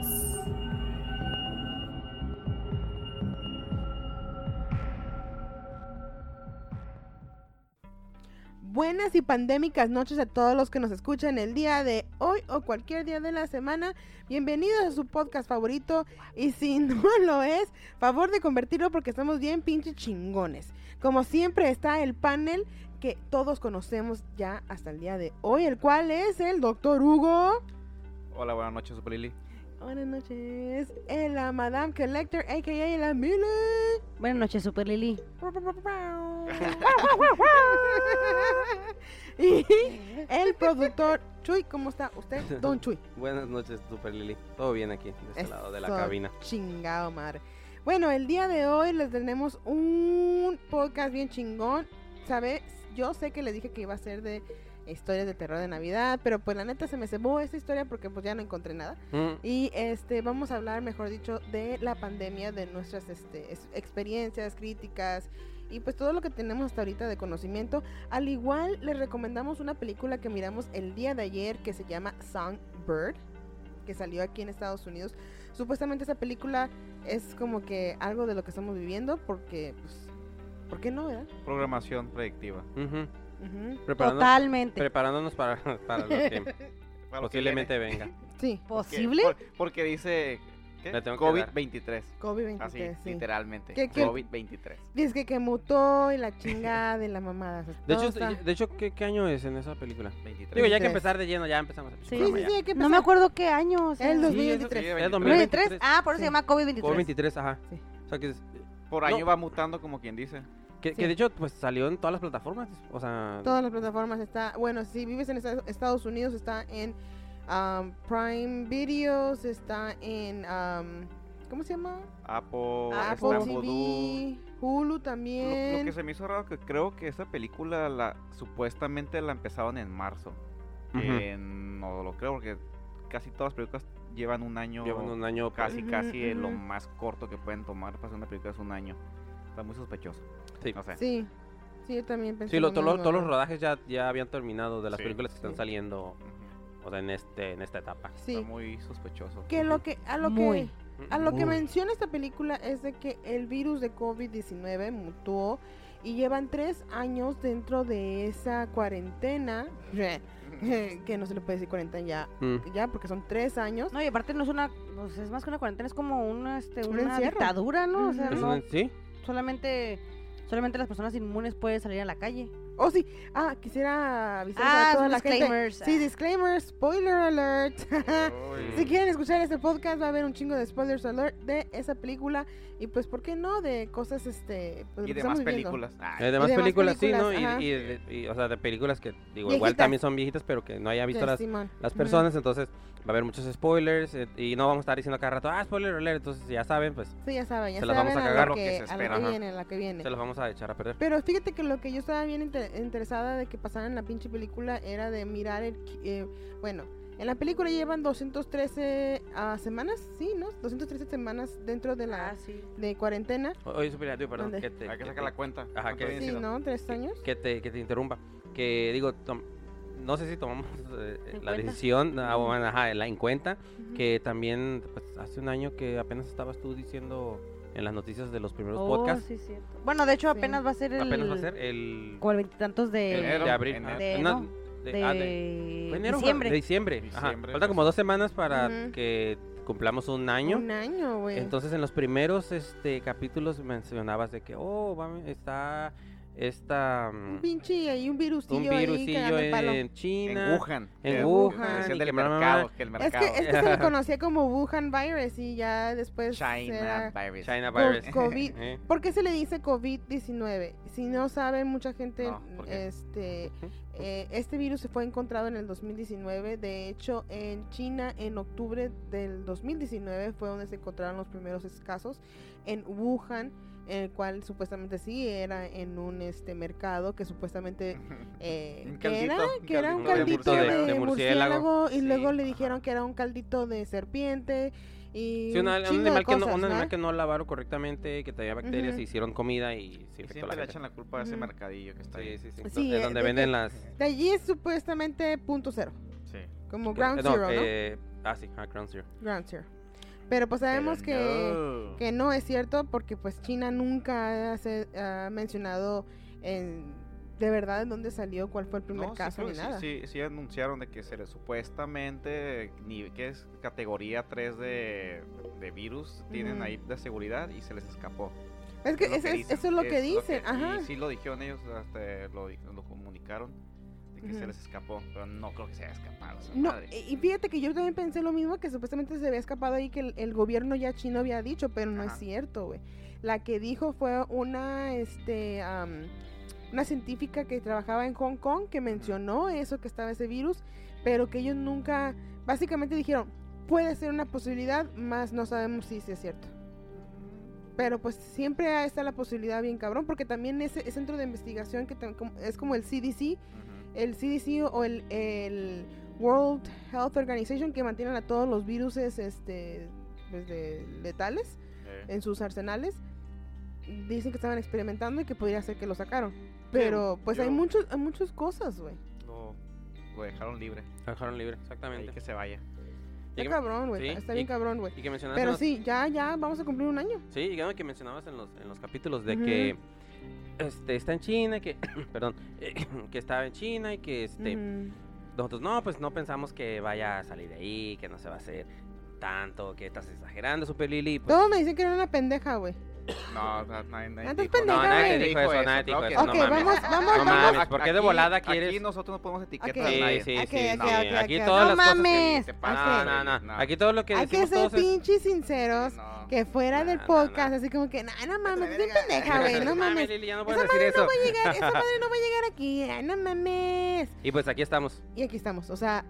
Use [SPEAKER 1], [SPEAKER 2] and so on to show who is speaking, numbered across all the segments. [SPEAKER 1] excomunicados.
[SPEAKER 2] Buenas y pandémicas noches a todos los que nos escuchan el día de hoy o cualquier día de la semana. Bienvenidos a su podcast favorito y si no lo es, favor de convertirlo porque estamos bien pinche chingones. Como siempre está el panel que todos conocemos ya hasta el día de hoy, el cual es el doctor Hugo.
[SPEAKER 3] Hola, buenas noches, Super Lili.
[SPEAKER 2] Buenas noches. El la Madame Collector, a.k.a. la Mile.
[SPEAKER 4] Buenas noches, Super Lili.
[SPEAKER 2] y el productor Chuy, ¿cómo está usted? Don Chuy.
[SPEAKER 3] Buenas noches, Super Lili. Todo bien aquí, de este lado de la
[SPEAKER 2] Eso,
[SPEAKER 3] cabina.
[SPEAKER 2] Chingado madre. Bueno, el día de hoy les tenemos un podcast bien chingón. ¿Sabes? Yo sé que les dije que iba a ser de historias de terror de Navidad, pero pues la neta se me cebó esta historia porque pues ya no encontré nada.
[SPEAKER 3] Mm,
[SPEAKER 2] Y este vamos a hablar, mejor dicho, de la pandemia, de nuestras este, es- experiencias, críticas y pues todo lo que tenemos hasta ahorita de conocimiento. Al igual les recomendamos una película que miramos el día de ayer que se llama Songbird, que salió aquí en Estados Unidos. Supuestamente esa película es como que algo de lo que estamos viviendo porque pues ¿por qué no, verdad?
[SPEAKER 5] Programación predictiva.
[SPEAKER 3] ujú.
[SPEAKER 2] Ujú.
[SPEAKER 3] Preparando-
[SPEAKER 4] Totalmente.
[SPEAKER 3] Preparándonos para, para lo que
[SPEAKER 5] Para lo que
[SPEAKER 3] posiblemente venga.
[SPEAKER 2] Sí,
[SPEAKER 4] ¿Posible?
[SPEAKER 5] viene. Por- porque dice ¿qué?
[SPEAKER 3] Le tengo que dar.
[SPEAKER 5] COVID-23. Así,
[SPEAKER 3] Ah,
[SPEAKER 2] COVID-23, sí.
[SPEAKER 5] literalmente.
[SPEAKER 2] ¿Qué- qué?
[SPEAKER 5] COVID-23.
[SPEAKER 2] Dice que, que mutó y la chingada de la mamada. o sea,
[SPEAKER 3] De
[SPEAKER 2] todo
[SPEAKER 3] hecho,
[SPEAKER 2] está-
[SPEAKER 3] estoy- de hecho ¿qué, qué año es en esa película?
[SPEAKER 5] 23.
[SPEAKER 3] Digo, ya que
[SPEAKER 2] 23.
[SPEAKER 3] empezar de lleno, ya empezamos. el
[SPEAKER 4] Sí,
[SPEAKER 2] Sí,
[SPEAKER 3] programa
[SPEAKER 2] sí,
[SPEAKER 3] ya.
[SPEAKER 2] sí, hay que
[SPEAKER 4] No me
[SPEAKER 2] empezar.
[SPEAKER 4] acuerdo qué año. o sea,
[SPEAKER 2] El
[SPEAKER 4] sí.
[SPEAKER 3] dos-
[SPEAKER 2] 2023.
[SPEAKER 3] Es
[SPEAKER 4] 2023.
[SPEAKER 3] 2023.
[SPEAKER 4] Ah, por eso
[SPEAKER 2] Sí.
[SPEAKER 4] se llama COVID-23.
[SPEAKER 3] COVID-23, ajá.
[SPEAKER 2] Sí.
[SPEAKER 3] O sea, que, es-
[SPEAKER 5] Por
[SPEAKER 3] No.
[SPEAKER 5] año va mutando, como quien dice.
[SPEAKER 3] que, que
[SPEAKER 2] Sí.
[SPEAKER 3] de hecho, pues salió en todas las plataformas. O sea,
[SPEAKER 2] todas las plataformas está bueno si vives en Estados- Estados Unidos está en um, Prime Videos está en um, cómo se llama
[SPEAKER 5] Apple,
[SPEAKER 2] Apple
[SPEAKER 5] está en
[SPEAKER 2] TV
[SPEAKER 5] Vudu.
[SPEAKER 2] Hulu
[SPEAKER 5] Lo, lo
[SPEAKER 2] también
[SPEAKER 5] que se me hizo raro que creo que esa película la supuestamente la empezaron en marzo.
[SPEAKER 3] ujú,
[SPEAKER 5] Eh, no lo creo porque casi todas las películas llevan un año.
[SPEAKER 3] llevan un año pues,
[SPEAKER 5] Casi,
[SPEAKER 2] Ujú,
[SPEAKER 5] casi eh, lo
[SPEAKER 2] ujú.
[SPEAKER 5] más corto que pueden tomar para hacer una película es un año. Está muy sospechoso.
[SPEAKER 3] pues, Sí.
[SPEAKER 5] No sé.
[SPEAKER 2] sí sí yo también pensé
[SPEAKER 3] Sí, lo-
[SPEAKER 2] lo
[SPEAKER 3] todo lo-
[SPEAKER 2] mismo.
[SPEAKER 3] todos los rodajes ya, ya habían terminado de las
[SPEAKER 5] Sí.
[SPEAKER 3] películas que están
[SPEAKER 2] Sí.
[SPEAKER 3] saliendo
[SPEAKER 5] Ujú.
[SPEAKER 3] o sea, en, este, en esta etapa.
[SPEAKER 2] sí
[SPEAKER 5] Está muy sospechoso.
[SPEAKER 2] que lo que a lo que
[SPEAKER 4] Muy.
[SPEAKER 2] A lo que menciona esta película es de que el virus de COVID-19 mutó y llevan tres años dentro de esa cuarentena, que no se le puede decir cuarentena ya,
[SPEAKER 3] Mm.
[SPEAKER 2] ya porque son tres años.
[SPEAKER 4] No, y aparte no es una. Pues es más que una cuarentena, es como una, este,
[SPEAKER 2] Un
[SPEAKER 4] una
[SPEAKER 2] encierro.
[SPEAKER 4] dictadura, ¿no? O sea,
[SPEAKER 2] Ujú.
[SPEAKER 3] Es
[SPEAKER 4] no,
[SPEAKER 3] un- ¿Sí?
[SPEAKER 4] solamente. Solamente las personas inmunes pueden salir a la calle. Ah,
[SPEAKER 2] Oh, sí. Ah, quisiera avisar a toda
[SPEAKER 4] son
[SPEAKER 2] la gente.
[SPEAKER 4] disclaimers.
[SPEAKER 2] Sí, disclaimer, spoiler alert.
[SPEAKER 5] Ay.
[SPEAKER 2] si quieren escuchar este podcast va a haber un chingo de spoilers alert de esa película y pues por qué no de cosas este pues,
[SPEAKER 5] y
[SPEAKER 2] lo que estamos
[SPEAKER 5] demás
[SPEAKER 2] viviendo.
[SPEAKER 5] películas. Ah, Ay,
[SPEAKER 3] Eh, de más
[SPEAKER 2] de más
[SPEAKER 3] películas, sí,
[SPEAKER 2] películas,
[SPEAKER 3] ¿no?
[SPEAKER 2] ajá.
[SPEAKER 3] Y, y de- y, o sea, de películas que digo,
[SPEAKER 2] Viejitas.
[SPEAKER 3] igual también son viejitas, pero que no haya visto
[SPEAKER 2] Sí,
[SPEAKER 3] las,
[SPEAKER 2] Simón.
[SPEAKER 3] las
[SPEAKER 2] Ujú.
[SPEAKER 3] personas, entonces va a haber muchos spoilers eh, y no vamos a estar diciendo cada rato, ah, spoiler alert, entonces si ya saben, pues
[SPEAKER 2] Sí, ya saben, ya
[SPEAKER 3] Se las
[SPEAKER 2] saben
[SPEAKER 3] vamos a
[SPEAKER 2] a,
[SPEAKER 3] cagar
[SPEAKER 2] lo
[SPEAKER 5] lo que
[SPEAKER 2] que,
[SPEAKER 5] se
[SPEAKER 2] a lo
[SPEAKER 5] espera,
[SPEAKER 2] que
[SPEAKER 5] ajá.
[SPEAKER 2] viene, a la que viene.
[SPEAKER 3] se los vamos a echar a perder.
[SPEAKER 2] Pero fíjate que lo que yo estaba bien inter- interesada de que pasara en la pinche película era de mirar el... qui- eh, bueno, en la película llevan 213 ah, semanas, sí, ¿no? 213 semanas dentro de la
[SPEAKER 4] Ah, sí.
[SPEAKER 2] de cuarentena.
[SPEAKER 3] O- Oye, Superior, digo, perdón, que
[SPEAKER 2] ¿Dónde?
[SPEAKER 3] te,
[SPEAKER 5] hay que
[SPEAKER 3] que
[SPEAKER 5] sacar la
[SPEAKER 3] te-
[SPEAKER 5] cuenta.
[SPEAKER 3] Ajá, que-
[SPEAKER 5] ¿Cuánto viene
[SPEAKER 2] Sí,
[SPEAKER 5] siendo?
[SPEAKER 2] ¿no? ¿Tres años?
[SPEAKER 3] que te, que te interrumpa, que digo, tom- no sé si tomamos eh,
[SPEAKER 4] ¿En
[SPEAKER 3] la
[SPEAKER 4] cuenta?
[SPEAKER 3] decisión, ah, bueno, ajá, la en cuenta,
[SPEAKER 2] Ujú.
[SPEAKER 3] que también pues, hace un año que apenas estabas tú diciendo en las noticias de los primeros
[SPEAKER 4] Oh,
[SPEAKER 3] podcasts,
[SPEAKER 4] sí, cierto. Bueno, de hecho,
[SPEAKER 2] Sí.
[SPEAKER 4] apenas va a ser el.
[SPEAKER 3] apenas va a ser el...
[SPEAKER 4] Cuarenta y tantos de.
[SPEAKER 3] el
[SPEAKER 5] Enero,
[SPEAKER 3] de abril.
[SPEAKER 5] enero.
[SPEAKER 3] ah,
[SPEAKER 4] De-
[SPEAKER 3] no,
[SPEAKER 4] no,
[SPEAKER 3] de-
[SPEAKER 4] de
[SPEAKER 3] ah, de- ¿Fue enero o fue-
[SPEAKER 4] diciembre.
[SPEAKER 3] De diciembre. ajá.
[SPEAKER 5] Diciembre, pues.
[SPEAKER 3] Falta como dos semanas para
[SPEAKER 2] Ujú.
[SPEAKER 3] que cumplamos un año.
[SPEAKER 2] Un año, güey.
[SPEAKER 3] Entonces, en los primeros este, capítulos mencionabas de que, oh, va- está esta, mm,
[SPEAKER 2] Un pinche ahí, un virusillo
[SPEAKER 3] un
[SPEAKER 2] ahí
[SPEAKER 3] virusillo
[SPEAKER 2] cagando el palo.
[SPEAKER 3] en China.
[SPEAKER 5] En Wuhan.
[SPEAKER 3] en
[SPEAKER 5] que-
[SPEAKER 3] Wuhan,
[SPEAKER 5] que decían
[SPEAKER 3] y
[SPEAKER 5] del
[SPEAKER 3] que mamá,
[SPEAKER 5] mercado. Que el
[SPEAKER 2] Es
[SPEAKER 5] mercado.
[SPEAKER 2] que, es que se le conocía como Wuhan Virus y ya después
[SPEAKER 5] China
[SPEAKER 2] era-
[SPEAKER 5] virus.
[SPEAKER 3] China
[SPEAKER 2] Co-
[SPEAKER 3] virus.
[SPEAKER 2] COVID.
[SPEAKER 3] Eh,
[SPEAKER 2] ¿Por qué se le dice COVID-19? Si no saben, mucha gente,
[SPEAKER 5] No, ¿por qué?
[SPEAKER 2] este,
[SPEAKER 3] Ujú.
[SPEAKER 2] eh, este virus se fue encontrado en el 2019. De hecho, en China, en octubre del 2019 fue donde se encontraron los primeros casos en Wuhan, en el cual supuestamente sí era en un este mercado que supuestamente eh,
[SPEAKER 5] Un
[SPEAKER 2] que era
[SPEAKER 5] caldito, un
[SPEAKER 2] que era un
[SPEAKER 5] caldito
[SPEAKER 2] caldito
[SPEAKER 5] de
[SPEAKER 2] de,
[SPEAKER 5] murciélago.
[SPEAKER 3] de
[SPEAKER 2] murciélago,
[SPEAKER 3] murciélago.
[SPEAKER 2] y luego
[SPEAKER 3] Sí,
[SPEAKER 2] le
[SPEAKER 3] ajá.
[SPEAKER 2] dijeron que era un caldito de serpiente y
[SPEAKER 3] sí, una-
[SPEAKER 2] un,
[SPEAKER 3] un,
[SPEAKER 2] chingo de
[SPEAKER 3] animal que no,
[SPEAKER 2] cosas,
[SPEAKER 3] un
[SPEAKER 2] ¿no?
[SPEAKER 3] animal que no lavaron correctamente, que tenía bacterias,
[SPEAKER 2] Ujú.
[SPEAKER 3] se hicieron comida y se
[SPEAKER 5] Y
[SPEAKER 3] infectó
[SPEAKER 5] siempre
[SPEAKER 3] la
[SPEAKER 5] le
[SPEAKER 3] gente.
[SPEAKER 5] echan la culpa a ese
[SPEAKER 2] Ujú.
[SPEAKER 5] mercadillo que está
[SPEAKER 3] Sí,
[SPEAKER 5] ahí.
[SPEAKER 3] sí, sí.
[SPEAKER 2] Sí,
[SPEAKER 3] Do-
[SPEAKER 2] eh,
[SPEAKER 3] es donde
[SPEAKER 2] de-
[SPEAKER 3] venden las...
[SPEAKER 2] De allí es supuestamente punto cero,
[SPEAKER 5] Sí.
[SPEAKER 2] como
[SPEAKER 3] que-
[SPEAKER 2] ground
[SPEAKER 3] no,
[SPEAKER 2] zero, ¿no?
[SPEAKER 3] eh, Ah, sí, ah, Ground Zero.
[SPEAKER 2] Ground Zero. Pero pues sabemos
[SPEAKER 5] Pero
[SPEAKER 2] que...
[SPEAKER 5] no.
[SPEAKER 2] que no es cierto porque pues China nunca se ha mencionado en- de verdad en dónde salió, cuál fue el primer
[SPEAKER 5] No, sí,
[SPEAKER 2] caso
[SPEAKER 5] creo
[SPEAKER 2] ni
[SPEAKER 5] que sí,
[SPEAKER 2] nada.
[SPEAKER 5] Sí, sí anunciaron de que se le- supuestamente ni que es categoría 3 de, de virus tienen
[SPEAKER 2] Ujú.
[SPEAKER 5] ahí de seguridad y se les escapó.
[SPEAKER 2] Es que,
[SPEAKER 5] lo
[SPEAKER 2] ese-
[SPEAKER 5] dicen,
[SPEAKER 2] eso es lo que dicen,
[SPEAKER 5] y
[SPEAKER 2] ajá.
[SPEAKER 5] sí lo dijeron ellos, hasta lo, di- lo comunicaron de que se
[SPEAKER 2] Ujú.
[SPEAKER 5] les escapó, pero no creo que se haya escapado. esa
[SPEAKER 2] No, eh,
[SPEAKER 5] madre.
[SPEAKER 2] y y fíjate que yo también pensé lo mismo, que supuestamente se había escapado ahí, que el, el gobierno ya chino había dicho, pero no es
[SPEAKER 5] Ajá.
[SPEAKER 2] cierto, güey. La que dijo fue una, este, am, una científica que trabajaba en Hong Kong que mencionó eso, que estaba ese virus, pero que ellos nunca, básicamente dijeron, puede ser una posibilidad, más no sabemos si sí es cierto. Pero pues siempre está la posibilidad bien cabrón, porque también ese, ese centro de investigación que tam- como- es como el CDC,
[SPEAKER 5] Ujú.
[SPEAKER 2] el CDC o el, el World Health Organization que mantienen a todos los virus este, pues, de- letales
[SPEAKER 5] Eh.
[SPEAKER 2] en sus arsenales. Dicen que estaban experimentando y que podría ser que lo sacaron. Pero pues hay
[SPEAKER 5] yo-
[SPEAKER 2] muchos, hay muchas cosas, güey.
[SPEAKER 5] lo, lo dejaron libre.
[SPEAKER 3] Lo dejaron libre,
[SPEAKER 5] Ahí
[SPEAKER 3] exactamente.
[SPEAKER 5] que se vaya.
[SPEAKER 3] Y
[SPEAKER 2] Está
[SPEAKER 3] que,
[SPEAKER 2] cabrón, güey.
[SPEAKER 3] sí,
[SPEAKER 2] está- Está
[SPEAKER 3] y-
[SPEAKER 2] bien cabrón, güey.
[SPEAKER 3] y que mencionabas
[SPEAKER 2] Pero
[SPEAKER 3] unos-
[SPEAKER 2] sí, ya, ya vamos a cumplir un año.
[SPEAKER 3] Sí, y algo que mencionabas en los, en los capítulos de
[SPEAKER 2] Ujú.
[SPEAKER 3] que este, está en China, que, perdón, que estaba en China y que este,
[SPEAKER 2] Ujú.
[SPEAKER 3] nosotros no, pues no pensamos que vaya a salir de ahí, que no se va a hacer tanto, que estás exagerando, Super Lili. Pues,
[SPEAKER 2] Todos me dicen que era una pendeja, güey.
[SPEAKER 5] No, na- nadie, nadie
[SPEAKER 2] Antes
[SPEAKER 5] dijo-
[SPEAKER 2] pendeja, No, nadie güey.
[SPEAKER 3] dijo eso, nadie dijo
[SPEAKER 5] claro que
[SPEAKER 3] eso,
[SPEAKER 2] Ok,
[SPEAKER 3] no
[SPEAKER 5] no mames.
[SPEAKER 2] vamos, vamos,
[SPEAKER 3] No
[SPEAKER 2] vamos.
[SPEAKER 3] mames, ¿por qué de volada
[SPEAKER 5] Aquí
[SPEAKER 3] quieres?
[SPEAKER 5] nosotros no podemos etiquetar
[SPEAKER 2] Ok.
[SPEAKER 5] a nadie.
[SPEAKER 3] sí,
[SPEAKER 2] Ok,
[SPEAKER 3] sí,
[SPEAKER 2] ok,
[SPEAKER 3] no,
[SPEAKER 2] ok,
[SPEAKER 3] aquí
[SPEAKER 2] ok.
[SPEAKER 3] todas
[SPEAKER 2] No
[SPEAKER 3] las cosas que-
[SPEAKER 2] mames.
[SPEAKER 5] que te
[SPEAKER 3] No,
[SPEAKER 5] pasan.
[SPEAKER 2] Ok.
[SPEAKER 3] no, no,
[SPEAKER 5] No.
[SPEAKER 3] Aquí todo lo que
[SPEAKER 2] Hay que
[SPEAKER 3] decimos
[SPEAKER 2] ser
[SPEAKER 3] todos es-
[SPEAKER 2] pinches sinceros.
[SPEAKER 5] No.
[SPEAKER 2] que fuera del
[SPEAKER 3] Nah, nah,
[SPEAKER 2] podcast, así como que, nah, no mames,
[SPEAKER 5] Vete a
[SPEAKER 2] estoy
[SPEAKER 5] la verga.
[SPEAKER 2] pendeja, güey, no mames.
[SPEAKER 3] Lili, ya no
[SPEAKER 2] Esa
[SPEAKER 3] puedes decir eso.
[SPEAKER 2] No va a llegar, esa madre no va a llegar aquí, ay, no mames.
[SPEAKER 3] Y pues aquí estamos.
[SPEAKER 2] Y aquí estamos, o sea,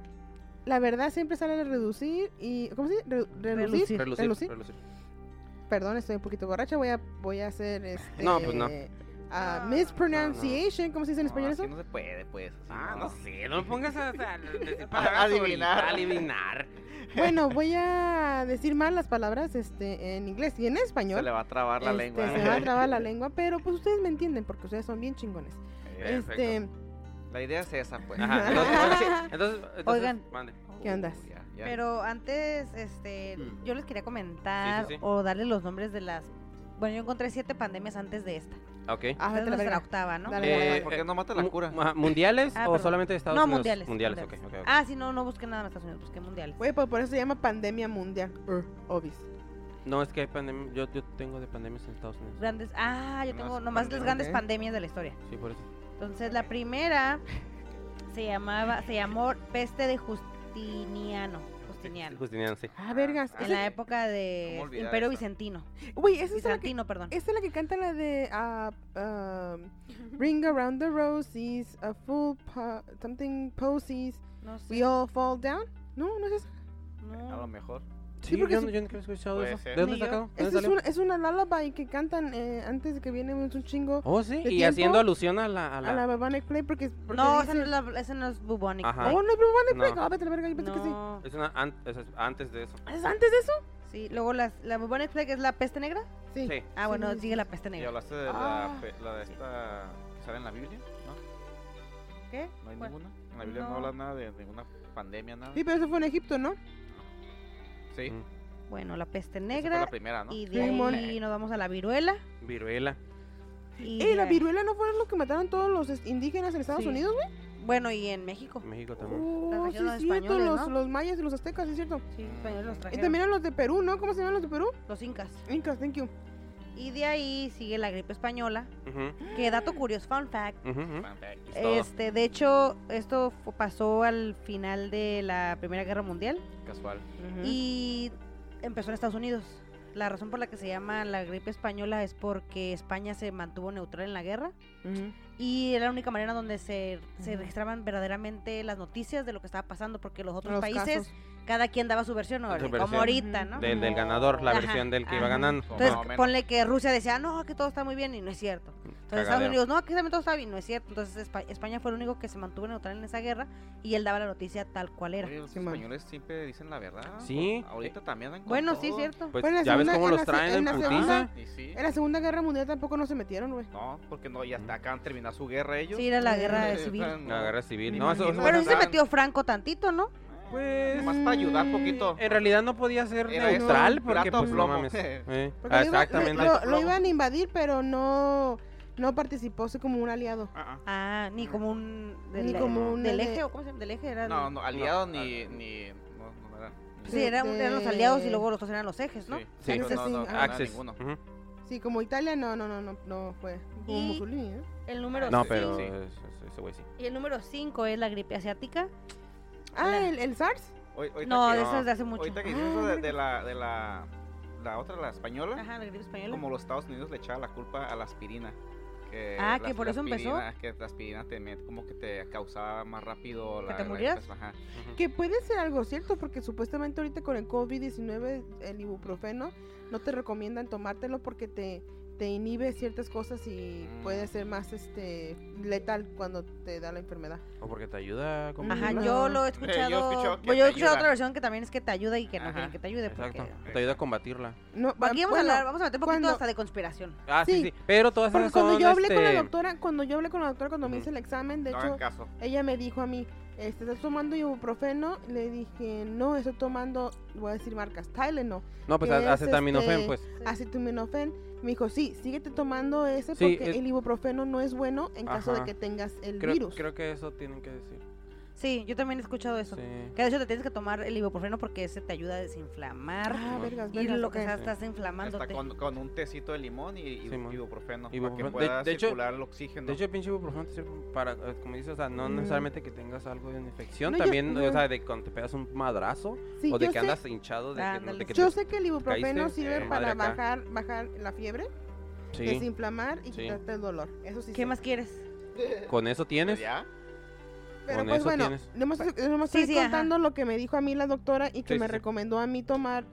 [SPEAKER 2] la verdad siempre sale de reducir y, ¿cómo se dice? Re- relucir,
[SPEAKER 4] Relucir.
[SPEAKER 3] Relucir,
[SPEAKER 2] relucir.
[SPEAKER 3] relucir.
[SPEAKER 2] Perdón, estoy un poquito borracha, voy a, voy a hacer, este...
[SPEAKER 3] No, pues no.
[SPEAKER 2] ah, mispronunciation, ¿cómo se dice en
[SPEAKER 5] No,
[SPEAKER 2] español
[SPEAKER 5] así
[SPEAKER 2] eso?
[SPEAKER 5] no se puede, pues. así
[SPEAKER 3] Ah,
[SPEAKER 5] no.
[SPEAKER 3] no sé, no me pongas a, a- a decir palabras
[SPEAKER 5] Adivinar.
[SPEAKER 3] ahorita, Adivinar.
[SPEAKER 2] Bueno, voy a decir mal las palabras este, en inglés y en
[SPEAKER 5] Se
[SPEAKER 2] español.
[SPEAKER 5] le va a trabar la
[SPEAKER 2] Este,
[SPEAKER 5] lengua.
[SPEAKER 2] se me va a trabar la lengua, pero pues ustedes me entienden porque ustedes son bien chingones.
[SPEAKER 3] Perfecto.
[SPEAKER 2] Este,
[SPEAKER 5] La idea es esa, pues.
[SPEAKER 3] Ajá, entonces, ahora sí, entonces, entonces,
[SPEAKER 4] Oigan.
[SPEAKER 3] mande.
[SPEAKER 2] ¿Qué andas?
[SPEAKER 5] Ya, ya.
[SPEAKER 4] Pero antes, este,
[SPEAKER 2] Mm.
[SPEAKER 5] Hmm.
[SPEAKER 4] yo les quería comentar
[SPEAKER 3] Sí, sí, sí.
[SPEAKER 4] o darles los nombres de las. Bueno, yo encontré siete pandemias antes de esta.
[SPEAKER 3] Ok.
[SPEAKER 2] ah,
[SPEAKER 4] Esta es
[SPEAKER 2] vete a la
[SPEAKER 4] nuestra
[SPEAKER 2] verga.
[SPEAKER 4] octava, ¿no?
[SPEAKER 2] Dale, dale,
[SPEAKER 3] Eh,
[SPEAKER 2] dale.
[SPEAKER 5] ¿Por qué no mata la
[SPEAKER 3] Mu-
[SPEAKER 5] cura?
[SPEAKER 3] ajá, ¿Mundiales
[SPEAKER 4] Ah,
[SPEAKER 3] o
[SPEAKER 4] perdón.
[SPEAKER 3] solamente de Estados
[SPEAKER 4] no,
[SPEAKER 3] Unidos?
[SPEAKER 4] mundiales.
[SPEAKER 3] Mundiales, ok, ok, ok.
[SPEAKER 4] Ah, sí, no, no busqué nada en Estados Unidos, busqué mundiales.
[SPEAKER 2] Güey, pues por eso se llama pandemia mundial. Ur, obis.
[SPEAKER 4] Ah.
[SPEAKER 3] No, es que hay pandemia. Yo, yo tengo de pandemias en Estados Unidos.
[SPEAKER 4] Grandes. Ah, yo
[SPEAKER 5] Unas
[SPEAKER 4] tengo nomás las
[SPEAKER 5] pandemias.
[SPEAKER 4] grandes
[SPEAKER 2] Ok.
[SPEAKER 4] pandemias de la historia.
[SPEAKER 3] Sí, por eso.
[SPEAKER 4] Entonces, la primera se llamaba, se llamó Peste de Justiniano. Justiniano.
[SPEAKER 3] Justiniano, sí.
[SPEAKER 2] Ah, vergas.
[SPEAKER 5] Ah,
[SPEAKER 4] En
[SPEAKER 2] Esa-
[SPEAKER 4] la época de
[SPEAKER 5] ¿Cómo olvidar
[SPEAKER 4] Imperio
[SPEAKER 5] esa?
[SPEAKER 4] Vicentino.
[SPEAKER 2] Güey, esa es la que,
[SPEAKER 4] Bizantino, perdón.
[SPEAKER 2] esa es la que canta la de ah, um, Ring Around the Roses, a full po- something posies,
[SPEAKER 4] No sé.
[SPEAKER 2] we all fall down. No, no es esa.
[SPEAKER 5] A lo
[SPEAKER 4] No.
[SPEAKER 5] mejor.
[SPEAKER 3] Sí,
[SPEAKER 2] Sí, porque
[SPEAKER 3] yo,
[SPEAKER 2] es-
[SPEAKER 3] no- yo nunca he escuchado
[SPEAKER 5] Puede
[SPEAKER 3] eso.
[SPEAKER 5] ser.
[SPEAKER 3] ¿De dónde
[SPEAKER 4] Ni yo.
[SPEAKER 3] sacado? ¿De
[SPEAKER 2] Esta
[SPEAKER 3] dónde
[SPEAKER 2] es
[SPEAKER 3] salió?
[SPEAKER 2] una, es una lullaby que cantan eh, antes de que viene un chingo
[SPEAKER 3] Oh, sí.
[SPEAKER 2] de
[SPEAKER 3] Y
[SPEAKER 2] tiempo.
[SPEAKER 3] haciendo alusión a la. A
[SPEAKER 2] a
[SPEAKER 3] la...
[SPEAKER 2] la Babanic Play porque. porque
[SPEAKER 4] No, esa
[SPEAKER 2] dicen-
[SPEAKER 4] no, es la- esa no es bubónica.
[SPEAKER 3] Ajá.
[SPEAKER 2] Oh, no es Babonic Play.
[SPEAKER 3] No.
[SPEAKER 2] Ah, vete a la verga, yo pensé que sí.
[SPEAKER 4] No.
[SPEAKER 3] Es una an- es- es antes de eso.
[SPEAKER 2] ¿Es antes de eso?
[SPEAKER 4] Sí, luego las, la bubonic plague es la peste negra.
[SPEAKER 2] Sí.
[SPEAKER 3] Sí.
[SPEAKER 4] Ah,
[SPEAKER 2] Sí,
[SPEAKER 4] bueno,
[SPEAKER 2] sí,
[SPEAKER 4] sigue la peste
[SPEAKER 5] Y
[SPEAKER 4] negra.
[SPEAKER 5] hablaste de
[SPEAKER 2] Ah.
[SPEAKER 5] la, pe- la de
[SPEAKER 4] Sí.
[SPEAKER 5] esta que sale en la Biblia, ¿no?
[SPEAKER 4] ¿Qué?
[SPEAKER 5] ¿No hay
[SPEAKER 4] ¿Cuál?
[SPEAKER 5] ninguna? En la Biblia no,
[SPEAKER 4] No.
[SPEAKER 5] habla nada de ninguna pandemia, nada.
[SPEAKER 2] Sí, pero eso fue en Egipto, ¿no?
[SPEAKER 5] Sí.
[SPEAKER 3] Mm.
[SPEAKER 4] Bueno, la peste
[SPEAKER 5] Esa fue
[SPEAKER 4] negra.
[SPEAKER 5] la primera, ¿no?
[SPEAKER 4] Y de
[SPEAKER 2] Simón.
[SPEAKER 4] ahí nos vamos a la viruela.
[SPEAKER 3] Viruela.
[SPEAKER 4] Y
[SPEAKER 2] Eh, la
[SPEAKER 4] de-
[SPEAKER 2] viruela no fueron los que mataron todos los es- indígenas en Estados
[SPEAKER 4] Sí.
[SPEAKER 2] Unidos, güey.
[SPEAKER 4] Bueno, y en México.
[SPEAKER 3] México también.
[SPEAKER 2] Oh,
[SPEAKER 4] trajeron
[SPEAKER 2] sí, es
[SPEAKER 4] los
[SPEAKER 2] cierto,
[SPEAKER 4] españoles,
[SPEAKER 2] los,
[SPEAKER 4] ¿no?
[SPEAKER 2] los mayas y los aztecas, sí, es cierto.
[SPEAKER 4] Sí, los españoles los
[SPEAKER 5] Y
[SPEAKER 2] Y
[SPEAKER 4] trajeron.
[SPEAKER 2] también a los de Perú, ¿no? ¿Cómo se llaman los de Perú?
[SPEAKER 4] Los incas.
[SPEAKER 2] Incas, thank you.
[SPEAKER 4] Y de ahí sigue la gripe española.
[SPEAKER 3] Ujú,
[SPEAKER 4] Que dato curioso, fun fact.
[SPEAKER 3] ujú, ujú.
[SPEAKER 5] Pandemias.
[SPEAKER 3] Es todo.
[SPEAKER 4] Este, de hecho, esto fu- pasó al final de la Primera Guerra Mundial
[SPEAKER 5] Casual.
[SPEAKER 4] y empezó en Estados Unidos. La razón por la que se llama la gripe española es porque España se mantuvo neutral en la guerra
[SPEAKER 2] Ujú.
[SPEAKER 4] y era la única manera donde se, se
[SPEAKER 2] Ujú.
[SPEAKER 4] registraban verdaderamente las noticias de lo que estaba pasando porque los otros
[SPEAKER 2] Los
[SPEAKER 4] países,
[SPEAKER 2] casos.
[SPEAKER 4] cada quien daba su versión, ¿no?
[SPEAKER 3] Su
[SPEAKER 4] como
[SPEAKER 3] versión.
[SPEAKER 4] ahorita,
[SPEAKER 2] Ujú.
[SPEAKER 4] ¿no?
[SPEAKER 3] Del, del
[SPEAKER 4] Como-
[SPEAKER 3] ganador, la
[SPEAKER 4] Ajá,
[SPEAKER 3] versión del que iba
[SPEAKER 4] ajá.
[SPEAKER 3] ganando.
[SPEAKER 5] Como-
[SPEAKER 4] Entonces,
[SPEAKER 5] Más o menos.
[SPEAKER 4] ponle que Rusia decía, "Ah, no, que todo está muy bien, y no es cierto. Entonces, Estados
[SPEAKER 3] Cagadero.
[SPEAKER 4] Unidos, no, aquí también todo está bien, no es cierto. Entonces, Espa- España fue el único que se mantuvo neutral en esa guerra y él daba la noticia tal cual era.
[SPEAKER 5] Oye, los
[SPEAKER 2] Simón.
[SPEAKER 5] españoles siempre dicen la verdad.
[SPEAKER 3] Sí.
[SPEAKER 5] Ahorita también andan con
[SPEAKER 4] Bueno, sí,
[SPEAKER 5] todo.
[SPEAKER 4] cierto.
[SPEAKER 3] Pues
[SPEAKER 2] Bueno, en la
[SPEAKER 3] ya ves
[SPEAKER 2] segunda-
[SPEAKER 3] cómo
[SPEAKER 2] en
[SPEAKER 3] los
[SPEAKER 2] la se-
[SPEAKER 3] traen
[SPEAKER 2] en
[SPEAKER 3] en,
[SPEAKER 2] la
[SPEAKER 3] putiza.
[SPEAKER 2] segunda-
[SPEAKER 5] Y sí.
[SPEAKER 2] En la Segunda Guerra Mundial tampoco no se metieron, güey.
[SPEAKER 5] No, porque no, ya hasta
[SPEAKER 3] Mm.
[SPEAKER 5] acaban de terminar su guerra ellos.
[SPEAKER 4] Sí, era la guerra
[SPEAKER 5] Eh,
[SPEAKER 4] civil.
[SPEAKER 5] están-
[SPEAKER 3] La guerra civil.
[SPEAKER 2] Me
[SPEAKER 3] No, eso,
[SPEAKER 5] imagino.
[SPEAKER 3] eso-
[SPEAKER 4] Pero sí se
[SPEAKER 5] Estaban-
[SPEAKER 4] metió Franco tantito, ¿no?
[SPEAKER 3] Pues.
[SPEAKER 5] Más para ayudar poquito.
[SPEAKER 3] En realidad no podía ser
[SPEAKER 5] Era eso,
[SPEAKER 3] neutral porque
[SPEAKER 5] pirata o
[SPEAKER 3] pues no
[SPEAKER 5] plomo.
[SPEAKER 3] mames. Eh,
[SPEAKER 2] Porque
[SPEAKER 3] ah,
[SPEAKER 2] lo iba-
[SPEAKER 3] exactamente.
[SPEAKER 2] Lo,
[SPEAKER 5] Ay,
[SPEAKER 2] lo
[SPEAKER 5] lobo.
[SPEAKER 2] iban a invadir, pero no, no participó así como un aliado.
[SPEAKER 5] Ah, ah.
[SPEAKER 4] Ah, ni como un.
[SPEAKER 2] Ni como un
[SPEAKER 4] ¿Del
[SPEAKER 2] ele-
[SPEAKER 4] eje o cómo se llama? ¿Del eje? Era
[SPEAKER 5] No,
[SPEAKER 4] el-
[SPEAKER 5] no, aliado
[SPEAKER 3] No,
[SPEAKER 5] ni.
[SPEAKER 3] ah.
[SPEAKER 5] ni no, no era.
[SPEAKER 4] Sí, eran, eran los
[SPEAKER 2] de-
[SPEAKER 4] aliados y luego los dos eran los ejes, ¿no? Ah,
[SPEAKER 5] Sí,
[SPEAKER 3] Sí.
[SPEAKER 5] pero no, no,
[SPEAKER 2] Accessing,
[SPEAKER 5] no era
[SPEAKER 3] Access.
[SPEAKER 5] ninguno.
[SPEAKER 3] Ujú.
[SPEAKER 2] Sí, como Italia, no, no, no, no, no fue. Como
[SPEAKER 4] Y-
[SPEAKER 2] Mussolini, ¿eh?
[SPEAKER 4] El número
[SPEAKER 3] No,
[SPEAKER 5] sí,
[SPEAKER 3] pero
[SPEAKER 5] sí.
[SPEAKER 3] eh, ese güey sí.
[SPEAKER 4] Y el número 5 es la gripe asiática.
[SPEAKER 2] Ah,
[SPEAKER 4] Hola.
[SPEAKER 2] el, el SARS.
[SPEAKER 5] Hoy- ahorita
[SPEAKER 4] No,
[SPEAKER 5] que-
[SPEAKER 4] de esas de hace mucho.
[SPEAKER 5] Ahorita que dices
[SPEAKER 2] Ah,
[SPEAKER 5] eso de,
[SPEAKER 2] mira.
[SPEAKER 5] de la, de la, la otra, la española,
[SPEAKER 4] Ajá, la gripe española.
[SPEAKER 5] como los Estados Unidos le echaba la culpa a la aspirina. Que
[SPEAKER 4] Ah,
[SPEAKER 5] la-
[SPEAKER 4] que por
[SPEAKER 5] la
[SPEAKER 4] eso empezó.
[SPEAKER 5] aspirina- Que la aspirina te met- como que te causaba más rápido la.
[SPEAKER 4] te
[SPEAKER 5] la-
[SPEAKER 4] murieras?
[SPEAKER 5] ajá.
[SPEAKER 3] Ujú.
[SPEAKER 2] Que puede ser algo cierto, porque supuestamente ahorita con el COVID-19, el ibuprofeno, no te recomiendan tomártelo porque te, te inhibe ciertas cosas y
[SPEAKER 5] Mm.
[SPEAKER 2] puede ser más este letal cuando te da la enfermedad.
[SPEAKER 3] O porque te ayuda a
[SPEAKER 4] Ajá,
[SPEAKER 2] Mm.
[SPEAKER 3] combatirla.
[SPEAKER 4] yo lo he
[SPEAKER 5] yo he
[SPEAKER 4] escuchado.
[SPEAKER 5] escuchado que
[SPEAKER 4] pues yo he
[SPEAKER 5] te
[SPEAKER 4] escuchado
[SPEAKER 5] ayuda.
[SPEAKER 4] otra versión que también es que te ayuda y que no
[SPEAKER 5] Ajá,
[SPEAKER 4] quieren que te ayude.
[SPEAKER 3] Exacto.
[SPEAKER 4] Porque...
[SPEAKER 3] Te ayuda a combatirla.
[SPEAKER 2] No, va-
[SPEAKER 4] Aquí vamos
[SPEAKER 2] bueno,
[SPEAKER 4] a hablar, vamos a meter un poquito
[SPEAKER 2] cuando-
[SPEAKER 4] hasta de conspiración.
[SPEAKER 3] Ah, sí,
[SPEAKER 2] Sí,
[SPEAKER 3] sí. Pero todas
[SPEAKER 2] Porque
[SPEAKER 3] esas
[SPEAKER 2] cuando
[SPEAKER 3] son,
[SPEAKER 2] yo hablé con la
[SPEAKER 3] este,
[SPEAKER 2] doctora, cuando yo hablé con la doctora cuando me
[SPEAKER 3] Ujú.
[SPEAKER 2] hice el examen, de
[SPEAKER 5] No
[SPEAKER 2] hecho,
[SPEAKER 5] hagan caso.
[SPEAKER 2] ella me dijo a mí, este, ¿estás tomando ibuprofeno? Le dije, no, estoy tomando, voy a decir marcas, Tylenol,
[SPEAKER 3] No, pues
[SPEAKER 2] que es,
[SPEAKER 3] acetaminofén,
[SPEAKER 2] este,
[SPEAKER 3] pues.
[SPEAKER 2] acetaminofén. Me dijo, sí, síguete tomando ese
[SPEAKER 3] Sí,
[SPEAKER 2] porque
[SPEAKER 4] eh
[SPEAKER 3] es-
[SPEAKER 2] el ibuprofeno no es bueno en caso de
[SPEAKER 3] Ajá.
[SPEAKER 2] que tengas el
[SPEAKER 3] Creo,
[SPEAKER 2] virus.
[SPEAKER 3] creo que eso tienen que decir.
[SPEAKER 4] Sí, yo también he escuchado eso.
[SPEAKER 3] Sí.
[SPEAKER 4] Que de hecho te tienes que tomar el ibuprofeno porque ese te ayuda a desinflamar.
[SPEAKER 2] Ah,
[SPEAKER 3] Simón.
[SPEAKER 2] vergas,
[SPEAKER 4] y
[SPEAKER 2] vergas,
[SPEAKER 4] lo que
[SPEAKER 2] ok.
[SPEAKER 4] estás,
[SPEAKER 3] Sí.
[SPEAKER 4] estás inflamándote.
[SPEAKER 5] Hasta con, con un tecito de limón y, y
[SPEAKER 3] Simón.
[SPEAKER 5] ibuprofeno, para que
[SPEAKER 3] Ibuprofeno. De-
[SPEAKER 5] pueda
[SPEAKER 3] de hecho-
[SPEAKER 5] circular el oxígeno.
[SPEAKER 3] De hecho, el pinche ibuprofeno te sirve para, eh, como dices, o sea, no
[SPEAKER 2] Mm.
[SPEAKER 3] necesariamente que tengas algo de una infección,
[SPEAKER 2] No, yo-
[SPEAKER 3] también,
[SPEAKER 2] no.
[SPEAKER 3] o sea, de cuando te pegas un madrazo
[SPEAKER 2] Sí,
[SPEAKER 3] o de
[SPEAKER 2] yo
[SPEAKER 3] que
[SPEAKER 2] sé-
[SPEAKER 3] andas hinchado, de que, no,
[SPEAKER 4] Ándale.
[SPEAKER 3] de que
[SPEAKER 2] Yo
[SPEAKER 3] te-
[SPEAKER 2] sé que el ibuprofeno
[SPEAKER 3] caíste,
[SPEAKER 2] sirve
[SPEAKER 3] eh,
[SPEAKER 2] para
[SPEAKER 3] madre acá.
[SPEAKER 2] bajar, bajar la fiebre,
[SPEAKER 3] sí,
[SPEAKER 2] desinflamar y
[SPEAKER 3] Sí.
[SPEAKER 2] quitarte el dolor. Eso sí.
[SPEAKER 4] ¿Qué
[SPEAKER 2] sé.
[SPEAKER 4] más quieres?
[SPEAKER 3] con eso tienes.
[SPEAKER 5] ¿Ya?
[SPEAKER 2] Pero
[SPEAKER 3] Con
[SPEAKER 2] pues
[SPEAKER 3] eso
[SPEAKER 2] bueno,
[SPEAKER 3] tienes.
[SPEAKER 2] nomás, nomás
[SPEAKER 4] Sí,
[SPEAKER 2] estoy
[SPEAKER 4] sí, ajá.
[SPEAKER 2] contando lo que me dijo a mí la doctora y que
[SPEAKER 3] Sí,
[SPEAKER 2] me
[SPEAKER 3] sí, sí.
[SPEAKER 2] recomendó a mí tomar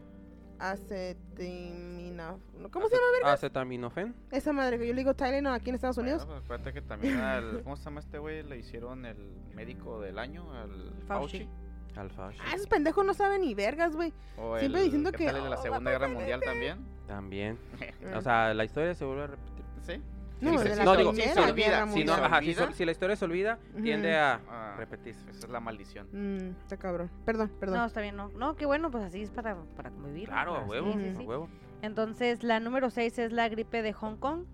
[SPEAKER 2] acetamina. ¿Cómo se
[SPEAKER 3] Acet-
[SPEAKER 2] llama?
[SPEAKER 3] Acetaminofén.
[SPEAKER 2] Esa madre que yo le digo Tylenol aquí en Estados Unidos.
[SPEAKER 5] Bueno, pues, acuérdate que también al. ¿Cómo se llama este güey? Le hicieron el médico del año, al
[SPEAKER 4] Fauci.
[SPEAKER 5] Fauci.
[SPEAKER 3] Alfa.
[SPEAKER 2] Ah, esos pendejos no saben ni vergas, güey.
[SPEAKER 5] O
[SPEAKER 2] Siempre
[SPEAKER 5] el-
[SPEAKER 2] diciendo
[SPEAKER 5] ¿qué
[SPEAKER 2] que,
[SPEAKER 5] tal el de la
[SPEAKER 2] "Oh,
[SPEAKER 5] Segunda Guerra Mundial también.
[SPEAKER 3] También.
[SPEAKER 2] Eh,
[SPEAKER 4] Mm.
[SPEAKER 3] O sea, la historia se vuelve a repetir.
[SPEAKER 5] Sí.
[SPEAKER 2] no,
[SPEAKER 5] sí,
[SPEAKER 2] de
[SPEAKER 5] sí,
[SPEAKER 2] la
[SPEAKER 5] no, digo, sí,
[SPEAKER 2] primera
[SPEAKER 5] se olvida,
[SPEAKER 2] guerra
[SPEAKER 5] sí,
[SPEAKER 3] Si, no,
[SPEAKER 5] ¿Se
[SPEAKER 2] mundial.
[SPEAKER 3] ajá, si,
[SPEAKER 5] olvida?
[SPEAKER 3] so- si la historia se olvida,
[SPEAKER 2] Ujú.
[SPEAKER 3] tiende a
[SPEAKER 5] Ah,
[SPEAKER 3] repetirse.
[SPEAKER 5] Esa es la maldición.
[SPEAKER 2] Mm, está cabrón. Perdón,
[SPEAKER 4] No,
[SPEAKER 2] perdón.
[SPEAKER 4] está bien, no. No, qué bueno, pues así es para, para convivir. ¿no?
[SPEAKER 3] Claro, a
[SPEAKER 4] Así,
[SPEAKER 3] huevo,
[SPEAKER 4] sí,
[SPEAKER 3] a
[SPEAKER 4] sí.
[SPEAKER 3] huevo.
[SPEAKER 4] Entonces, la número 6 es la gripe de Hong Kong.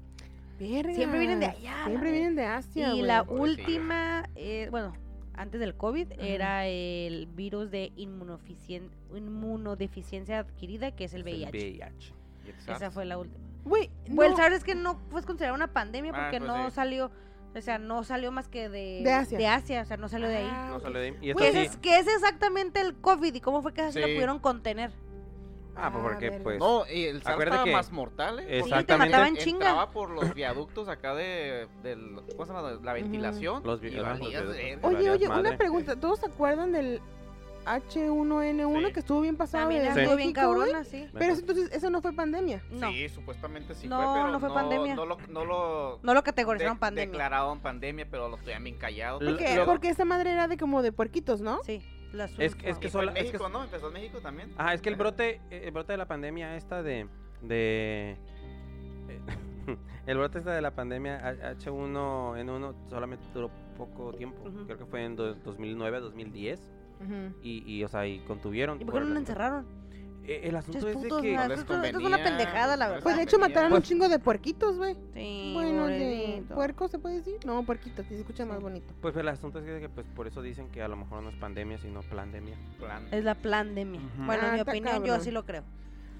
[SPEAKER 2] Vergas,
[SPEAKER 4] Siempre vienen de allá. la
[SPEAKER 2] Siempre
[SPEAKER 4] verga.
[SPEAKER 2] vienen de Asia,
[SPEAKER 4] Y
[SPEAKER 2] güey.
[SPEAKER 4] la
[SPEAKER 5] Pobrecillo.
[SPEAKER 4] última, eh, bueno, antes del COVID,
[SPEAKER 2] Ajá.
[SPEAKER 4] era el virus de inmunoficien- inmunodeficiencia adquirida, que es el
[SPEAKER 3] Es el
[SPEAKER 4] VIH.
[SPEAKER 3] VIH.
[SPEAKER 5] Y el
[SPEAKER 4] Esa
[SPEAKER 5] SARS.
[SPEAKER 4] fue la última.
[SPEAKER 2] Güey,
[SPEAKER 4] Bueno, el
[SPEAKER 2] no.
[SPEAKER 4] SARS es que no fue considerada una pandemia
[SPEAKER 5] Ah,
[SPEAKER 4] porque
[SPEAKER 5] pues
[SPEAKER 4] no
[SPEAKER 5] sí.
[SPEAKER 4] salió, o sea, no salió más que de,
[SPEAKER 2] De Asia.
[SPEAKER 4] o sea, no salió de ahí.
[SPEAKER 2] Ah,
[SPEAKER 3] No
[SPEAKER 2] ok.
[SPEAKER 3] salió de ahí. Y
[SPEAKER 2] Pues
[SPEAKER 3] esto
[SPEAKER 2] Pues
[SPEAKER 4] Que ese
[SPEAKER 3] sí.
[SPEAKER 4] es, que ese es exactamente el COVID y cómo fue que así lo
[SPEAKER 5] Sí.
[SPEAKER 4] pudieron contener.
[SPEAKER 3] Ah, pues
[SPEAKER 2] Ah,
[SPEAKER 3] porque,
[SPEAKER 2] verga.
[SPEAKER 3] pues.
[SPEAKER 5] No, y el SARS
[SPEAKER 3] Acuérdate
[SPEAKER 5] estaba
[SPEAKER 3] que-
[SPEAKER 5] más mortal, ¿eh? Porque
[SPEAKER 3] Exactamente.
[SPEAKER 4] Te mataban
[SPEAKER 5] Entraba por los viaductos acá de del, ¿cómo se llama? la ventilación.
[SPEAKER 3] Los vi-
[SPEAKER 5] y
[SPEAKER 3] ajá, los
[SPEAKER 5] valías
[SPEAKER 3] viaductos.
[SPEAKER 5] verga.
[SPEAKER 2] Oye,
[SPEAKER 3] Valías
[SPEAKER 2] oye, una
[SPEAKER 3] madre.
[SPEAKER 2] pregunta. ¿Todos se acuerdan del H1N1
[SPEAKER 5] Sí.
[SPEAKER 2] que estuvo bien pasado
[SPEAKER 4] También
[SPEAKER 2] de
[SPEAKER 4] estuvo bien
[SPEAKER 2] México, güey?
[SPEAKER 4] cabrona, sí.
[SPEAKER 2] Pero eso, entonces, eso no fue pandemia.
[SPEAKER 4] No,
[SPEAKER 5] Sí, supuestamente sí
[SPEAKER 4] No,
[SPEAKER 5] fue, pero
[SPEAKER 4] no fue pandemia.
[SPEAKER 5] No lo, no lo
[SPEAKER 4] no lo
[SPEAKER 5] de-
[SPEAKER 4] categorizaron pandemia.
[SPEAKER 5] declararon pandemia, pero lo tenían bien callado.
[SPEAKER 3] Lo-
[SPEAKER 2] Porque,
[SPEAKER 3] lo-
[SPEAKER 2] porque esa madre era de como de puerquitos, ¿no?
[SPEAKER 4] Sí, la
[SPEAKER 3] Es- es
[SPEAKER 4] Sulfa.
[SPEAKER 3] que
[SPEAKER 5] Fue en
[SPEAKER 3] sola- es que-
[SPEAKER 5] México, ¿no? Empezó en México también.
[SPEAKER 3] Ajá, es que el brote, eh, el brote de la pandemia esta de, de eh, el brote esta de la pandemia H- H1N1 solamente duró poco tiempo,
[SPEAKER 4] Ujú.
[SPEAKER 3] creo que fue en do- 2009 a 2010 y, y o sea, y contuvieron.
[SPEAKER 4] ¿Y por qué no
[SPEAKER 3] por-
[SPEAKER 4] lo encerraron?
[SPEAKER 3] Eh, el asunto
[SPEAKER 4] Muchos
[SPEAKER 3] es de
[SPEAKER 4] putos,
[SPEAKER 3] que
[SPEAKER 4] ma-
[SPEAKER 5] no les
[SPEAKER 4] esto- esto es una
[SPEAKER 5] convenía,
[SPEAKER 4] pendejada, la
[SPEAKER 5] no
[SPEAKER 4] verdad.
[SPEAKER 5] les
[SPEAKER 2] Pues de hecho
[SPEAKER 5] Pandemia.
[SPEAKER 2] mataron un
[SPEAKER 3] Pues-
[SPEAKER 2] chingo de puerquitos, güey.
[SPEAKER 4] Sí,
[SPEAKER 2] Bueno, de
[SPEAKER 4] pobrecito.
[SPEAKER 2] puerco se puede decir. No, puerquitos, sí se escucha más
[SPEAKER 4] Sí.
[SPEAKER 2] bonito.
[SPEAKER 3] pues el asunto es de que pues por eso dicen que a lo mejor no es pandemia, sino pandemia.
[SPEAKER 5] Plan.
[SPEAKER 4] Es la pandemia.
[SPEAKER 3] Ujú.
[SPEAKER 4] Bueno,
[SPEAKER 2] Ah,
[SPEAKER 4] en mi
[SPEAKER 2] está
[SPEAKER 4] opinión, yo
[SPEAKER 2] cabrón.
[SPEAKER 4] sí lo creo.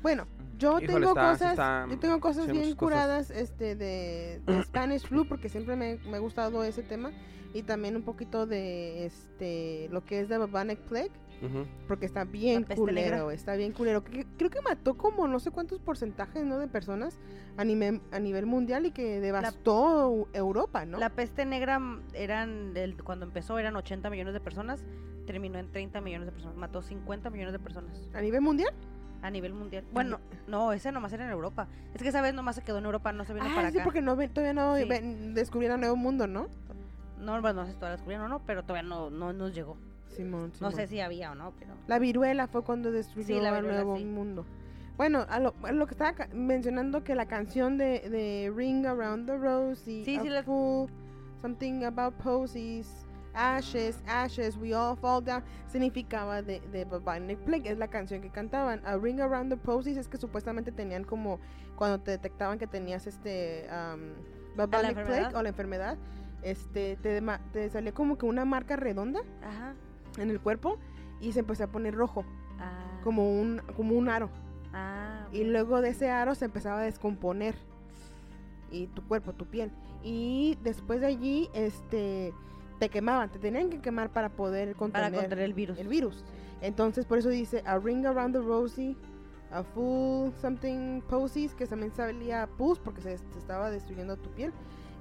[SPEAKER 2] Bueno, yo
[SPEAKER 3] Híjole,
[SPEAKER 2] tengo
[SPEAKER 3] está- sí
[SPEAKER 2] cosas,
[SPEAKER 3] está-
[SPEAKER 2] yo tengo cosas
[SPEAKER 3] sí,
[SPEAKER 2] bien
[SPEAKER 3] muchas cosas.
[SPEAKER 2] curadas este de, de Spanish flu porque siempre me, me ha gustado ese tema y también un poquito de este lo que es de bubonic plague
[SPEAKER 3] Ujú.
[SPEAKER 2] porque está bien
[SPEAKER 4] peste
[SPEAKER 2] culero,
[SPEAKER 4] negra.
[SPEAKER 2] está bien culero. Que- Creo que mató como no sé cuántos porcentajes no de personas a, nime- a nivel mundial y que devastó Europa, ¿no?
[SPEAKER 4] La peste negra mm, eran, el- cuando empezó eran 80 millones de personas, terminó en 30 millones de personas, mató 50 millones de personas
[SPEAKER 2] A nivel mundial.
[SPEAKER 4] a nivel mundial. Bueno, no, ese nomás era en Europa. Es que esa vez nomás se quedó en Europa, no se vino
[SPEAKER 2] Ah,
[SPEAKER 4] para
[SPEAKER 2] sí,
[SPEAKER 4] acá.
[SPEAKER 2] porque no ven- todavía no
[SPEAKER 4] Sí.
[SPEAKER 2] ven- descubrieron nuevo mundo, ¿no?
[SPEAKER 4] No, bueno, no sé si todavía descubrieron o no, pero todavía no, no nos llegó.
[SPEAKER 2] Simón,
[SPEAKER 4] No
[SPEAKER 2] Simón.
[SPEAKER 4] sé si había o no, pero...
[SPEAKER 2] La viruela fue cuando destruyó
[SPEAKER 4] Sí, la
[SPEAKER 2] al
[SPEAKER 4] viruela,
[SPEAKER 2] nuevo
[SPEAKER 4] sí.
[SPEAKER 2] mundo. Bueno, a lo, a lo que estaba ca- mencionando que la canción de, de Ring Around the Rose y
[SPEAKER 4] Sí, sí,
[SPEAKER 2] A
[SPEAKER 4] la-
[SPEAKER 2] Fool, Something About Posies Ashes, Ashes, We All Fall Down, significaba de, de Bubonic Plague, es la canción que cantaban. A Ring Around the Posies es que supuestamente tenían como cuando te detectaban que tenías este um, Bubonic Plague
[SPEAKER 4] enfermedad?
[SPEAKER 2] o la enfermedad, este te, ma- te salía como que una marca redonda
[SPEAKER 4] Ajá.
[SPEAKER 2] en el cuerpo y se empezó a poner rojo,
[SPEAKER 4] Ah.
[SPEAKER 2] como un, como un aro.
[SPEAKER 4] Ah.
[SPEAKER 2] Y
[SPEAKER 4] ok.
[SPEAKER 2] luego de ese aro se empezaba a descomponer. Y tu cuerpo, tu piel. Y después de allí, este, te quemaban, te tenían que quemar para poder
[SPEAKER 4] Para
[SPEAKER 2] contener,
[SPEAKER 4] contener el virus.
[SPEAKER 2] el virus. Entonces, por eso dice a ring around the rosy, a full something posies, que también salía pus porque se, se estaba destruyendo tu piel.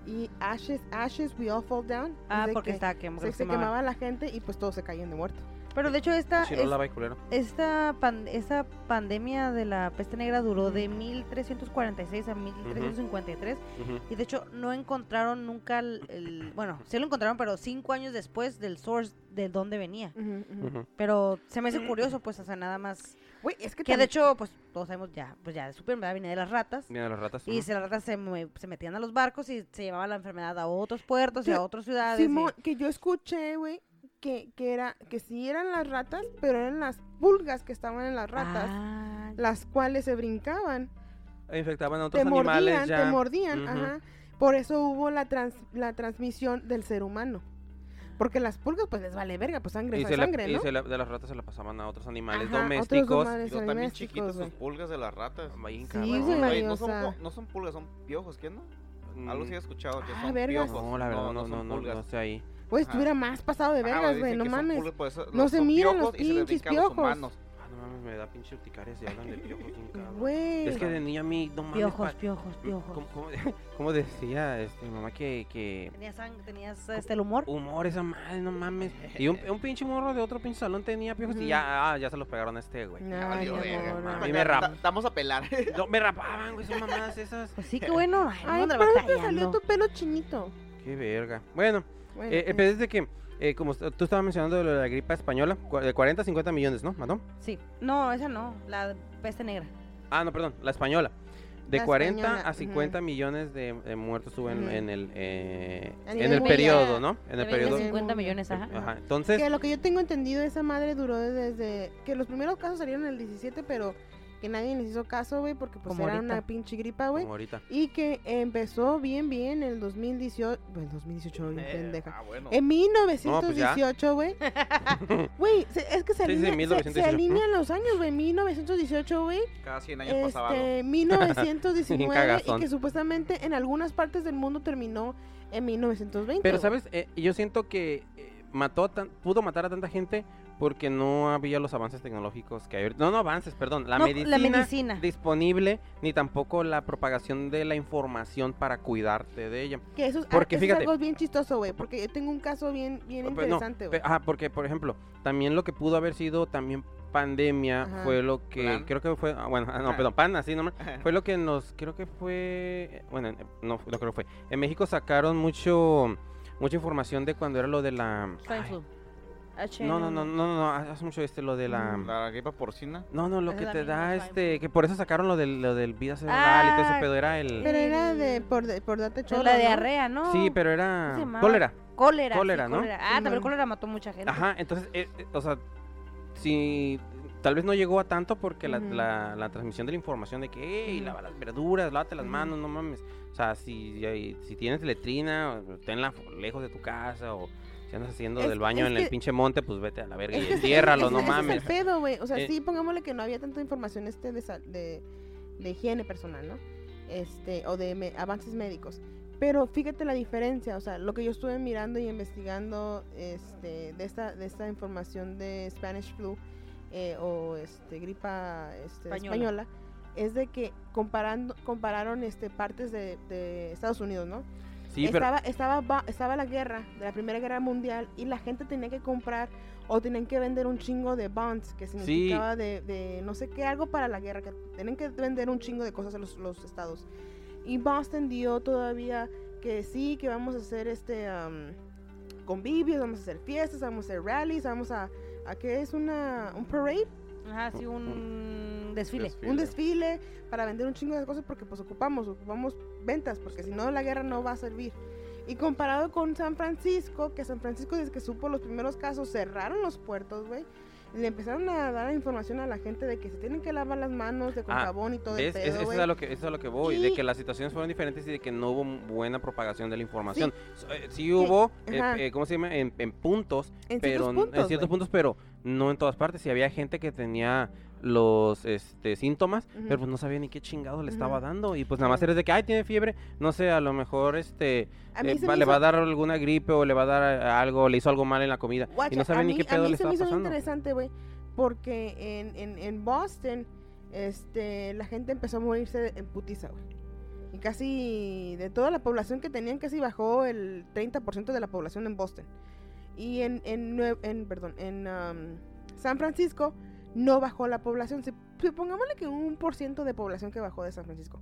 [SPEAKER 2] Y ashes, ashes, we all fall down.
[SPEAKER 4] Ah,
[SPEAKER 2] es de
[SPEAKER 4] porque
[SPEAKER 2] que
[SPEAKER 4] estaba quemado.
[SPEAKER 2] se, se quemaba la gente y pues todos se caían de muerto.
[SPEAKER 4] Pero de hecho
[SPEAKER 2] Ah,
[SPEAKER 4] esta,
[SPEAKER 3] Si no
[SPEAKER 4] es-
[SPEAKER 3] lava y culero.
[SPEAKER 4] esta, pan- esta pandemia de la peste negra duró de 1346 a 1353
[SPEAKER 3] Ujú.
[SPEAKER 4] y de hecho no encontraron nunca el, el- bueno, sí lo encontraron, pero cinco años después del source de dónde venía.
[SPEAKER 3] Ujú.
[SPEAKER 4] Pero se me hace curioso, pues, o sea, nada más.
[SPEAKER 2] Güey, es que,
[SPEAKER 4] Que de
[SPEAKER 2] tam-
[SPEAKER 4] hecho, pues, todos sabemos ya, pues ya supieron, ¿verdad? Venía de las ratas.
[SPEAKER 3] Vienen las ratas.
[SPEAKER 4] Y
[SPEAKER 3] ujú.
[SPEAKER 4] se, las ratas se, mue- se metían a los barcos y se llevaba la enfermedad a otros puertos y
[SPEAKER 2] Sí,
[SPEAKER 4] a otras ciudades. y-
[SPEAKER 2] Simón, que yo escuché, güey, que, que era, que sí eran las ratas, pero eran las pulgas que estaban en las ratas,
[SPEAKER 4] Ah,
[SPEAKER 2] las cuales se brincaban,
[SPEAKER 3] E Infectaban a otros
[SPEAKER 2] te
[SPEAKER 3] animales
[SPEAKER 2] mordían,
[SPEAKER 3] ya.
[SPEAKER 2] te mordían,
[SPEAKER 3] Ujú.
[SPEAKER 2] ajá. Por eso hubo la trans- la transmisión del ser humano. Porque las pulgas, pues les vale verga, pues sangre
[SPEAKER 3] Y,
[SPEAKER 2] es
[SPEAKER 3] se la-
[SPEAKER 2] sangre,
[SPEAKER 3] y
[SPEAKER 2] ¿no?
[SPEAKER 3] se la- de las ratas se las pasaban a otros animales
[SPEAKER 2] Ajá, otros
[SPEAKER 3] domésticos.
[SPEAKER 2] domésticos.
[SPEAKER 5] Y los también
[SPEAKER 2] Domésticos,
[SPEAKER 5] chiquitos,
[SPEAKER 3] pues.
[SPEAKER 2] güey.
[SPEAKER 5] sus pulgas de las ratas.
[SPEAKER 3] Bien
[SPEAKER 2] Sí,
[SPEAKER 3] cabrón.
[SPEAKER 2] güey.
[SPEAKER 5] Oye, no, son,
[SPEAKER 2] o sea-
[SPEAKER 5] pu- no son pulgas, son piojos, ¿qué no? Algo sí he escuchado que
[SPEAKER 2] Ah,
[SPEAKER 5] son
[SPEAKER 2] vergas.
[SPEAKER 5] piojos.
[SPEAKER 3] Mm. No, la verdad, no, no,
[SPEAKER 5] son
[SPEAKER 3] no, no,
[SPEAKER 5] pulgas.
[SPEAKER 3] sé ahí.
[SPEAKER 2] Pues
[SPEAKER 5] ajá.
[SPEAKER 2] estuviera más pasado
[SPEAKER 3] Ah,
[SPEAKER 2] de
[SPEAKER 5] Ajá,
[SPEAKER 2] vergas,
[SPEAKER 5] dicen
[SPEAKER 2] güey, no
[SPEAKER 5] que son
[SPEAKER 2] mames.
[SPEAKER 5] pulgas, por eso
[SPEAKER 2] No
[SPEAKER 5] los-
[SPEAKER 2] se
[SPEAKER 5] son
[SPEAKER 2] miran
[SPEAKER 5] piojos
[SPEAKER 2] los
[SPEAKER 5] y se les
[SPEAKER 2] pinches
[SPEAKER 5] brincan los
[SPEAKER 2] piojos.
[SPEAKER 5] humanos.
[SPEAKER 3] Ah, no mames, me da pinche urticaria si hablan de piojos. bien cabrón.
[SPEAKER 2] Güey.
[SPEAKER 3] Es que de niño a mí, no mames.
[SPEAKER 4] piojos,
[SPEAKER 3] pa-
[SPEAKER 4] piojos, piojos.
[SPEAKER 3] ¿Cómo, cómo, cómo decía este, mi mamá que, que
[SPEAKER 4] Tenías, sang- tenías este, el humor.
[SPEAKER 3] humor esa madre, no mames? Y un, un pinche morro de otro pinche salón tenía piojos y ya, ah, ya se los pegaron a este, güey.
[SPEAKER 2] Ay,
[SPEAKER 5] valió
[SPEAKER 2] amor,
[SPEAKER 5] verga,
[SPEAKER 2] no.
[SPEAKER 3] A
[SPEAKER 5] Acá
[SPEAKER 3] mí me rap-
[SPEAKER 5] ta- Vamos a pelar.
[SPEAKER 3] No, me rapaban, güey, son mamadas esas.
[SPEAKER 4] Pues sí, qué bueno. Ay,
[SPEAKER 2] Ay,
[SPEAKER 4] no,
[SPEAKER 2] pero te salió tu pelo chinito.
[SPEAKER 3] Qué verga. Bueno,
[SPEAKER 2] Bueno,
[SPEAKER 3] eh, eh,
[SPEAKER 2] pues,
[SPEAKER 3] pero es de que, eh, como est- tú estabas mencionando de lo de la gripa española, cua- de 40 a 50 millones, ¿no, Matón?
[SPEAKER 4] Sí. No, esa no. La peste negra.
[SPEAKER 3] Ah, no, perdón, la española. De
[SPEAKER 2] La
[SPEAKER 3] 40
[SPEAKER 2] española,
[SPEAKER 3] a
[SPEAKER 2] ujú.
[SPEAKER 3] 50 millones de, de muertos hubo en,
[SPEAKER 2] Ujú.
[SPEAKER 3] en el, eh,
[SPEAKER 2] A
[SPEAKER 3] en
[SPEAKER 2] nivel
[SPEAKER 3] el
[SPEAKER 2] mundial.
[SPEAKER 3] periodo, ¿no? En el
[SPEAKER 4] De 20 a
[SPEAKER 3] periodo.
[SPEAKER 2] sí.
[SPEAKER 4] 50 millones, ajá.
[SPEAKER 3] Ajá, entonces,
[SPEAKER 2] Que lo que yo tengo entendido, esa madre duró desde que los primeros casos salieron en el 17, pero que nadie les hizo caso, güey, porque pues
[SPEAKER 4] Como
[SPEAKER 2] era
[SPEAKER 4] ahorita.
[SPEAKER 2] una pinche gripa, güey.
[SPEAKER 3] como ahorita.
[SPEAKER 2] Y que empezó bien, bien el 2018, bueno, 2018, bien
[SPEAKER 5] Eh,
[SPEAKER 2] pendeja.
[SPEAKER 5] ah, bueno.
[SPEAKER 3] pues,
[SPEAKER 2] En
[SPEAKER 3] ya.
[SPEAKER 2] 1918, güey. Güey, se- es que se
[SPEAKER 3] Sí, sí,
[SPEAKER 2] alinean
[SPEAKER 3] 1918.
[SPEAKER 2] alinea los años, güey. 1918, güey.
[SPEAKER 5] Cada 100 años pasaba algo.
[SPEAKER 2] Este, 1919. y
[SPEAKER 3] Cagazón.
[SPEAKER 2] que supuestamente en algunas partes del mundo terminó en 1920.
[SPEAKER 3] Pero,
[SPEAKER 2] güey.
[SPEAKER 3] ¿sabes? Eh, yo siento que eh, mató a tan- pudo matar a tanta gente porque no había los avances tecnológicos que hay ahorita. No, no avances, perdón. Ah, La,
[SPEAKER 4] No,
[SPEAKER 3] medicina
[SPEAKER 4] la medicina.
[SPEAKER 3] disponible, ni tampoco la propagación de la información para cuidarte de ella.
[SPEAKER 2] Que eso, es- ah,
[SPEAKER 3] Porque
[SPEAKER 2] eso
[SPEAKER 3] fíjate.
[SPEAKER 2] es algo bien chistoso, güey. Porque yo tengo un caso bien, bien
[SPEAKER 3] Pe- no,
[SPEAKER 2] interesante,
[SPEAKER 3] pe-
[SPEAKER 2] güey.
[SPEAKER 3] ajá, porque, por ejemplo, también lo que pudo haber sido también pandemia
[SPEAKER 2] Ajá.
[SPEAKER 3] fue lo que,
[SPEAKER 5] Plan.
[SPEAKER 3] creo que fue, ah, bueno, ah, no,
[SPEAKER 5] Ajá.
[SPEAKER 3] perdón, pan, así nomás, fue lo que nos, creo que fue, bueno, en- no, no creo que fue, en México sacaron mucho, mucha información de cuando era lo de la,
[SPEAKER 4] Swine
[SPEAKER 3] ay,
[SPEAKER 4] flu.
[SPEAKER 3] ah, no, no, no, no,
[SPEAKER 4] HN1.
[SPEAKER 3] no, no, hace mucho este, lo de la,
[SPEAKER 5] Mm, La gripa porcina.
[SPEAKER 3] no, no, lo
[SPEAKER 4] Es
[SPEAKER 3] que
[SPEAKER 4] la
[SPEAKER 3] te
[SPEAKER 4] misma
[SPEAKER 3] da
[SPEAKER 4] Swine
[SPEAKER 3] este,
[SPEAKER 4] Flu.
[SPEAKER 3] que por eso sacaron lo del, lo del vida cerebral y todo
[SPEAKER 4] Ah,
[SPEAKER 3] ese pedo, era el,
[SPEAKER 2] Pero era de por, de- por date
[SPEAKER 4] Es
[SPEAKER 2] chorro.
[SPEAKER 4] Pues la
[SPEAKER 2] ¿no?
[SPEAKER 4] diarrea, ¿no?
[SPEAKER 3] sí, pero era
[SPEAKER 4] se llamaba?
[SPEAKER 3] cólera.
[SPEAKER 4] Cólera. sí,
[SPEAKER 3] Cólera, ¿no?
[SPEAKER 4] cólera. Ah, también
[SPEAKER 2] Simón.
[SPEAKER 4] cólera mató mucha gente.
[SPEAKER 3] Ajá, entonces, eh, eh, o sea, si tal vez no llegó a tanto porque la,
[SPEAKER 2] Ujú.
[SPEAKER 3] la- la transmisión de la información de que, hey,
[SPEAKER 2] Ujú.
[SPEAKER 3] lava las verduras, lávate las
[SPEAKER 2] Ujú.
[SPEAKER 3] manos, no mames. O sea, si, eh, si tienes letrina, o tenla fu- lejos de tu casa o si andas haciendo
[SPEAKER 2] Es-
[SPEAKER 3] del baño
[SPEAKER 2] es
[SPEAKER 3] en
[SPEAKER 2] que-
[SPEAKER 3] el pinche monte, pues vete a la verga
[SPEAKER 2] Es
[SPEAKER 3] y
[SPEAKER 2] que ese-
[SPEAKER 3] entiérralo,
[SPEAKER 2] ese-
[SPEAKER 3] no
[SPEAKER 2] ese
[SPEAKER 3] mames.
[SPEAKER 2] Es el pedo, güey. O sea,
[SPEAKER 3] Eh.
[SPEAKER 2] sí, pongámosle que no había tanta información este de, sa- de, de higiene personal, ¿no? Este, o de me- avances médicos. Pero fíjate la diferencia, o sea, lo que yo estuve mirando y investigando este, de, esta, de esta información de Spanish flu eh, o este, gripa este,
[SPEAKER 4] Española.
[SPEAKER 2] española. es de que comparando, compararon este, partes de, de Estados Unidos, ¿no?
[SPEAKER 3] Sí, pero
[SPEAKER 2] estaba, estaba, ba- estaba la guerra, de la Primera Guerra Mundial, y la gente tenía que comprar o tenían que vender un chingo de bonds, que significaba de, de no sé qué, algo para la guerra, que tenían que vender un chingo de cosas a los, los estados. Y Boston dio todavía que sí, que vamos a hacer este am, convivios, vamos a hacer fiestas, vamos a hacer rallies, vamos a... ¿A qué es una, un parade?
[SPEAKER 4] Ajá, sí, un desfile.
[SPEAKER 5] Desfile.
[SPEAKER 2] Un desfile para vender un chingo de cosas porque pues ocupamos, ocupamos ventas, porque si no la guerra no va a servir. Y comparado con San Francisco, que San Francisco desde que supo los primeros casos cerraron los puertos, güey. y Le empezaron a dar información a la gente de que se tienen que lavar las manos de con
[SPEAKER 3] Ah,
[SPEAKER 2] jabón y todo el
[SPEAKER 3] ¿Ves?
[SPEAKER 2] pedo,
[SPEAKER 3] Es- eso, es
[SPEAKER 2] güey.
[SPEAKER 3] a lo que, eso es a lo que voy, de
[SPEAKER 2] Y-
[SPEAKER 3] que las situaciones fueron diferentes y de que no hubo buena propagación de la información. So, eh, Sí, hubo, eh,
[SPEAKER 2] ajá.
[SPEAKER 3] eh, ¿cómo se llama? En, en puntos, pero
[SPEAKER 2] En ciertos
[SPEAKER 3] n-
[SPEAKER 2] puntos,
[SPEAKER 3] en ciertos
[SPEAKER 2] güey.
[SPEAKER 3] puntos, pero no en todas partes. Y había gente que tenía los este, síntomas,
[SPEAKER 2] Ujú.
[SPEAKER 3] pero pues no sabía ni qué chingado le estaba
[SPEAKER 2] Ujú.
[SPEAKER 3] dando. Y pues nada más
[SPEAKER 2] Claro.
[SPEAKER 3] eres de que, ay, tiene fiebre, no sé, a lo mejor este
[SPEAKER 2] A mí
[SPEAKER 3] eh,
[SPEAKER 2] se
[SPEAKER 3] va-
[SPEAKER 2] me
[SPEAKER 3] le va a
[SPEAKER 2] hizo-
[SPEAKER 3] dar alguna gripe o le va a dar a- a algo, le hizo algo mal en la comida.
[SPEAKER 2] Guacha,
[SPEAKER 3] y no
[SPEAKER 2] a
[SPEAKER 3] saben
[SPEAKER 2] mí,
[SPEAKER 3] ni qué
[SPEAKER 2] a
[SPEAKER 3] pedo
[SPEAKER 2] mí
[SPEAKER 3] le
[SPEAKER 2] se
[SPEAKER 3] estaba
[SPEAKER 2] me hizo bien
[SPEAKER 3] pasando.
[SPEAKER 2] interesante, güey, porque en, en, en Boston, este, la gente empezó a morirse en putiza, güey. Y casi de toda la población que tenían, casi bajó el 30% de la población en Boston. Y en, en, Nue- en perdón, en um, San Francisco no bajó la población. Si- Supongámosle que un por ciento de población que bajó de San Francisco.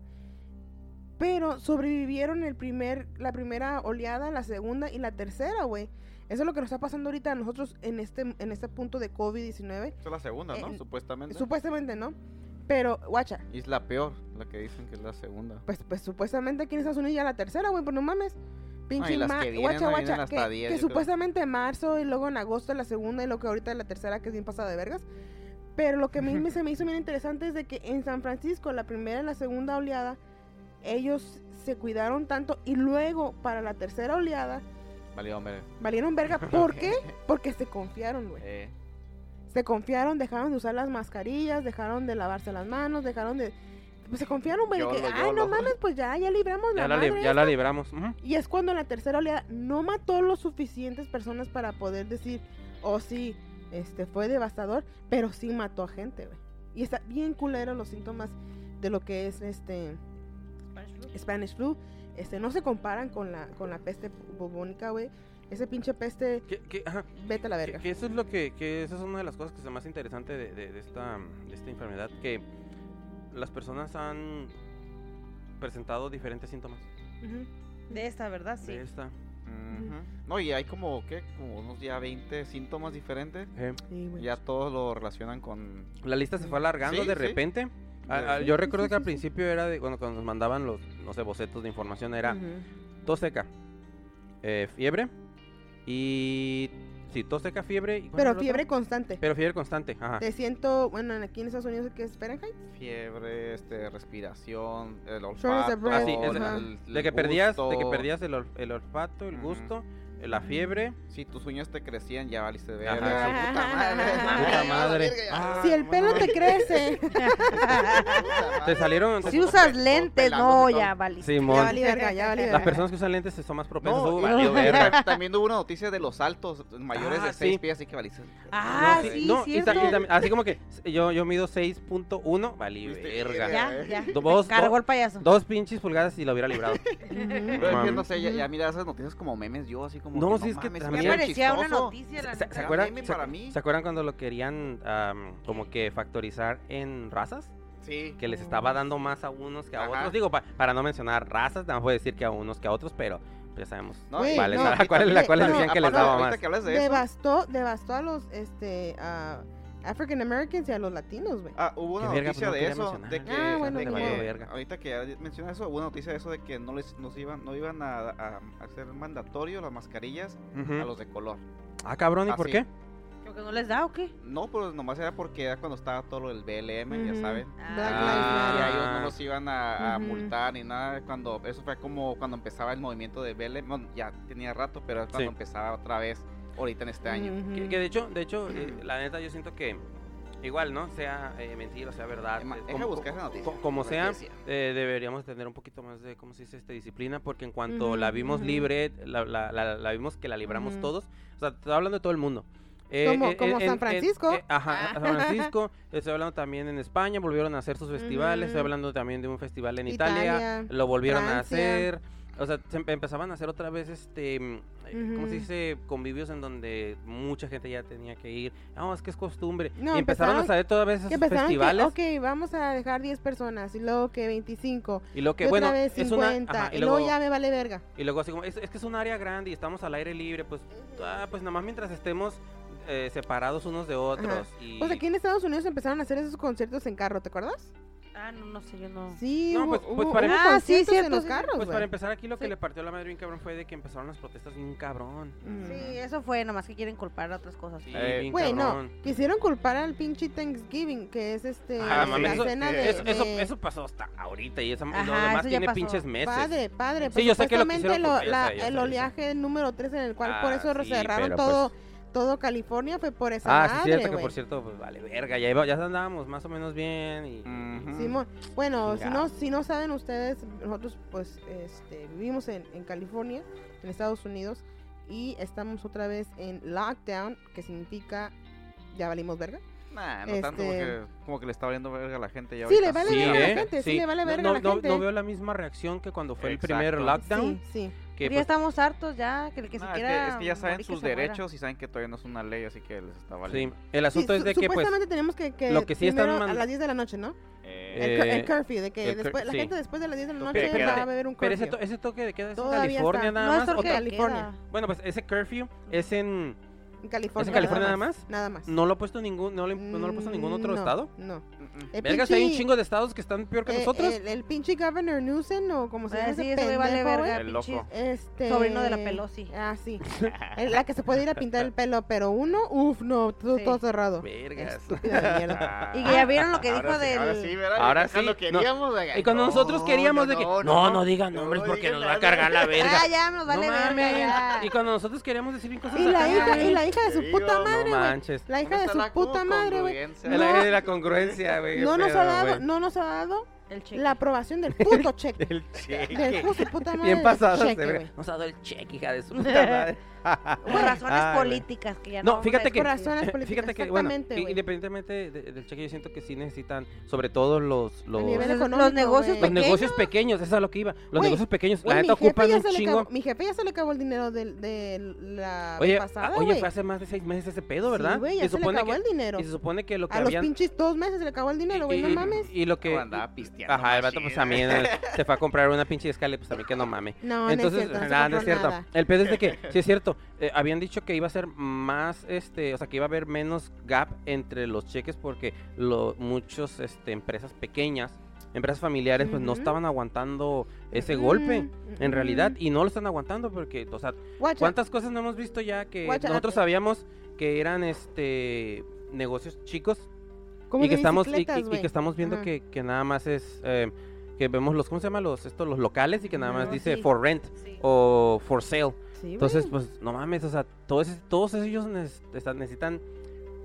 [SPEAKER 2] Pero sobrevivieron el primer, la primera oleada, la segunda y la tercera, güey. Eso es lo que nos está pasando ahorita a nosotros en este, en este punto de COVID-19.
[SPEAKER 5] Esa es la segunda, ¿no?
[SPEAKER 2] Eh,
[SPEAKER 5] Supuestamente.
[SPEAKER 2] Supuestamente, ¿no? Pero, guacha,
[SPEAKER 5] Y es la peor, la que dicen que es la segunda.
[SPEAKER 2] pues, pues supuestamente aquí en Estados Unidos ya la tercera, güey, pues no mames. Pinche
[SPEAKER 5] y las
[SPEAKER 2] ma-
[SPEAKER 5] que vienen,
[SPEAKER 2] guacha,
[SPEAKER 5] no vienen
[SPEAKER 2] guacha,
[SPEAKER 5] hasta
[SPEAKER 2] que,
[SPEAKER 5] 10,
[SPEAKER 2] que
[SPEAKER 5] yo creo.
[SPEAKER 2] supuestamente en marzo y luego en agosto la segunda y lo que ahorita la tercera que es bien pasada de vergas. Pero lo que a mí me- se me hizo bien interesante es de que en San Francisco, la primera y la segunda oleada, ellos se cuidaron tanto y luego para la tercera oleada
[SPEAKER 5] Vale, hombre.
[SPEAKER 2] valieron verga. ¿Por qué? Porque se confiaron, güey.
[SPEAKER 5] Eh,
[SPEAKER 2] se confiaron, dejaron de usar las mascarillas, dejaron de lavarse las manos, dejaron de... Pues se confiaron, güey, de que,
[SPEAKER 5] Yolo,
[SPEAKER 2] ay,
[SPEAKER 5] yolo".
[SPEAKER 2] no mames, pues ya, ya libramos
[SPEAKER 3] Ya
[SPEAKER 2] la,
[SPEAKER 3] la, li-
[SPEAKER 2] madre.
[SPEAKER 3] ya la libramos. ujú.
[SPEAKER 2] Y es cuando la tercera oleada no mató lo suficientes personas para poder decir, oh sí, este fue devastador, pero sí mató a gente, güey. Y está bien culero los síntomas de lo que es este Spanish flu. Este, no se comparan con la, con la peste bubónica, güey. Ese pinche peste,
[SPEAKER 3] ¿Qué- qué- ajá,
[SPEAKER 2] vete a la
[SPEAKER 3] Que,
[SPEAKER 2] verga.
[SPEAKER 3] que eso es lo que, que esa es una de las cosas que se me hace interesante de, de- de esta, de esta enfermedad, que las personas han presentado diferentes síntomas
[SPEAKER 2] Ujú.
[SPEAKER 4] De esta, ¿verdad? Sí.
[SPEAKER 3] de esta.
[SPEAKER 5] ujú. No, y hay como, ¿qué? Como unos ya 20 síntomas diferentes.
[SPEAKER 2] Sí, güey.
[SPEAKER 5] Ya todos lo relacionan con...
[SPEAKER 3] La lista se fue alargando
[SPEAKER 5] Sí,
[SPEAKER 3] de
[SPEAKER 5] sí.
[SPEAKER 3] repente. A- a-
[SPEAKER 2] Sí,
[SPEAKER 3] yo
[SPEAKER 2] sí,
[SPEAKER 3] recuerdo
[SPEAKER 2] sí,
[SPEAKER 3] que al
[SPEAKER 2] sí, sí.
[SPEAKER 3] principio era de cuando, cuando nos mandaban los, no sé, bocetos de información, era
[SPEAKER 2] Ujú.
[SPEAKER 3] tos seca, eh, fiebre y... Sí, tos seca, fiebre. ¿y cuál era el
[SPEAKER 2] Pero
[SPEAKER 3] otro?
[SPEAKER 2] fiebre constante.
[SPEAKER 3] Pero fiebre constante, ajá.
[SPEAKER 2] Te siento, bueno, en- aquí en Estados Unidos que es Fahrenheit.
[SPEAKER 5] Fiebre, este, respiración, el
[SPEAKER 2] of
[SPEAKER 5] olfato,
[SPEAKER 2] breath,
[SPEAKER 3] Ah, sí, es-
[SPEAKER 2] ajá.
[SPEAKER 3] De que perdías, de que
[SPEAKER 5] gusto.
[SPEAKER 3] perdías el, olf- el olfato, el
[SPEAKER 5] Ujú.
[SPEAKER 3] gusto, eh, la fiebre.
[SPEAKER 5] Si tus uñas te crecían, ya valiste de
[SPEAKER 3] Ajá.
[SPEAKER 5] verga, puta madre.
[SPEAKER 3] Puta madre. Ah,
[SPEAKER 2] si el pelo te crece, Ah.
[SPEAKER 3] Te salieron...
[SPEAKER 4] si usas lentes, no,
[SPEAKER 5] pelándote
[SPEAKER 4] ya
[SPEAKER 5] todo.
[SPEAKER 4] valiste.
[SPEAKER 3] Simón.
[SPEAKER 2] ya valí verga, ya valí
[SPEAKER 3] Las
[SPEAKER 2] verga.
[SPEAKER 3] personas que usan lentes son más propensas.
[SPEAKER 5] No,
[SPEAKER 3] Uh,
[SPEAKER 5] y-
[SPEAKER 3] valió verga.
[SPEAKER 5] También hubo una noticia de los saltos mayores
[SPEAKER 3] Ah,
[SPEAKER 5] de 6
[SPEAKER 3] sí.
[SPEAKER 5] pies, así que valiste.
[SPEAKER 4] Ah,
[SPEAKER 3] No,
[SPEAKER 4] sí,
[SPEAKER 3] no, y ta- y
[SPEAKER 4] cierto.
[SPEAKER 3] también- así como que s- yo, yo mido 6.1, valí
[SPEAKER 5] Viste,
[SPEAKER 3] verga.
[SPEAKER 4] Ya, ya.
[SPEAKER 3] Do- Dos,
[SPEAKER 4] Cargó
[SPEAKER 3] do-
[SPEAKER 4] el payaso.
[SPEAKER 3] dos pinches pulgadas y lo hubiera librado.
[SPEAKER 5] Pero es que
[SPEAKER 3] Mami.
[SPEAKER 5] no sé, ya, ya mira esas noticias como memes yo, así como.
[SPEAKER 3] No, sí, es que
[SPEAKER 5] mames,
[SPEAKER 3] también-
[SPEAKER 4] Ya
[SPEAKER 5] era
[SPEAKER 4] parecía una
[SPEAKER 5] chistoso.
[SPEAKER 4] noticia, la
[SPEAKER 3] ¿Se, se
[SPEAKER 4] neta.
[SPEAKER 3] acuerdan,
[SPEAKER 5] meme
[SPEAKER 3] se-
[SPEAKER 5] para mí.
[SPEAKER 3] se acuerdan cuando lo querían am, como que factorizar en razas?
[SPEAKER 5] Sí.
[SPEAKER 3] Que les
[SPEAKER 4] Mm.
[SPEAKER 3] estaba dando más a unos que a
[SPEAKER 5] Ajá.
[SPEAKER 3] otros. Digo, pa- para no mencionar razas, nada más puedo decir que a unos que a otros, pero pues ya sabemos.
[SPEAKER 5] No,
[SPEAKER 2] Güey,
[SPEAKER 3] ¿Cuáles,
[SPEAKER 2] no,
[SPEAKER 3] a cuáles- a
[SPEAKER 2] también-
[SPEAKER 3] cuáles
[SPEAKER 2] no,
[SPEAKER 3] decían que les
[SPEAKER 5] aparte,
[SPEAKER 3] daba
[SPEAKER 5] ahorita
[SPEAKER 3] más?
[SPEAKER 5] que hablas de eso,
[SPEAKER 2] Devastó, devastó a los este a African Americans y a los latinos, güey.
[SPEAKER 5] ah, hubo una
[SPEAKER 3] Qué verga, pues,
[SPEAKER 5] noticia
[SPEAKER 3] no
[SPEAKER 5] de
[SPEAKER 3] quería
[SPEAKER 5] eso. De
[SPEAKER 3] mencionar.
[SPEAKER 5] que,
[SPEAKER 2] Ah, bueno,
[SPEAKER 5] de
[SPEAKER 2] ni
[SPEAKER 5] que-
[SPEAKER 2] modo.
[SPEAKER 3] verga.
[SPEAKER 5] ahorita que ya mencionas eso, hubo una noticia de eso de que no les nos iban, no iban a, a hacer mandatorio las mascarillas
[SPEAKER 3] Ujú.
[SPEAKER 5] a los de color.
[SPEAKER 3] Ah, cabrón, ¿y por
[SPEAKER 5] Así.
[SPEAKER 3] qué?
[SPEAKER 4] ¿Lo que no les da o qué?
[SPEAKER 5] No, pues nomás era porque era cuando estaba todo lo del BLM, ya
[SPEAKER 2] Ujú.
[SPEAKER 5] saben.
[SPEAKER 4] Ah.
[SPEAKER 5] Ah,
[SPEAKER 2] Black
[SPEAKER 5] Y a
[SPEAKER 2] Lives
[SPEAKER 5] ellos no
[SPEAKER 3] Ah.
[SPEAKER 5] los iban a, a
[SPEAKER 2] Ujú.
[SPEAKER 5] multar ni nada. Cuando eso fue como cuando empezaba el movimiento de BLM. Bueno, ya tenía rato, pero es cuando
[SPEAKER 3] Sí.
[SPEAKER 5] empezaba otra vez ahorita en este año.
[SPEAKER 4] Mm.
[SPEAKER 2] Ujú.
[SPEAKER 3] Que, que de hecho, de hecho, eh, la neta yo siento que igual, ¿no? Sea eh, mentira, sea verdad.
[SPEAKER 5] Emma,
[SPEAKER 3] eh,
[SPEAKER 5] deja buscar esa noticia,
[SPEAKER 3] co- como
[SPEAKER 5] porque
[SPEAKER 3] sea,
[SPEAKER 5] decía.
[SPEAKER 3] eh, deberíamos tener un poquito más de, ¿cómo se dice? Este, disciplina, porque en cuanto
[SPEAKER 2] Ujú,
[SPEAKER 3] la vimos
[SPEAKER 2] ujú.
[SPEAKER 3] libre, la, la- la- la vimos que la libramos
[SPEAKER 2] Ujú.
[SPEAKER 3] todos. O sea, te estoy hablando de todo el mundo. Eh,
[SPEAKER 2] Como-
[SPEAKER 3] eh,
[SPEAKER 2] como
[SPEAKER 3] en-
[SPEAKER 2] San
[SPEAKER 3] en-
[SPEAKER 2] Francisco. Ah.
[SPEAKER 3] eh, ajá, San Francisco. Estoy hablando también en España, volvieron a hacer sus festivales. Estoy
[SPEAKER 2] Ujú.
[SPEAKER 3] hablando también de un festival en
[SPEAKER 2] Italia,
[SPEAKER 3] lo volvieron a
[SPEAKER 2] Francia.
[SPEAKER 3] hacer. O sea, se empe- empezaban a hacer otra vez, este, mm, eh, ¿cómo
[SPEAKER 2] Ujú.
[SPEAKER 3] se dice? Convivios en donde mucha gente ya tenía que ir. No, es que es costumbre.
[SPEAKER 2] No,
[SPEAKER 3] y empezaron a
[SPEAKER 2] empezaron-
[SPEAKER 3] salir todas vez
[SPEAKER 2] Que
[SPEAKER 3] esos
[SPEAKER 2] empezaron
[SPEAKER 3] festivales.
[SPEAKER 2] que, ok, vamos a dejar 10 personas, y luego que 25,
[SPEAKER 3] Y lo que,
[SPEAKER 2] y
[SPEAKER 3] bueno,
[SPEAKER 2] otra vez
[SPEAKER 3] es una...
[SPEAKER 2] 50,
[SPEAKER 3] ajá,
[SPEAKER 2] y,
[SPEAKER 3] y,
[SPEAKER 2] luego,
[SPEAKER 3] luego,
[SPEAKER 2] ya me vale verga.
[SPEAKER 3] y luego así como, es, es que es un área grande y estamos al aire libre, pues, ah, pues nada más mientras estemos eh, separados unos de otros. Y,
[SPEAKER 2] Pues aquí en Estados Unidos empezaron a hacer esos conciertos en carro, ¿te acuerdas?
[SPEAKER 4] Ah, no, no sé, yo no.
[SPEAKER 2] Sí,
[SPEAKER 3] No,
[SPEAKER 2] hubo,
[SPEAKER 3] pues- pues
[SPEAKER 2] hubo-
[SPEAKER 3] para-
[SPEAKER 2] hubo
[SPEAKER 4] Ah, sí,
[SPEAKER 2] conciertos en
[SPEAKER 4] cierto,
[SPEAKER 2] los
[SPEAKER 4] sí.
[SPEAKER 2] carros,
[SPEAKER 3] Pues para
[SPEAKER 2] güey.
[SPEAKER 3] empezar aquí lo que
[SPEAKER 4] Sí.
[SPEAKER 3] le partió la madre bien cabrón fue de que empezaron las protestas bien cabrón.
[SPEAKER 2] Mm.
[SPEAKER 4] Sí, eso fue, nomás que quieren culpar a otras cosas.
[SPEAKER 3] Sí,
[SPEAKER 4] pero-
[SPEAKER 5] Eh,
[SPEAKER 3] bien
[SPEAKER 2] Güey, no,
[SPEAKER 3] cabrón.
[SPEAKER 2] quisieron culpar al pinche Thanksgiving, que es este
[SPEAKER 3] Ah,
[SPEAKER 5] sí,
[SPEAKER 3] mames,
[SPEAKER 2] la
[SPEAKER 3] eso,
[SPEAKER 2] cena de,
[SPEAKER 3] eso, eso-
[SPEAKER 2] de-
[SPEAKER 3] eso pasó hasta ahorita y esa, lo
[SPEAKER 4] Ajá,
[SPEAKER 3] demás
[SPEAKER 4] eso ya
[SPEAKER 3] tiene
[SPEAKER 4] pasó.
[SPEAKER 3] pinches meses.
[SPEAKER 2] Padre, padre,
[SPEAKER 3] Sí,
[SPEAKER 2] pues,
[SPEAKER 3] yo sé que lo
[SPEAKER 2] supuestamente
[SPEAKER 3] quisieron
[SPEAKER 2] lo-
[SPEAKER 3] culpar, yo
[SPEAKER 2] la-
[SPEAKER 3] sé, yo sé,
[SPEAKER 2] el
[SPEAKER 3] yo sé.
[SPEAKER 2] oleaje número 3 en el cual por
[SPEAKER 3] Ah,
[SPEAKER 2] eso
[SPEAKER 3] sí,
[SPEAKER 2] cerraron
[SPEAKER 3] pero
[SPEAKER 2] todo
[SPEAKER 3] pues-
[SPEAKER 2] todo California fue por esa
[SPEAKER 3] Ah, sí, es
[SPEAKER 2] madre,
[SPEAKER 3] cierto que
[SPEAKER 2] güey.
[SPEAKER 3] por cierto, pues vale verga, ya, iba- ya andábamos más o menos bien y...
[SPEAKER 5] Ujú.
[SPEAKER 3] mm,
[SPEAKER 2] Simón, bueno, si no,
[SPEAKER 5] Chingado.
[SPEAKER 2] si no saben ustedes, nosotros pues este, vivimos en, en California, en Estados Unidos, y estamos otra vez en lockdown, que significa ya valimos verga.
[SPEAKER 5] Nah, no tanto
[SPEAKER 2] Este-
[SPEAKER 5] porque como que le está valiendo verga a la gente ya
[SPEAKER 2] Sí,
[SPEAKER 5] ahorita.
[SPEAKER 2] le vale
[SPEAKER 3] Sí,
[SPEAKER 2] verga a la
[SPEAKER 3] ¿eh?
[SPEAKER 2] gente, sí, le vale
[SPEAKER 3] No-
[SPEAKER 2] verga
[SPEAKER 3] no,
[SPEAKER 2] a la
[SPEAKER 3] no-
[SPEAKER 2] gente.
[SPEAKER 3] No veo la misma reacción que cuando fue el primer
[SPEAKER 5] Exacto.
[SPEAKER 3] lockdown.
[SPEAKER 2] Sí, sí.
[SPEAKER 3] Que,
[SPEAKER 4] ya
[SPEAKER 3] pues,
[SPEAKER 4] estamos hartos ya, que el que
[SPEAKER 5] Nah,
[SPEAKER 4] se
[SPEAKER 5] es que-
[SPEAKER 4] quiera
[SPEAKER 5] es, que, ya saben
[SPEAKER 4] morir, que
[SPEAKER 5] sus
[SPEAKER 4] se muera.
[SPEAKER 5] derechos y saben que todavía no es una ley, así que les está
[SPEAKER 3] sí,
[SPEAKER 5] valiendo.
[SPEAKER 3] el asunto
[SPEAKER 2] Sí,
[SPEAKER 3] es
[SPEAKER 2] su-
[SPEAKER 3] de que pues...
[SPEAKER 2] supuestamente tenemos que, que
[SPEAKER 3] lo que sí están
[SPEAKER 2] primero
[SPEAKER 3] man-
[SPEAKER 2] a las 10 de la noche, ¿no?
[SPEAKER 5] Eh,
[SPEAKER 2] El, cur-
[SPEAKER 3] Eh,
[SPEAKER 2] el curfew, de que
[SPEAKER 3] el cur-
[SPEAKER 2] después, la
[SPEAKER 3] sí.
[SPEAKER 2] gente después de las 10 de la
[SPEAKER 3] Toque
[SPEAKER 5] de
[SPEAKER 2] noche
[SPEAKER 5] queda.
[SPEAKER 2] va a beber un
[SPEAKER 3] Pero
[SPEAKER 2] curfew.
[SPEAKER 3] ese, to- ese toque de queda es en
[SPEAKER 2] Todavía
[SPEAKER 3] California
[SPEAKER 2] está.
[SPEAKER 3] nada
[SPEAKER 4] No es
[SPEAKER 3] más. o
[SPEAKER 4] porque
[SPEAKER 3] ta-
[SPEAKER 2] California.
[SPEAKER 4] California.
[SPEAKER 3] Bueno, pues ese curfew es en...
[SPEAKER 2] en California,
[SPEAKER 3] California
[SPEAKER 2] nada
[SPEAKER 3] nada
[SPEAKER 2] más. Nada más.
[SPEAKER 3] No lo ha puesto ningún, no le- no lo ha puesto ningún otro
[SPEAKER 2] Mm, No,
[SPEAKER 3] estado.
[SPEAKER 2] No.
[SPEAKER 5] mm, mm.
[SPEAKER 2] El
[SPEAKER 3] Verga, si hay un
[SPEAKER 2] pinche-
[SPEAKER 3] chingo de estados que están peor que
[SPEAKER 2] Eh,
[SPEAKER 3] nosotros.
[SPEAKER 2] El, el pinche Governor Newsom o como se
[SPEAKER 4] Ah,
[SPEAKER 2] llama
[SPEAKER 4] sí,
[SPEAKER 2] Pues, ese
[SPEAKER 4] ese güey
[SPEAKER 2] pendejo,
[SPEAKER 4] vale verga,
[SPEAKER 2] güey.
[SPEAKER 5] El
[SPEAKER 4] pinches.
[SPEAKER 5] loco.
[SPEAKER 2] Este...
[SPEAKER 4] Sobrino de la Pelosi.
[SPEAKER 2] Ah, sí. El- la que se puede ir a pintar el pelo, pero uno, uff, no, todo,
[SPEAKER 4] Sí.
[SPEAKER 2] todo cerrado.
[SPEAKER 3] Vergas.
[SPEAKER 2] Estúpida de mierda.
[SPEAKER 4] Y que ya vieron lo que
[SPEAKER 5] ah, ahora
[SPEAKER 4] dijo
[SPEAKER 5] sí,
[SPEAKER 4] del... Ah,
[SPEAKER 5] Ahora sí, ¿verdad?
[SPEAKER 3] Ahora
[SPEAKER 5] Cuando
[SPEAKER 3] sí, no.
[SPEAKER 5] queríamos. acá,
[SPEAKER 3] Y cuando
[SPEAKER 5] no,
[SPEAKER 3] nosotros queríamos de que no, no, digan
[SPEAKER 5] no,
[SPEAKER 3] nombres
[SPEAKER 5] no
[SPEAKER 3] porque
[SPEAKER 5] digan
[SPEAKER 3] nos va a
[SPEAKER 5] nada".
[SPEAKER 3] cargar la verga.
[SPEAKER 4] Ah, ya, nos vale
[SPEAKER 3] no
[SPEAKER 4] verga,
[SPEAKER 3] mames.
[SPEAKER 4] ya.
[SPEAKER 3] Y cuando nosotros queríamos decir bien cosas
[SPEAKER 2] Y la
[SPEAKER 3] acá,
[SPEAKER 2] hija,
[SPEAKER 3] güey.
[SPEAKER 2] y la hija de
[SPEAKER 5] Te
[SPEAKER 2] su
[SPEAKER 5] digo,
[SPEAKER 2] puta
[SPEAKER 5] no
[SPEAKER 2] madre,
[SPEAKER 3] No
[SPEAKER 2] güey.
[SPEAKER 3] manches.
[SPEAKER 2] La hija
[SPEAKER 5] ¿Dónde
[SPEAKER 2] de
[SPEAKER 5] está
[SPEAKER 2] su
[SPEAKER 5] la
[SPEAKER 2] puta
[SPEAKER 5] co-
[SPEAKER 2] madre, güey.
[SPEAKER 5] congruencia?
[SPEAKER 2] No,
[SPEAKER 3] La, la congruencia, güey. qué
[SPEAKER 2] No nos ha
[SPEAKER 3] pedo,
[SPEAKER 2] dado,
[SPEAKER 3] güey.
[SPEAKER 2] no nos ha dado
[SPEAKER 4] El cheque.
[SPEAKER 2] la aprobación del puto cheque.
[SPEAKER 3] El
[SPEAKER 5] Pues,
[SPEAKER 3] cheque.
[SPEAKER 2] Del hijo de su puta madre.
[SPEAKER 3] Bien
[SPEAKER 2] del
[SPEAKER 3] pasado.
[SPEAKER 2] cheque, güey.
[SPEAKER 3] Nos ha dado el cheque, hija de su puta madre.
[SPEAKER 4] Por razones
[SPEAKER 3] Ay, güey.
[SPEAKER 4] políticas que ya
[SPEAKER 3] No,
[SPEAKER 4] no vamos a
[SPEAKER 3] fíjate que-
[SPEAKER 2] Por
[SPEAKER 4] discutir.
[SPEAKER 2] razones políticas.
[SPEAKER 3] Fíjate que, bueno,
[SPEAKER 2] exactamente,
[SPEAKER 3] i-
[SPEAKER 2] güey.
[SPEAKER 3] independientemente de- del cheque, yo siento que sí necesitan, sobre todo los, los,
[SPEAKER 2] nivel
[SPEAKER 4] Pues Los-
[SPEAKER 2] económico,
[SPEAKER 4] los negocios
[SPEAKER 2] güey.
[SPEAKER 3] los
[SPEAKER 4] pequeños.
[SPEAKER 3] negocios pequeños, eso es a lo que iba. Los
[SPEAKER 2] Güey,
[SPEAKER 3] negocios pequeños,
[SPEAKER 2] Güey,
[SPEAKER 3] la neta
[SPEAKER 2] mi, jefe
[SPEAKER 3] ocupan
[SPEAKER 2] ya
[SPEAKER 3] un
[SPEAKER 2] se le
[SPEAKER 3] chingo.
[SPEAKER 2] acabó- mi jefe ya se le acabó el dinero del- de, la
[SPEAKER 3] Oye,
[SPEAKER 2] pasada,
[SPEAKER 3] ah, oye,
[SPEAKER 2] güey.
[SPEAKER 3] fue hace más de seis meses ese pedo,
[SPEAKER 2] Sí,
[SPEAKER 3] ¿verdad?
[SPEAKER 2] güey, ya
[SPEAKER 3] y,
[SPEAKER 2] se le
[SPEAKER 3] supone
[SPEAKER 2] acabó
[SPEAKER 3] que,
[SPEAKER 2] el dinero.
[SPEAKER 3] y se supone que lo que
[SPEAKER 2] A los
[SPEAKER 3] habían...
[SPEAKER 2] pinches dos meses se le acabó el dinero, güey, no
[SPEAKER 3] y-
[SPEAKER 2] mames.
[SPEAKER 3] Y lo que...
[SPEAKER 5] Cuando andaba pisteando.
[SPEAKER 3] Ajá, el vato
[SPEAKER 5] machín,
[SPEAKER 3] pues
[SPEAKER 5] ¿eh?
[SPEAKER 3] también eh, se fue a comprar una pinche escala, pues también que no mame.
[SPEAKER 2] No,
[SPEAKER 3] Entonces,
[SPEAKER 2] no es cierto, no se
[SPEAKER 3] nada, no
[SPEAKER 2] compró
[SPEAKER 3] es cierto.
[SPEAKER 2] nada.
[SPEAKER 3] El pedo es de que, sí es cierto, eh, habían dicho que iba a ser más, este, o sea, que iba a haber menos gap entre los cheques porque lo, muchos, este, empresas pequeñas, empresas familiares, pues no
[SPEAKER 2] Ujú.
[SPEAKER 3] estaban aguantando ese
[SPEAKER 2] Mm,
[SPEAKER 3] golpe, en
[SPEAKER 2] mm,
[SPEAKER 3] realidad,
[SPEAKER 2] mm.
[SPEAKER 3] y no lo están aguantando porque, o sea,
[SPEAKER 2] Guacha,
[SPEAKER 3] ¿Cuántas cosas no hemos visto ya que
[SPEAKER 2] Guacha,
[SPEAKER 3] nosotros
[SPEAKER 2] eh,
[SPEAKER 3] sabíamos que eran este negocios chicos
[SPEAKER 2] como
[SPEAKER 3] y que
[SPEAKER 2] de
[SPEAKER 3] estamos y- y,
[SPEAKER 2] bicicletas,
[SPEAKER 3] y
[SPEAKER 2] güey.
[SPEAKER 3] que estamos viendo
[SPEAKER 2] Ajá.
[SPEAKER 3] que, que nada más es eh, que vemos los cómo se llama los estos los locales y que nada más
[SPEAKER 2] No,
[SPEAKER 3] dice
[SPEAKER 2] sí.
[SPEAKER 3] for rent
[SPEAKER 4] Sí.
[SPEAKER 3] o for sale.
[SPEAKER 2] Sí, güey.
[SPEAKER 3] Entonces, pues no mames, o sea, todos ese- todos ellos nes- están- necesitan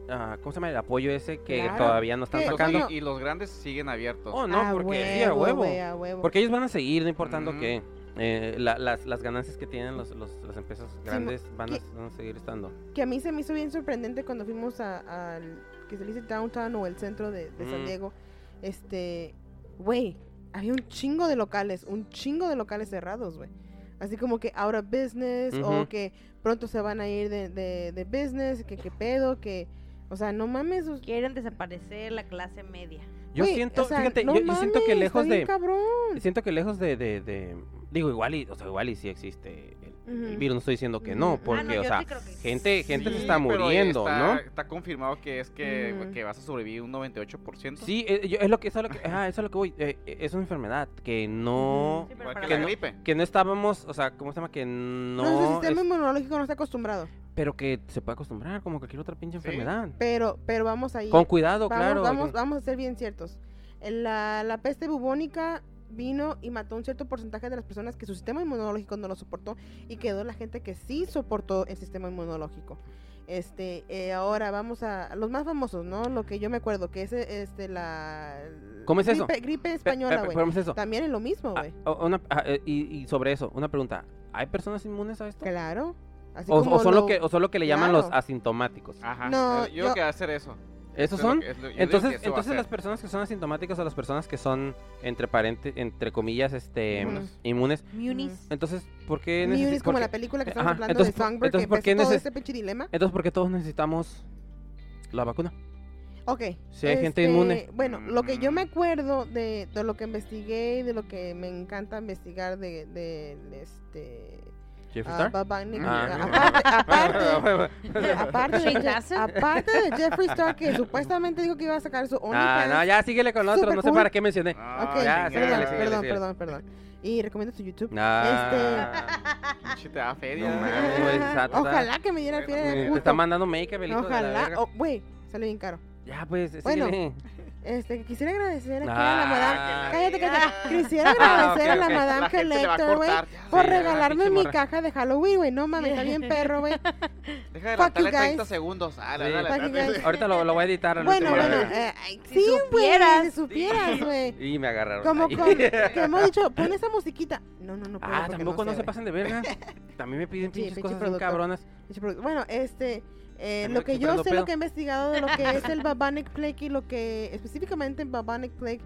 [SPEAKER 3] ah, ¿cómo se llama el apoyo ese que
[SPEAKER 2] Claro.
[SPEAKER 3] todavía no están
[SPEAKER 2] Que-
[SPEAKER 5] Los-
[SPEAKER 3] sacando?
[SPEAKER 2] coño.
[SPEAKER 5] Y los grandes siguen abiertos.
[SPEAKER 3] Oh, no,
[SPEAKER 2] A
[SPEAKER 3] porque sí, a huevo.
[SPEAKER 2] güey, a Ah, huevo.
[SPEAKER 3] Porque ellos van a seguir, no importando
[SPEAKER 5] Ujú.
[SPEAKER 3] que eh, la- las, las ganancias que tienen los, los- las empresas grandes van a,
[SPEAKER 2] ¿qué?
[SPEAKER 3] van a seguir estando.
[SPEAKER 2] Que a mí se me hizo bien sorprendente cuando fuimos a- al que se le dice downtown o el centro de, de San
[SPEAKER 3] Mm.
[SPEAKER 2] Diego. Este, güey, había un chingo de locales, un chingo de locales cerrados, güey. Así como que out of business o
[SPEAKER 3] Ujú.
[SPEAKER 2] que pronto se van a ir de, de, de business, que qué pedo, que, o sea, no mames. o-
[SPEAKER 4] Quieren desaparecer la clase media.
[SPEAKER 3] Yo
[SPEAKER 2] güey,
[SPEAKER 3] siento,
[SPEAKER 2] o sea,
[SPEAKER 3] fíjate,
[SPEAKER 2] no
[SPEAKER 3] yo, yo siento
[SPEAKER 2] mames,
[SPEAKER 3] que
[SPEAKER 2] está
[SPEAKER 3] lejos
[SPEAKER 2] bien
[SPEAKER 3] de,
[SPEAKER 2] cabrón.
[SPEAKER 3] siento que lejos de, de, de- digo igual y, o sea, igual y sí existe el, el
[SPEAKER 2] Ujú.
[SPEAKER 3] virus. No estoy diciendo que
[SPEAKER 2] Ah,
[SPEAKER 3] no,
[SPEAKER 2] no,
[SPEAKER 3] porque,
[SPEAKER 4] ah, no,
[SPEAKER 3] o
[SPEAKER 4] yo
[SPEAKER 3] sea,
[SPEAKER 4] sí creo que sí.
[SPEAKER 3] gente, gente se
[SPEAKER 5] Sí,
[SPEAKER 3] está
[SPEAKER 5] pero
[SPEAKER 3] muriendo,
[SPEAKER 5] está,
[SPEAKER 3] ¿no?
[SPEAKER 5] Está confirmado que es que,
[SPEAKER 2] Ujú.
[SPEAKER 5] que vas a sobrevivir un 98%.
[SPEAKER 3] Sí, eh, yo- es lo que, eso es lo que, ajá, eso es lo que voy. eh, eh, es una enfermedad que no,
[SPEAKER 4] Sí, pero
[SPEAKER 5] Igual
[SPEAKER 4] para
[SPEAKER 5] que la
[SPEAKER 4] la-
[SPEAKER 5] gripe.
[SPEAKER 3] que no estábamos, o sea, ¿cómo se llama? Que
[SPEAKER 2] Nuestro
[SPEAKER 3] no,
[SPEAKER 2] sistema
[SPEAKER 3] es-
[SPEAKER 2] inmunológico no está acostumbrado,
[SPEAKER 3] pero que se puede acostumbrar como cualquier otra pinche
[SPEAKER 5] Sí.
[SPEAKER 3] enfermedad.
[SPEAKER 2] pero, pero vamos ahí.
[SPEAKER 3] Con cuidado,
[SPEAKER 2] Vamos,
[SPEAKER 3] claro.
[SPEAKER 2] vamos, vamos a ser bien ciertos. El- La, la peste bubónica vino y mató un cierto porcentaje de las personas que su sistema inmunológico no lo soportó y quedó la gente que sí soportó el sistema inmunológico. Este, eh, ahora vamos a a los más famosos, ¿no? Lo que yo me acuerdo, que es eh, este, la...
[SPEAKER 3] ¿Cómo es eso?
[SPEAKER 2] gripe, gripe
[SPEAKER 3] Pe-
[SPEAKER 2] española,
[SPEAKER 3] pe-
[SPEAKER 2] güey.
[SPEAKER 3] pero es eso.
[SPEAKER 2] También es lo mismo,
[SPEAKER 3] Ah,
[SPEAKER 2] güey.
[SPEAKER 3] o- una- ah, eh, y, y sobre eso, una pregunta. ¿Hay personas inmunes a esto?
[SPEAKER 2] Claro. Así
[SPEAKER 3] O, o
[SPEAKER 2] como
[SPEAKER 3] son lo...
[SPEAKER 2] lo-
[SPEAKER 3] que, o son lo que le llaman los
[SPEAKER 2] claro.
[SPEAKER 3] asintomáticos.
[SPEAKER 5] Ajá.
[SPEAKER 2] No,
[SPEAKER 5] eh, yo, creo
[SPEAKER 2] yo-
[SPEAKER 5] que va a hacer eso.
[SPEAKER 3] ¿Esos
[SPEAKER 5] Eso es lo
[SPEAKER 3] son?
[SPEAKER 5] que- es lo- yo digo que
[SPEAKER 3] Entonces,
[SPEAKER 5] eso va a
[SPEAKER 3] entonces
[SPEAKER 5] ser.
[SPEAKER 3] las personas que son asintomáticas o las personas que son, entre parente, entre comillas, este
[SPEAKER 2] Inmunes.
[SPEAKER 3] inmunes,
[SPEAKER 4] Munis.
[SPEAKER 3] entonces, ¿por qué
[SPEAKER 2] Muni
[SPEAKER 3] necesi-
[SPEAKER 2] es como
[SPEAKER 3] por
[SPEAKER 2] la
[SPEAKER 3] qué-
[SPEAKER 2] película que
[SPEAKER 3] eh,
[SPEAKER 2] estamos
[SPEAKER 3] ajá,
[SPEAKER 2] hablando
[SPEAKER 3] entonces,
[SPEAKER 2] de Songbird,
[SPEAKER 3] entonces,
[SPEAKER 2] que
[SPEAKER 3] ¿por qué
[SPEAKER 2] empezó todo
[SPEAKER 3] neces-
[SPEAKER 2] este pinche dilema.
[SPEAKER 3] Entonces, ¿por qué todos necesitamos la vacuna?
[SPEAKER 2] Ok. este,
[SPEAKER 3] Sí, hay gente inmune.
[SPEAKER 2] Bueno, lo que yo me
[SPEAKER 5] Ujú.
[SPEAKER 2] acuerdo de, de lo que investigué y de lo que me encanta investigar de, de, este
[SPEAKER 3] Jeff
[SPEAKER 2] Ah,
[SPEAKER 3] Star.
[SPEAKER 2] Bob Barney-
[SPEAKER 3] Ah.
[SPEAKER 2] Aparte, aparte, aparte, de,
[SPEAKER 4] Shinglazo.
[SPEAKER 2] aparte de Jeffree Star, que supuestamente dijo que iba a sacar su
[SPEAKER 3] Ah,
[SPEAKER 2] OnlyFans. Este,
[SPEAKER 3] no, ya síguele con otro,
[SPEAKER 2] Súper
[SPEAKER 3] no sé
[SPEAKER 2] cool.
[SPEAKER 3] para qué mencioné.
[SPEAKER 5] Ah,
[SPEAKER 2] Ok,
[SPEAKER 3] ya,
[SPEAKER 2] perdón,
[SPEAKER 3] síguele, síguele,
[SPEAKER 2] perdón,
[SPEAKER 3] síguele.
[SPEAKER 2] perdón, perdón. Y recomiendo tu YouTube.
[SPEAKER 3] Ah,
[SPEAKER 5] Pinche te da feria.
[SPEAKER 3] No mames, güey, exacto.
[SPEAKER 2] Ojalá que me diera el pie
[SPEAKER 5] Bueno,
[SPEAKER 2] de
[SPEAKER 3] eh,
[SPEAKER 2] puto.
[SPEAKER 3] Te está mandando make el hijo de la
[SPEAKER 2] Ojalá.
[SPEAKER 3] verga.
[SPEAKER 2] oh, Güey, sale bien caro.
[SPEAKER 3] Ya, pues,
[SPEAKER 2] Bueno.
[SPEAKER 3] síguele.
[SPEAKER 2] Este, quisiera agradecer aquí a la
[SPEAKER 3] Ah.
[SPEAKER 2] madame. Cállate, cállate. Quisiera
[SPEAKER 3] Ah, ok,
[SPEAKER 2] agradecer a la
[SPEAKER 3] ok.
[SPEAKER 2] madame
[SPEAKER 5] La gente le va a
[SPEAKER 2] Collector, güey,
[SPEAKER 5] cortar.
[SPEAKER 2] por
[SPEAKER 3] Sí, ya,
[SPEAKER 2] regalarme
[SPEAKER 3] pinche
[SPEAKER 2] mi
[SPEAKER 3] morra.
[SPEAKER 2] caja de Halloween, güey. No mames, está bien perro, güey.
[SPEAKER 5] Deja de
[SPEAKER 2] Fuck you
[SPEAKER 5] adelantarle 30
[SPEAKER 2] guys.
[SPEAKER 5] segundos. Ah,
[SPEAKER 3] Sí.
[SPEAKER 5] dale, dale,
[SPEAKER 2] Fuck you
[SPEAKER 5] dale.
[SPEAKER 2] guys.
[SPEAKER 3] Ahorita lo, lo voy a editar. al
[SPEAKER 2] Bueno,
[SPEAKER 3] último, la
[SPEAKER 2] bueno.
[SPEAKER 3] verga.
[SPEAKER 2] eh, ay, sí, güey. Si
[SPEAKER 4] supieras.
[SPEAKER 2] supieras, güey.
[SPEAKER 3] Y me agarraron.
[SPEAKER 2] Como
[SPEAKER 3] ahí.
[SPEAKER 2] con- que hemos dicho, pon esa musiquita. No, no, no. puedo
[SPEAKER 3] Ah,
[SPEAKER 2] porque
[SPEAKER 3] tampoco no
[SPEAKER 2] sé,
[SPEAKER 3] se
[SPEAKER 2] güey.
[SPEAKER 3] pasen de verga. También me piden
[SPEAKER 2] Sí,
[SPEAKER 3] pinches
[SPEAKER 2] pinche
[SPEAKER 3] cosas bien
[SPEAKER 2] productor.
[SPEAKER 3] cabronas.
[SPEAKER 2] Pinche produ- Bueno, este,
[SPEAKER 3] Ay,
[SPEAKER 2] eh, lo
[SPEAKER 3] mira,
[SPEAKER 2] que
[SPEAKER 3] qué
[SPEAKER 2] yo
[SPEAKER 3] prendo
[SPEAKER 2] sé,
[SPEAKER 3] pedo.
[SPEAKER 2] lo que he investigado de lo que es el Babanic Plague y lo que, específicamente en Babanic Plague,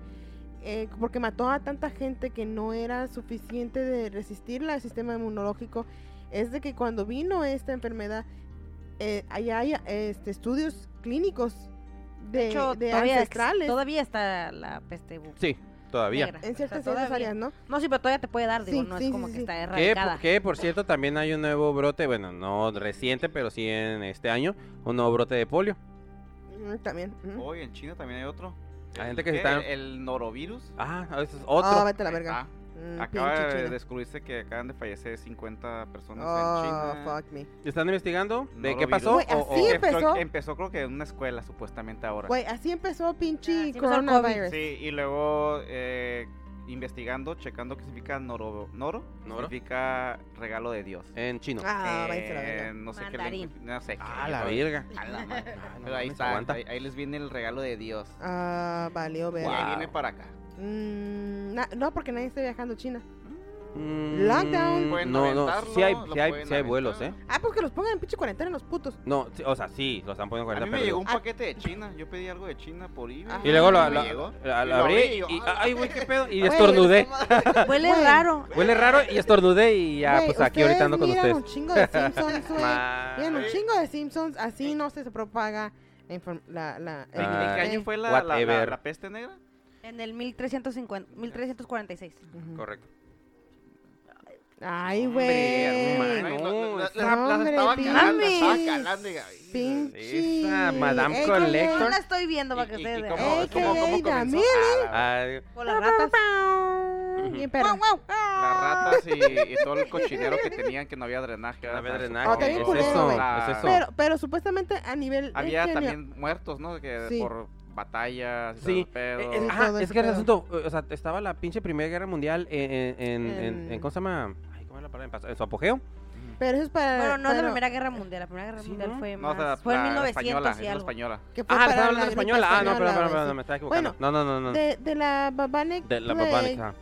[SPEAKER 2] eh, porque mató a tanta gente que no era suficiente de resistirla al sistema inmunológico, es de que cuando vino esta enfermedad, eh, allá hay este, estudios clínicos de,
[SPEAKER 4] De hecho,
[SPEAKER 2] de
[SPEAKER 4] todavía, ex-
[SPEAKER 2] ancestrales
[SPEAKER 4] todavía está la peste bu-
[SPEAKER 3] Sí, todavía.
[SPEAKER 4] negra.
[SPEAKER 2] en
[SPEAKER 4] O sea,
[SPEAKER 2] ciertas
[SPEAKER 4] todavía.
[SPEAKER 2] áreas, ¿no?
[SPEAKER 4] No, sí, pero todavía te puede dar, digo,
[SPEAKER 2] Sí,
[SPEAKER 4] no
[SPEAKER 2] sí,
[SPEAKER 4] es como
[SPEAKER 2] sí,
[SPEAKER 4] que
[SPEAKER 2] sí.
[SPEAKER 4] está
[SPEAKER 3] Que,
[SPEAKER 4] erradicada.
[SPEAKER 3] que, por cierto, también hay un nuevo brote, bueno, no reciente, pero sí en este año, un nuevo brote de polio.
[SPEAKER 2] Mm, También. mm.
[SPEAKER 5] Hoy en China también hay otro.
[SPEAKER 3] Hay gente que se
[SPEAKER 5] ¿Qué?
[SPEAKER 3] está...
[SPEAKER 5] El, el norovirus.
[SPEAKER 3] Ah, eso es
[SPEAKER 2] Ah,
[SPEAKER 3] otro.
[SPEAKER 2] vete a la verga.
[SPEAKER 5] Ah,
[SPEAKER 2] Mm,
[SPEAKER 5] acaba
[SPEAKER 2] pinche
[SPEAKER 5] de
[SPEAKER 2] China.
[SPEAKER 5] descubrirse que acaban de fallecer 50 personas
[SPEAKER 2] Oh,
[SPEAKER 5] en China.
[SPEAKER 2] fuck me.
[SPEAKER 3] ¿Están investigando de qué
[SPEAKER 5] Norovirus.
[SPEAKER 3] pasó?
[SPEAKER 2] Güey,
[SPEAKER 3] O- o-
[SPEAKER 2] así
[SPEAKER 5] Que
[SPEAKER 2] empezó.
[SPEAKER 5] creo- Empezó creo que en una escuela supuestamente ahora.
[SPEAKER 2] Güey, así empezó pinche
[SPEAKER 4] Así empezó el COVID.
[SPEAKER 2] coronavirus.
[SPEAKER 5] Sí, y luego eh, investigando, checando qué significa noro. Noro,
[SPEAKER 3] ¿Noro?
[SPEAKER 5] significa regalo de Dios.
[SPEAKER 3] En chino.
[SPEAKER 2] Ah,
[SPEAKER 5] Eh,
[SPEAKER 2] váyanse a la verga.
[SPEAKER 5] no sé qué
[SPEAKER 4] Mandarín.
[SPEAKER 5] lengua- No sé. qué
[SPEAKER 3] Ah, la
[SPEAKER 5] lengua.
[SPEAKER 3] verga.
[SPEAKER 5] A la madre.
[SPEAKER 3] Ah, no
[SPEAKER 5] Pero ahí
[SPEAKER 3] mames,
[SPEAKER 5] está,
[SPEAKER 3] aguanta.
[SPEAKER 5] ahí, ahí les viene el regalo de Dios.
[SPEAKER 2] Ah, valió
[SPEAKER 5] Y
[SPEAKER 2] ver.
[SPEAKER 5] ahí
[SPEAKER 3] Wow.
[SPEAKER 5] viene para acá.
[SPEAKER 2] Mm, na- no, porque nadie está viajando a China.
[SPEAKER 3] Mm,
[SPEAKER 2] Lockdown.
[SPEAKER 5] Pueden
[SPEAKER 3] No, no,
[SPEAKER 5] aventarlo,
[SPEAKER 3] sí hay,
[SPEAKER 5] lo
[SPEAKER 3] sí hay,
[SPEAKER 5] pueden
[SPEAKER 3] sí hay vuelos, ¿eh?
[SPEAKER 5] aventar.
[SPEAKER 2] Ah, pues que los pongan en pinche cuarentena los putos.
[SPEAKER 3] No, sí, o sea, sí, los están poniendo en
[SPEAKER 5] A
[SPEAKER 3] cuarentena,
[SPEAKER 5] mí me
[SPEAKER 3] pero-
[SPEAKER 5] llegó un
[SPEAKER 2] Ah.
[SPEAKER 5] paquete de China. Yo pedí algo de China por eBay.
[SPEAKER 2] Ajá.
[SPEAKER 3] Y luego lo,
[SPEAKER 5] me
[SPEAKER 3] lo-
[SPEAKER 5] llegó.
[SPEAKER 3] la-
[SPEAKER 5] Y
[SPEAKER 3] la
[SPEAKER 5] lo
[SPEAKER 3] abrí
[SPEAKER 5] abrí y yo,
[SPEAKER 3] y...
[SPEAKER 5] ah,
[SPEAKER 3] Ay, güey, qué pedo. Y
[SPEAKER 2] Güey,
[SPEAKER 3] estornudé.
[SPEAKER 4] Huele
[SPEAKER 2] Güey.
[SPEAKER 4] raro.
[SPEAKER 3] Huele raro y estornudé y ya,
[SPEAKER 2] Güey,
[SPEAKER 3] pues aquí ahorita ando con
[SPEAKER 2] miran
[SPEAKER 3] ustedes.
[SPEAKER 2] un chingo de Simpsons, güey. Miran un
[SPEAKER 3] Ma-
[SPEAKER 2] chingo de Simpsons. Así no se propaga la infor- la... la
[SPEAKER 5] ¿En, en
[SPEAKER 3] Ah.
[SPEAKER 5] qué
[SPEAKER 2] eh,
[SPEAKER 5] año fue la, la, la,
[SPEAKER 3] Whatever.
[SPEAKER 5] la peste negra?
[SPEAKER 4] En el 1350, 1346.
[SPEAKER 2] ujú.
[SPEAKER 3] Ah, Correcto.
[SPEAKER 2] Ay,
[SPEAKER 5] Hombre,
[SPEAKER 2] güey.
[SPEAKER 3] hermano.
[SPEAKER 5] no, no,
[SPEAKER 3] Las-
[SPEAKER 5] las- las
[SPEAKER 2] Hombre,
[SPEAKER 5] estaba calando, las estaba
[SPEAKER 2] pinches.
[SPEAKER 5] calando, diga, y-
[SPEAKER 2] Pinche.
[SPEAKER 3] Esa Madame
[SPEAKER 2] Ey,
[SPEAKER 3] Collector.
[SPEAKER 4] No
[SPEAKER 2] güey.
[SPEAKER 4] la estoy viendo para que
[SPEAKER 5] y- y
[SPEAKER 4] ustedes
[SPEAKER 5] cómo-
[SPEAKER 4] vean.
[SPEAKER 2] Ey,
[SPEAKER 5] cómo-
[SPEAKER 2] que
[SPEAKER 5] cómo
[SPEAKER 2] ey,
[SPEAKER 5] comenzó?
[SPEAKER 2] Damil,
[SPEAKER 5] Ah,
[SPEAKER 3] Ay,
[SPEAKER 4] Con las ratas.
[SPEAKER 2] Bien perra.
[SPEAKER 5] la- Las ratas y, y todo el cochinero que tenían que no había drenaje.
[SPEAKER 3] No había
[SPEAKER 5] ¿verdad?
[SPEAKER 3] drenaje,
[SPEAKER 2] Ah, también
[SPEAKER 5] Con-
[SPEAKER 2] culero,
[SPEAKER 5] con-
[SPEAKER 2] güey.
[SPEAKER 5] la-
[SPEAKER 3] Pues eso.
[SPEAKER 2] Pero, pero supuestamente a nivel... este,
[SPEAKER 5] Había
[SPEAKER 2] genio-
[SPEAKER 5] también muertos, ¿no? Que
[SPEAKER 2] Sí.
[SPEAKER 5] por batallas. y todo
[SPEAKER 3] Sí,
[SPEAKER 5] el pedo.
[SPEAKER 3] Eh, eh,
[SPEAKER 2] Sí,
[SPEAKER 3] ajá,
[SPEAKER 2] todo
[SPEAKER 3] es
[SPEAKER 2] ese
[SPEAKER 3] que era el
[SPEAKER 2] pedo.
[SPEAKER 3] asunto, eh, o sea, estaba la pinche Primera Guerra Mundial en, en, en, en-
[SPEAKER 2] En-
[SPEAKER 3] ¿cómo se llama? Ay, ¿cómo es la palabra? En pas- En su apogeo.
[SPEAKER 2] Pero eso es para...
[SPEAKER 4] Bueno, no es la
[SPEAKER 2] pero-
[SPEAKER 4] Primera Guerra Mundial. La Primera Guerra
[SPEAKER 3] Sí,
[SPEAKER 4] Mundial
[SPEAKER 3] ¿no?
[SPEAKER 4] fue
[SPEAKER 5] No, o
[SPEAKER 4] más.
[SPEAKER 5] sea,
[SPEAKER 4] fue en
[SPEAKER 5] la- la
[SPEAKER 4] 1900
[SPEAKER 5] española,
[SPEAKER 4] y
[SPEAKER 5] es la
[SPEAKER 4] algo.
[SPEAKER 5] española.
[SPEAKER 2] que fue
[SPEAKER 3] Ah,
[SPEAKER 2] para
[SPEAKER 3] estaba hablando
[SPEAKER 2] la
[SPEAKER 3] en
[SPEAKER 2] gripe
[SPEAKER 3] española. Ah, no, perdón,
[SPEAKER 2] española,
[SPEAKER 3] perdón,
[SPEAKER 2] güey,
[SPEAKER 3] perdón,
[SPEAKER 2] sí.
[SPEAKER 3] me estaba equivocando. no,
[SPEAKER 2] Bueno,
[SPEAKER 3] no, no, no. no.
[SPEAKER 2] De, de la Babane
[SPEAKER 3] De la ah.
[SPEAKER 2] Plague,
[SPEAKER 3] papá ajá.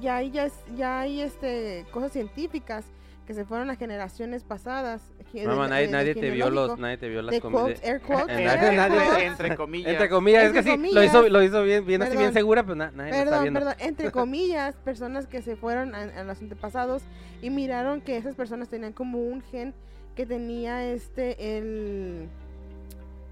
[SPEAKER 2] ya hay, ya, es- ya hay este, cosas científicas que se fueron a generaciones pasadas. ge-
[SPEAKER 3] No,
[SPEAKER 2] de-
[SPEAKER 3] no, nadie,
[SPEAKER 2] de-
[SPEAKER 3] nadie
[SPEAKER 2] de
[SPEAKER 3] te vio los,
[SPEAKER 2] genealógico,
[SPEAKER 3] nadie te vio las
[SPEAKER 2] de
[SPEAKER 3] comidas.
[SPEAKER 2] quotes, air quotes,
[SPEAKER 3] Eh,
[SPEAKER 2] air
[SPEAKER 3] nadie- nadie-
[SPEAKER 2] quotes.
[SPEAKER 5] Entre, entre comillas.
[SPEAKER 3] Entre comillas, es
[SPEAKER 2] Entre
[SPEAKER 3] que sí, lo
[SPEAKER 2] comillas.
[SPEAKER 3] hizo, lo hizo bien, bien así, bien
[SPEAKER 2] Perdón.
[SPEAKER 3] segura, pues na- nadie lo está
[SPEAKER 2] Perdón,
[SPEAKER 3] viendo.
[SPEAKER 2] perdón, entre comillas, personas que se fueron a, a los antepasados y miraron que esas personas tenían como un gen que tenía este, el...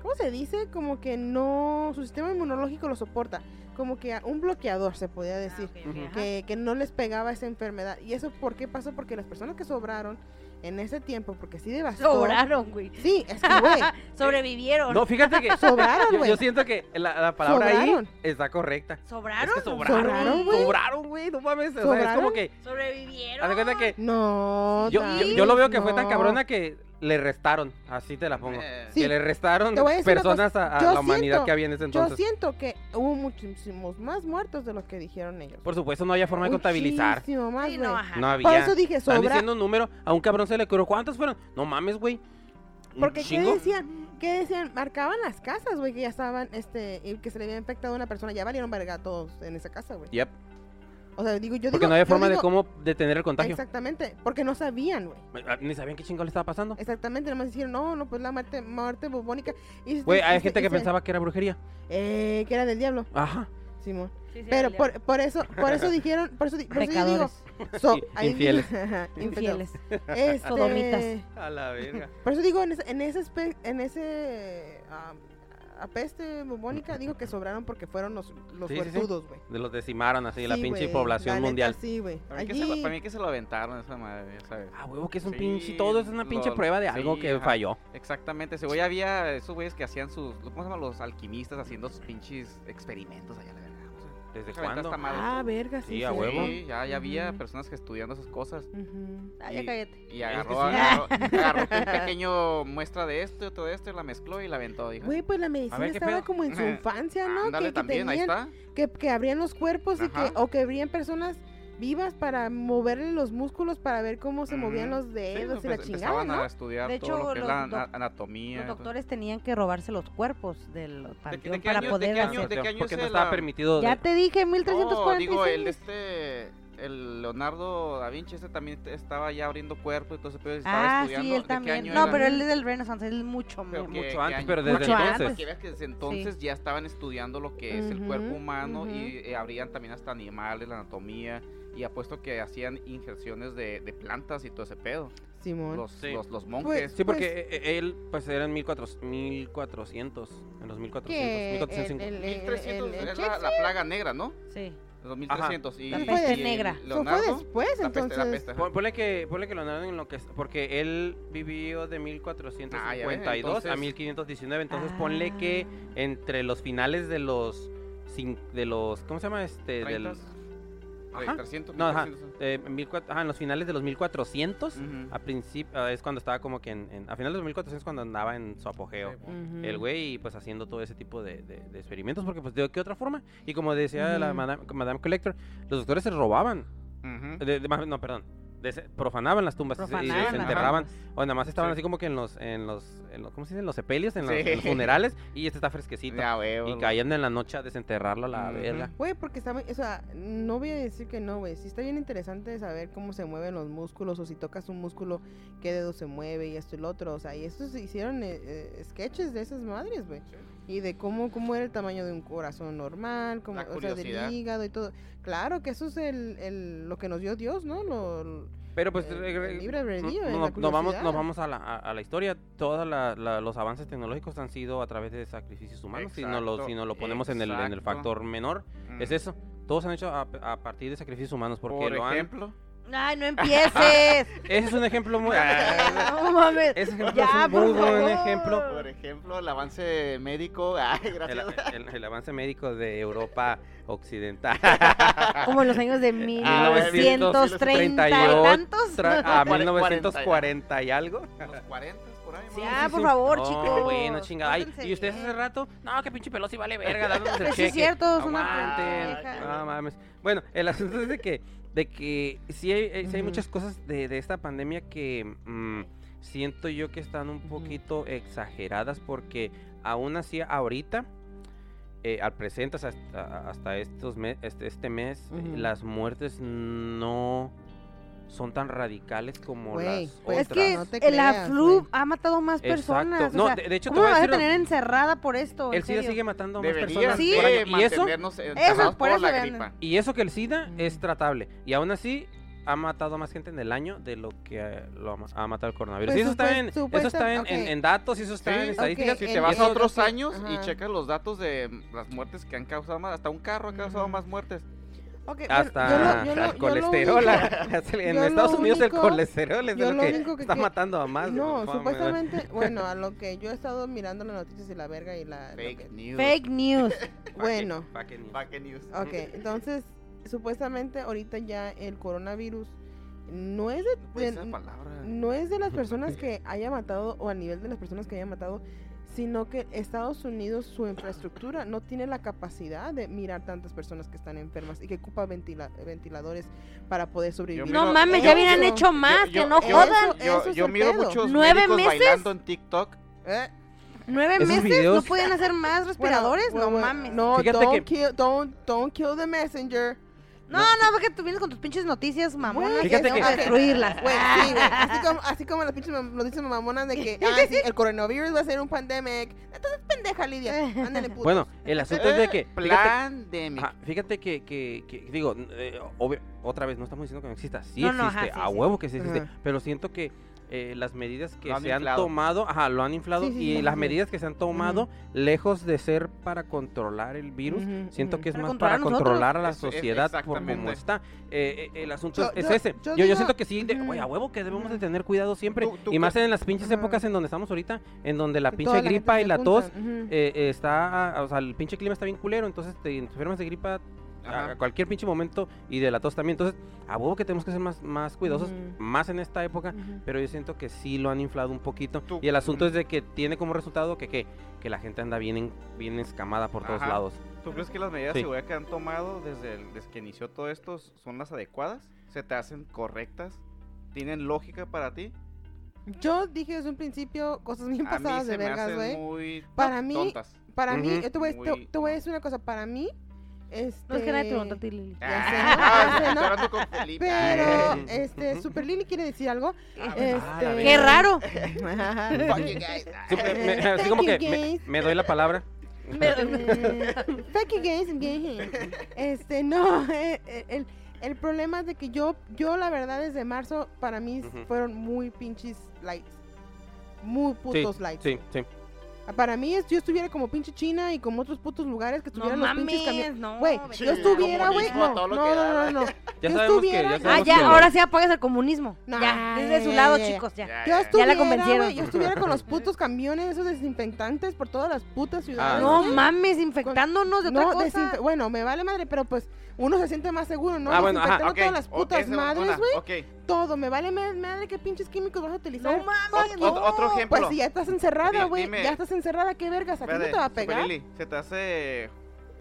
[SPEAKER 2] ¿Cómo se dice? Como que no, su sistema inmunológico lo soporta, como que un bloqueador se podía
[SPEAKER 4] Ah,
[SPEAKER 2] decir.
[SPEAKER 4] ok, ok,
[SPEAKER 3] Ujú.
[SPEAKER 4] ajá.
[SPEAKER 2] que, que no les pegaba esa enfermedad. ¿Y eso por qué pasó? Porque las personas que sobraron en ese tiempo, porque sí devastó.
[SPEAKER 4] Sobraron, güey.
[SPEAKER 2] Sí, es que, güey,
[SPEAKER 4] Sobrevivieron.
[SPEAKER 3] No, fíjate que
[SPEAKER 2] Sobraron,
[SPEAKER 3] yo,
[SPEAKER 2] güey.
[SPEAKER 3] yo siento que la, la palabra
[SPEAKER 2] Sobraron.
[SPEAKER 3] ahí está correcta. Es
[SPEAKER 4] ¿Sobraron?
[SPEAKER 3] que sobraron,
[SPEAKER 2] Sobraron, güey.
[SPEAKER 3] sobraron, güey, no mames, o sea, es como
[SPEAKER 2] Sobraron.
[SPEAKER 3] que
[SPEAKER 4] Sobrevivieron.
[SPEAKER 3] haz de cuenta que
[SPEAKER 2] no.
[SPEAKER 3] yo, yo, yo lo veo que fue tan
[SPEAKER 2] no.
[SPEAKER 3] cabrona que le restaron, así te la pongo.
[SPEAKER 5] Eh,
[SPEAKER 2] Sí.
[SPEAKER 3] Que le restaron
[SPEAKER 2] Te voy a decir una
[SPEAKER 3] personas a, a
[SPEAKER 2] Yo
[SPEAKER 3] la humanidad
[SPEAKER 2] siento-
[SPEAKER 3] que había en ese
[SPEAKER 2] Yo
[SPEAKER 3] entonces.
[SPEAKER 2] siento que hubo muchísimos más muertos de los que dijeron ellos.
[SPEAKER 3] Por supuesto, no había forma de contabilizar.
[SPEAKER 2] Muchísimo más,
[SPEAKER 4] Sí,
[SPEAKER 2] Ah, güey.
[SPEAKER 4] no, ajá.
[SPEAKER 3] No había.
[SPEAKER 2] Por eso dije
[SPEAKER 3] Están
[SPEAKER 2] sobra.
[SPEAKER 3] diciendo un número, a un cabrón se le curó. ¿Cuántos fueron? No mames, güey. ¿Un
[SPEAKER 2] Porque ¿qué
[SPEAKER 3] chingo?
[SPEAKER 2] decían? ¿Qué decían? Marcaban las casas, güey, que ya estaban, este, y que se le había infectado a una persona. Ya valieron verga todos en esa casa, güey.
[SPEAKER 3] Yep.
[SPEAKER 2] O sea, digo, yo
[SPEAKER 3] Porque
[SPEAKER 2] digo-
[SPEAKER 3] no había
[SPEAKER 2] yo
[SPEAKER 3] forma de
[SPEAKER 2] digo-
[SPEAKER 3] cómo detener el contagio. ah,
[SPEAKER 2] Exactamente, porque no sabían, güey.
[SPEAKER 3] Ni sabían qué chingo le estaba pasando.
[SPEAKER 2] Exactamente, nomás dijeron, no, no, pues la muerte, muerte bubónica. Y,
[SPEAKER 3] Güey,
[SPEAKER 2] y-
[SPEAKER 3] hay
[SPEAKER 2] y-
[SPEAKER 3] gente
[SPEAKER 2] y-
[SPEAKER 3] que
[SPEAKER 2] y-
[SPEAKER 3] pensaba que era brujería.
[SPEAKER 2] Eh, que era del diablo,
[SPEAKER 3] Ajá.
[SPEAKER 2] Simón.
[SPEAKER 4] Sí, sí,
[SPEAKER 2] Pero
[SPEAKER 4] valieron.
[SPEAKER 2] por, por eso, por eso dijeron, por eso, di- por eso yo digo,
[SPEAKER 4] Pecadores.
[SPEAKER 2] so-
[SPEAKER 3] Y-
[SPEAKER 2] ahí-
[SPEAKER 3] infieles.
[SPEAKER 2] ajá,
[SPEAKER 4] Infieles.
[SPEAKER 2] Este,
[SPEAKER 4] Sodomitas.
[SPEAKER 3] A la verga.
[SPEAKER 2] Por eso digo, en ese, en ese, espe- en ese ah, a peste bubónica, digo que sobraron porque fueron los, los
[SPEAKER 3] Sí, sí, sí.
[SPEAKER 2] suertudos, güey.
[SPEAKER 3] De los decimaron así, la
[SPEAKER 2] Sí,
[SPEAKER 3] pinche
[SPEAKER 2] güey,
[SPEAKER 3] población
[SPEAKER 2] la neta,
[SPEAKER 3] mundial.
[SPEAKER 2] Sí, güey.
[SPEAKER 5] Para mí, que se lo, para mí
[SPEAKER 2] Allí,
[SPEAKER 5] que se lo aventaron esa madre, ya sabes.
[SPEAKER 3] Ah, huevo, que es un
[SPEAKER 5] Sí,
[SPEAKER 3] pinche. Todo es una pinche
[SPEAKER 5] lo-
[SPEAKER 3] prueba de
[SPEAKER 5] sí,
[SPEAKER 3] algo que
[SPEAKER 5] ajá.
[SPEAKER 3] falló.
[SPEAKER 5] Exactamente, ese güey había esos güeyes que hacían sus, ¿cómo se llaman? Los alquimistas haciendo sus pinches experimentos allá, la verdad. o sea,
[SPEAKER 3] ¿Desde
[SPEAKER 5] se
[SPEAKER 3] cuándo?
[SPEAKER 5] aventó esta madre.
[SPEAKER 2] ah, verga, sí.
[SPEAKER 3] Sí, a
[SPEAKER 2] sí.
[SPEAKER 3] huevo.
[SPEAKER 5] Sí, ya, ya había
[SPEAKER 2] Ujú.
[SPEAKER 5] personas que estudiando esas cosas.
[SPEAKER 2] Ujú.
[SPEAKER 4] Ah, ya
[SPEAKER 5] Y-
[SPEAKER 4] cállate.
[SPEAKER 5] Y
[SPEAKER 3] Es que
[SPEAKER 5] agarró,
[SPEAKER 3] sí.
[SPEAKER 5] agarró, agarró un pequeño muestra de esto y otro de esto y la mezcló y la aventó. Dijo,
[SPEAKER 2] Güey, pues la medicina
[SPEAKER 3] ver, ¿qué
[SPEAKER 2] estaba
[SPEAKER 3] pedo?
[SPEAKER 2] como en su infancia, ¿no?
[SPEAKER 5] Eh, Ándale,
[SPEAKER 2] que, que
[SPEAKER 5] también,
[SPEAKER 2] tenían-
[SPEAKER 5] ahí está.
[SPEAKER 2] que, que abrían los cuerpos y que,
[SPEAKER 5] Ajá.
[SPEAKER 2] o que abrían personas vivas para moverle los músculos para ver cómo se movían
[SPEAKER 5] Ujú.
[SPEAKER 2] los
[SPEAKER 5] Sí, pues,
[SPEAKER 2] dedos y
[SPEAKER 5] empe-
[SPEAKER 2] la chingada,
[SPEAKER 5] empezaban
[SPEAKER 2] ¿no?
[SPEAKER 5] a estudiar
[SPEAKER 4] De
[SPEAKER 5] todo
[SPEAKER 4] hecho,
[SPEAKER 5] lo que es
[SPEAKER 4] los
[SPEAKER 5] la
[SPEAKER 4] doc-
[SPEAKER 5] ana- anatomía.
[SPEAKER 4] Los
[SPEAKER 5] entonces-
[SPEAKER 4] doctores tenían que robarse los cuerpos del panteón
[SPEAKER 5] de qué
[SPEAKER 4] para
[SPEAKER 5] año- de
[SPEAKER 4] poder
[SPEAKER 5] qué año-
[SPEAKER 4] hacer.
[SPEAKER 5] de qué año
[SPEAKER 3] Porque
[SPEAKER 5] es
[SPEAKER 3] no
[SPEAKER 5] el,
[SPEAKER 3] estaba
[SPEAKER 5] ah,
[SPEAKER 3] permitido. de-
[SPEAKER 4] Ya te dije,
[SPEAKER 5] No,
[SPEAKER 4] 1346.
[SPEAKER 5] digo, el de este, el Leonardo da Vinci, este también te- estaba ya abriendo cuerpo y todo ese pedo, y estaba
[SPEAKER 4] Ah,
[SPEAKER 5] estudiando.
[SPEAKER 4] sí,
[SPEAKER 5] ¿de
[SPEAKER 4] él
[SPEAKER 5] qué
[SPEAKER 4] también.
[SPEAKER 5] año
[SPEAKER 4] No,
[SPEAKER 5] era?
[SPEAKER 4] pero él es del Renaissance, él es mucho,
[SPEAKER 5] Pero
[SPEAKER 4] mu-
[SPEAKER 5] qué-
[SPEAKER 4] mucho.
[SPEAKER 3] Mucho
[SPEAKER 5] qué
[SPEAKER 3] antes,
[SPEAKER 5] año.
[SPEAKER 3] pero desde
[SPEAKER 4] Mucho
[SPEAKER 3] entonces.
[SPEAKER 5] Para que veas que desde entonces ya estaban estudiando lo que es el cuerpo
[SPEAKER 2] Ujú,
[SPEAKER 5] humano y
[SPEAKER 2] ujú.
[SPEAKER 5] eh, abrían también hasta animales, la anatomía, y apuesto que hacían injerciones de, de plantas y todo ese pedo.
[SPEAKER 2] Simón.
[SPEAKER 5] Los,
[SPEAKER 3] Sí.
[SPEAKER 5] los, los monjes.
[SPEAKER 3] Sí, porque eh, eh, él, pues eran 1400, 1400, en los 1400,
[SPEAKER 2] que el,
[SPEAKER 3] 1450.
[SPEAKER 2] el- el-
[SPEAKER 5] 1300
[SPEAKER 2] el- el
[SPEAKER 5] es la,
[SPEAKER 2] Shakespeare
[SPEAKER 5] la plaga negra, ¿no?
[SPEAKER 4] Sí.
[SPEAKER 5] Los 1300. Y,
[SPEAKER 4] La
[SPEAKER 5] y
[SPEAKER 4] peste
[SPEAKER 5] el
[SPEAKER 4] negra.
[SPEAKER 2] Eso fue
[SPEAKER 5] Leonardo,
[SPEAKER 2] después,
[SPEAKER 5] la peste,
[SPEAKER 2] entonces.
[SPEAKER 5] la peste. ajá.
[SPEAKER 3] Pon- Ponle que, ponle que Leonardo en lo que es- porque él vivió de 1452
[SPEAKER 5] Ah, ya ven, entonces-
[SPEAKER 3] a 1519, entonces ponle
[SPEAKER 4] Ah.
[SPEAKER 3] que eh, entre los finales de los cin- de los ¿cómo se llama este? Del,
[SPEAKER 5] 30s,
[SPEAKER 3] Ajá.
[SPEAKER 5] 300,
[SPEAKER 3] no, ajá,
[SPEAKER 5] 1400.
[SPEAKER 3] eh, 1400, ajá, en los finales de los 1400
[SPEAKER 5] Ujú.
[SPEAKER 3] a principio es cuando estaba como que en, en- a finales de los 1400 cuando andaba en su apogeo.
[SPEAKER 5] Sí,
[SPEAKER 2] Ujú.
[SPEAKER 3] el güey pues haciendo todo ese tipo de, de- de experimentos porque pues de qué otra forma y como decía la
[SPEAKER 2] Ujú.
[SPEAKER 3] madame, madame collector los doctores se robaban
[SPEAKER 5] Ujú.
[SPEAKER 3] de- de- más- no perdón des- profanaban las tumbas y se- y
[SPEAKER 4] Profanaban
[SPEAKER 3] pues, eh, se
[SPEAKER 4] las
[SPEAKER 3] enterraban o nada más estaban
[SPEAKER 5] Sí.
[SPEAKER 3] así como que en los en los, en los- cómo se dice en los sepelios en, los-
[SPEAKER 5] Sí.
[SPEAKER 3] en los funerales y este está fresquecito
[SPEAKER 5] Ya, huevo,
[SPEAKER 3] y
[SPEAKER 5] lo-
[SPEAKER 3] caían en la noche a desenterrarlo a la
[SPEAKER 5] Ujú.
[SPEAKER 3] verga
[SPEAKER 2] Güey, porque está, muy- o sea, no voy a decir que no, güey. Sí está bien interesante saber cómo se mueven los músculos o si tocas un músculo, qué dedo se mueve y esto y lo otro. O sea, y estos hicieron eh, eh, sketches de esas madres, güey.
[SPEAKER 5] Sí.
[SPEAKER 2] Y de cómo, cómo era el tamaño de un corazón normal, como,
[SPEAKER 5] La
[SPEAKER 2] o sea,
[SPEAKER 5] curiosidad.
[SPEAKER 2] del hígado y todo. Claro que eso es el, el- lo que nos dio Dios, ¿no? Lo, lo-
[SPEAKER 3] pero pues
[SPEAKER 2] El-
[SPEAKER 3] regre-
[SPEAKER 2] el libre albedrío,
[SPEAKER 3] no-
[SPEAKER 2] eh,
[SPEAKER 3] no-
[SPEAKER 2] la
[SPEAKER 3] nos vamos nos
[SPEAKER 2] curiosidad.
[SPEAKER 3] vamos a la, a, a la historia todos los avances tecnológicos han sido a través de sacrificios humanos si no lo
[SPEAKER 5] Exacto,
[SPEAKER 3] si no lo ponemos en el en el
[SPEAKER 5] exacto.
[SPEAKER 3] factor menor
[SPEAKER 5] Ujú.
[SPEAKER 3] Es eso. Todos han hecho a, a partir de sacrificios humanos porque
[SPEAKER 5] Por
[SPEAKER 3] lo han-
[SPEAKER 5] ejemplo.
[SPEAKER 4] Ay, no empieces.
[SPEAKER 3] Ese es un ejemplo muy.
[SPEAKER 4] no mames.
[SPEAKER 3] Ah, Ese ejemplo
[SPEAKER 4] Ya,
[SPEAKER 3] es un
[SPEAKER 4] por
[SPEAKER 3] muy buen
[SPEAKER 4] favor.
[SPEAKER 3] ejemplo.
[SPEAKER 5] Por ejemplo, el avance médico. Ay,
[SPEAKER 3] El,
[SPEAKER 5] gracias.
[SPEAKER 3] el- el avance médico de Europa Occidental.
[SPEAKER 4] Como en los años de
[SPEAKER 3] Ah,
[SPEAKER 4] 1930 y
[SPEAKER 3] 1938,
[SPEAKER 4] tantos.
[SPEAKER 3] Tra- a
[SPEAKER 5] Cuare-
[SPEAKER 3] 1940 y algo.
[SPEAKER 5] Los 40 por ahí,
[SPEAKER 4] Sí,
[SPEAKER 5] más o
[SPEAKER 4] ah,
[SPEAKER 5] menos.
[SPEAKER 4] por favor,
[SPEAKER 3] No,
[SPEAKER 4] chicos.
[SPEAKER 3] Bueno, chingada. Ay,
[SPEAKER 4] Pórtense
[SPEAKER 3] y ustedes hace
[SPEAKER 4] bien.
[SPEAKER 3] rato. No, que pinche Pelosi vale verga. dándonos el Ah,
[SPEAKER 4] Pues sí,
[SPEAKER 3] cheque.
[SPEAKER 4] es cierto, es una
[SPEAKER 3] Aguanten.
[SPEAKER 4] pendeja.
[SPEAKER 3] No mames. Bueno, el asunto es de que, de que sí hay, eh, sí hay
[SPEAKER 2] Ujú.
[SPEAKER 3] muchas cosas de, de esta pandemia que mm, siento yo que están un
[SPEAKER 2] Ujú.
[SPEAKER 3] poquito exageradas porque aún así ahorita, eh, al presente, o sea, hasta, hasta estos me- este, este mes, eh,
[SPEAKER 2] Ujú.
[SPEAKER 3] las muertes no son tan radicales como
[SPEAKER 2] Güey,
[SPEAKER 3] las
[SPEAKER 2] pues
[SPEAKER 3] otras.
[SPEAKER 4] Es que
[SPEAKER 2] No te
[SPEAKER 4] el
[SPEAKER 2] creas,
[SPEAKER 4] AFLU
[SPEAKER 2] güey.
[SPEAKER 4] ha matado más
[SPEAKER 3] Exacto.
[SPEAKER 4] personas. o
[SPEAKER 3] No,
[SPEAKER 4] sea,
[SPEAKER 3] de- de hecho, te
[SPEAKER 4] ¿Cómo
[SPEAKER 3] voy
[SPEAKER 4] me
[SPEAKER 3] a
[SPEAKER 4] vas a
[SPEAKER 3] decir-
[SPEAKER 4] tener encerrada por esto? en
[SPEAKER 3] el SIDA
[SPEAKER 4] serio?
[SPEAKER 3] sigue matando a más
[SPEAKER 5] Deberían
[SPEAKER 3] personas.
[SPEAKER 4] Sí.
[SPEAKER 3] por año.
[SPEAKER 5] de
[SPEAKER 3] ¿Y eso?
[SPEAKER 5] mantenernos encerrados
[SPEAKER 4] por
[SPEAKER 5] por,
[SPEAKER 4] eso
[SPEAKER 5] la
[SPEAKER 4] vean.
[SPEAKER 5] gripa.
[SPEAKER 3] Y eso que el SIDA es
[SPEAKER 2] Mm.
[SPEAKER 3] tratable. Y aún así ha matado a más gente en el año de lo que eh, lo ha ma- ha matado el coronavirus.
[SPEAKER 2] Pues
[SPEAKER 3] y eso está, en,
[SPEAKER 2] supuesto-
[SPEAKER 3] eso está en, en-
[SPEAKER 2] ok.
[SPEAKER 3] en datos, y eso está
[SPEAKER 5] Sí,
[SPEAKER 3] en
[SPEAKER 5] ok,
[SPEAKER 3] estadísticas.
[SPEAKER 5] Si
[SPEAKER 2] en-
[SPEAKER 5] te vas a
[SPEAKER 2] en-
[SPEAKER 5] otros
[SPEAKER 2] sí,
[SPEAKER 5] años y
[SPEAKER 2] ajá.
[SPEAKER 5] checas los datos de las muertes que han causado más, hasta un carro ha causado
[SPEAKER 2] Ujú.
[SPEAKER 5] más muertes.
[SPEAKER 2] Ok, bueno,
[SPEAKER 3] Hasta
[SPEAKER 2] yo lo- yo lo-
[SPEAKER 3] el
[SPEAKER 2] yo lo
[SPEAKER 3] colesterol.
[SPEAKER 2] único-
[SPEAKER 3] hasta el- en
[SPEAKER 2] yo lo
[SPEAKER 3] Estados Unidos el
[SPEAKER 2] único-
[SPEAKER 3] colesterol es de
[SPEAKER 2] yo
[SPEAKER 3] lo
[SPEAKER 2] lo
[SPEAKER 3] que,
[SPEAKER 2] único que
[SPEAKER 3] está
[SPEAKER 2] que-
[SPEAKER 3] matando a más.
[SPEAKER 2] No,
[SPEAKER 3] Fama,
[SPEAKER 2] supuestamente, bueno, a lo que yo he estado mirando las noticias y la verga y la... lo que-
[SPEAKER 5] Fake news.
[SPEAKER 4] Fake news.
[SPEAKER 3] ¿verdad?
[SPEAKER 2] Bueno.
[SPEAKER 3] Pa' que- pa' que ni-
[SPEAKER 5] Fake news.
[SPEAKER 2] Ok, entonces, supuestamente ahorita ya el coronavirus no es
[SPEAKER 5] No
[SPEAKER 2] de,
[SPEAKER 3] Pues,
[SPEAKER 5] puede
[SPEAKER 2] de-
[SPEAKER 5] ser Pues palabra.
[SPEAKER 2] no es de las personas que haya matado o a nivel de las personas que haya matado, sino que Estados Unidos, su infraestructura no tiene la capacidad de mirar tantas personas que están enfermas y que ocupa ventila- ventiladores para poder sobrevivir.
[SPEAKER 5] miro-
[SPEAKER 4] No mames, ya
[SPEAKER 2] Eso.
[SPEAKER 4] hubieran hecho más, que no
[SPEAKER 2] yo-
[SPEAKER 4] jodan.
[SPEAKER 5] Yo, yo,
[SPEAKER 2] Eso es
[SPEAKER 5] yo
[SPEAKER 2] el
[SPEAKER 5] miro
[SPEAKER 2] pedo.
[SPEAKER 5] muchos
[SPEAKER 4] ¿Nueve
[SPEAKER 5] médicos
[SPEAKER 4] meses?
[SPEAKER 5] bailando en TikTok.
[SPEAKER 2] Eh,
[SPEAKER 4] ¿Nueve
[SPEAKER 3] Esos
[SPEAKER 4] meses? ¿No
[SPEAKER 3] videos-
[SPEAKER 4] pueden hacer más respiradores?
[SPEAKER 2] bueno,
[SPEAKER 4] no
[SPEAKER 2] bueno,
[SPEAKER 4] mames. No,
[SPEAKER 2] No,
[SPEAKER 3] Fíjate
[SPEAKER 2] don't,
[SPEAKER 3] que-
[SPEAKER 2] kill, don't, don't kill the messenger.
[SPEAKER 4] no, porque tú vienes con tus pinches noticias mamonas.
[SPEAKER 2] Güey,
[SPEAKER 4] que
[SPEAKER 3] Fíjate
[SPEAKER 4] tengo
[SPEAKER 3] que-
[SPEAKER 4] que destruirlas.
[SPEAKER 2] Güey, sí, güey. Así como, así como las pinches mam- noticias mamonas de que ah, sí, el coronavirus va a ser un pandemic. Entonces, pendeja, Lidia. Ándale, puto.
[SPEAKER 3] Bueno, el asunto es pues, de que.
[SPEAKER 5] Eh,
[SPEAKER 3] Fíjate,
[SPEAKER 5] Plan de mi.
[SPEAKER 3] ajá, fíjate que, que- que- digo, eh, obvio- otra vez, no estamos diciendo que no exista. Sí
[SPEAKER 4] No, no,
[SPEAKER 3] existe,
[SPEAKER 4] ajá, sí,
[SPEAKER 3] a
[SPEAKER 4] sí.
[SPEAKER 3] huevo que sí existe.
[SPEAKER 2] Ajá.
[SPEAKER 3] Pero siento que eh, las medidas que
[SPEAKER 5] Lo han
[SPEAKER 3] se han
[SPEAKER 5] inflado.
[SPEAKER 3] tomado, ajá, lo han inflado
[SPEAKER 2] Sí, sí,
[SPEAKER 3] y
[SPEAKER 2] sí,
[SPEAKER 3] las
[SPEAKER 2] sí.
[SPEAKER 3] medidas que se han tomado, lejos de ser para controlar el virus,
[SPEAKER 2] Ujú,
[SPEAKER 3] siento
[SPEAKER 2] ujú.
[SPEAKER 3] que es
[SPEAKER 4] Para
[SPEAKER 3] más
[SPEAKER 4] controlar
[SPEAKER 3] para
[SPEAKER 4] a nosotros.
[SPEAKER 3] controlar a la
[SPEAKER 5] Eso es,
[SPEAKER 3] sociedad por cómo
[SPEAKER 5] exactamente.
[SPEAKER 3] está. Eh, eh, el asunto
[SPEAKER 2] Yo-
[SPEAKER 3] es
[SPEAKER 2] yo-
[SPEAKER 3] ese.
[SPEAKER 2] yo
[SPEAKER 3] Yo, yo,
[SPEAKER 2] digo-
[SPEAKER 3] siento que sí, de,
[SPEAKER 2] Ujú.
[SPEAKER 3] oye, a huevo que debemos de
[SPEAKER 2] Ujú.
[SPEAKER 3] tener cuidado siempre.
[SPEAKER 5] Tú- tú
[SPEAKER 3] y más
[SPEAKER 5] qué-
[SPEAKER 3] en las pinches
[SPEAKER 2] Ajá.
[SPEAKER 3] épocas en donde estamos ahorita, en donde la
[SPEAKER 2] Que
[SPEAKER 3] pinche
[SPEAKER 2] toda gente
[SPEAKER 3] gripa y
[SPEAKER 2] se
[SPEAKER 3] la
[SPEAKER 2] junta,
[SPEAKER 3] tos
[SPEAKER 2] ujú.
[SPEAKER 3] eh, eh, está, o sea, el pinche clima está bien culero, entonces te enfermas de gripa a-
[SPEAKER 5] Ajá.
[SPEAKER 3] a cualquier pinche momento y de la tos también. Entonces, a huevo que tenemos que ser más, más cuidadosos,
[SPEAKER 2] Ujú.
[SPEAKER 3] más en esta época,
[SPEAKER 2] Ujú.
[SPEAKER 3] pero yo siento que sí lo han inflado un poquito.
[SPEAKER 5] Tú-
[SPEAKER 3] Y el asunto
[SPEAKER 5] ujú.
[SPEAKER 3] es de que tiene como resultado que, que, que la gente anda bien, en- bien escamada por todos
[SPEAKER 5] Ajá.
[SPEAKER 3] lados.
[SPEAKER 5] Ah, ¿Tú crees que las medidas
[SPEAKER 3] Sí.
[SPEAKER 5] de seguridad que han tomado desde, el- desde que inició todo esto son las adecuadas? ¿Se te hacen correctas? ¿Tienen lógica para ti?
[SPEAKER 2] Yo dije desde un principio cosas bien
[SPEAKER 5] A mí
[SPEAKER 2] pasadas
[SPEAKER 5] se
[SPEAKER 2] de
[SPEAKER 5] me
[SPEAKER 2] vergas,
[SPEAKER 5] hacen
[SPEAKER 2] güey.
[SPEAKER 5] muy
[SPEAKER 2] Para mí-
[SPEAKER 5] tontas.
[SPEAKER 2] Para mí,
[SPEAKER 3] Ujú.
[SPEAKER 2] yo te voy, a- te-
[SPEAKER 5] Muy-
[SPEAKER 2] te voy a decir una cosa, para mí, este...
[SPEAKER 4] No es que nadie te preguntó a ti, Lili.
[SPEAKER 2] Ya sé,
[SPEAKER 5] Ah,
[SPEAKER 2] ¿no? Ya sé,
[SPEAKER 5] estoy
[SPEAKER 2] ¿no?
[SPEAKER 5] hablando con Felipe.
[SPEAKER 2] Pero,
[SPEAKER 3] Eh.
[SPEAKER 2] este, Super Lili quiere decir algo.
[SPEAKER 5] Ah,
[SPEAKER 2] Este...
[SPEAKER 3] ah, la
[SPEAKER 4] ¡Qué raro!
[SPEAKER 5] Fucking guys.
[SPEAKER 3] Sí, me- me-
[SPEAKER 2] Eh,
[SPEAKER 3] así como
[SPEAKER 2] thank
[SPEAKER 3] que
[SPEAKER 2] you,
[SPEAKER 3] me,
[SPEAKER 2] gays.
[SPEAKER 3] me doy la palabra.
[SPEAKER 2] Mm, fucking gays and gay. Este, no, eh, eh, el, el problema es de que yo, yo la verdad desde marzo, para mí
[SPEAKER 3] Ujú.
[SPEAKER 2] fueron muy pinches lights. Muy
[SPEAKER 3] Sí,
[SPEAKER 2] putos lights.
[SPEAKER 3] sí, sí.
[SPEAKER 2] Para mí, es- yo estuviera como pinche China y como otros putos lugares que
[SPEAKER 4] No
[SPEAKER 2] estuvieran los
[SPEAKER 4] mames,
[SPEAKER 2] pinches camiones.
[SPEAKER 4] no.
[SPEAKER 2] Güey,
[SPEAKER 4] vete
[SPEAKER 2] yo
[SPEAKER 4] a la
[SPEAKER 2] estuviera, güey.
[SPEAKER 5] comunismo a
[SPEAKER 2] No, no,
[SPEAKER 5] todo lo
[SPEAKER 2] no,
[SPEAKER 5] que
[SPEAKER 2] no,
[SPEAKER 5] da,
[SPEAKER 2] no.
[SPEAKER 3] Ya
[SPEAKER 2] Yo
[SPEAKER 3] sabemos que, ya
[SPEAKER 2] estuviera- Ah,
[SPEAKER 4] Ah,
[SPEAKER 3] sabemos que
[SPEAKER 4] ya,
[SPEAKER 3] lo-
[SPEAKER 4] ahora sí apagas el comunismo.
[SPEAKER 2] No,
[SPEAKER 4] ya,
[SPEAKER 2] ya,
[SPEAKER 4] desde su
[SPEAKER 2] ya,
[SPEAKER 4] lado,
[SPEAKER 2] ya, ya.
[SPEAKER 4] chicos, ya.
[SPEAKER 5] Ya,
[SPEAKER 2] Yo
[SPEAKER 5] ya.
[SPEAKER 2] estuviera,
[SPEAKER 4] convencieron.
[SPEAKER 2] güey, yo estuviera con los putos camiones, esos desinfectantes por todas las putas ciudades.
[SPEAKER 3] Ah,
[SPEAKER 4] No mames, infectándonos de otra
[SPEAKER 2] No,
[SPEAKER 4] cosa.
[SPEAKER 2] desinfe- bueno, me vale madre, pero pues uno se siente más seguro, ¿no?
[SPEAKER 3] Ah, bueno, ajá,
[SPEAKER 2] Desinfectando
[SPEAKER 5] Ok,
[SPEAKER 2] todas las
[SPEAKER 5] ok,
[SPEAKER 2] putas
[SPEAKER 5] esa es una,
[SPEAKER 2] madres, güey.
[SPEAKER 5] ok.
[SPEAKER 2] Todo, me vale ma- madre qué pinches químicos vas a utilizar.
[SPEAKER 4] No mames,
[SPEAKER 2] Fuck
[SPEAKER 5] Ot-
[SPEAKER 2] you.
[SPEAKER 5] Otro ejemplo.
[SPEAKER 2] Pues si ya estás encerrada,
[SPEAKER 5] Di-
[SPEAKER 2] güey.
[SPEAKER 5] dime.
[SPEAKER 2] Ya estás encerrada, qué vergas, ¿a ti no
[SPEAKER 5] Espérate,
[SPEAKER 2] te va a
[SPEAKER 5] Super
[SPEAKER 2] pegar?
[SPEAKER 5] Lili, ¿se te hace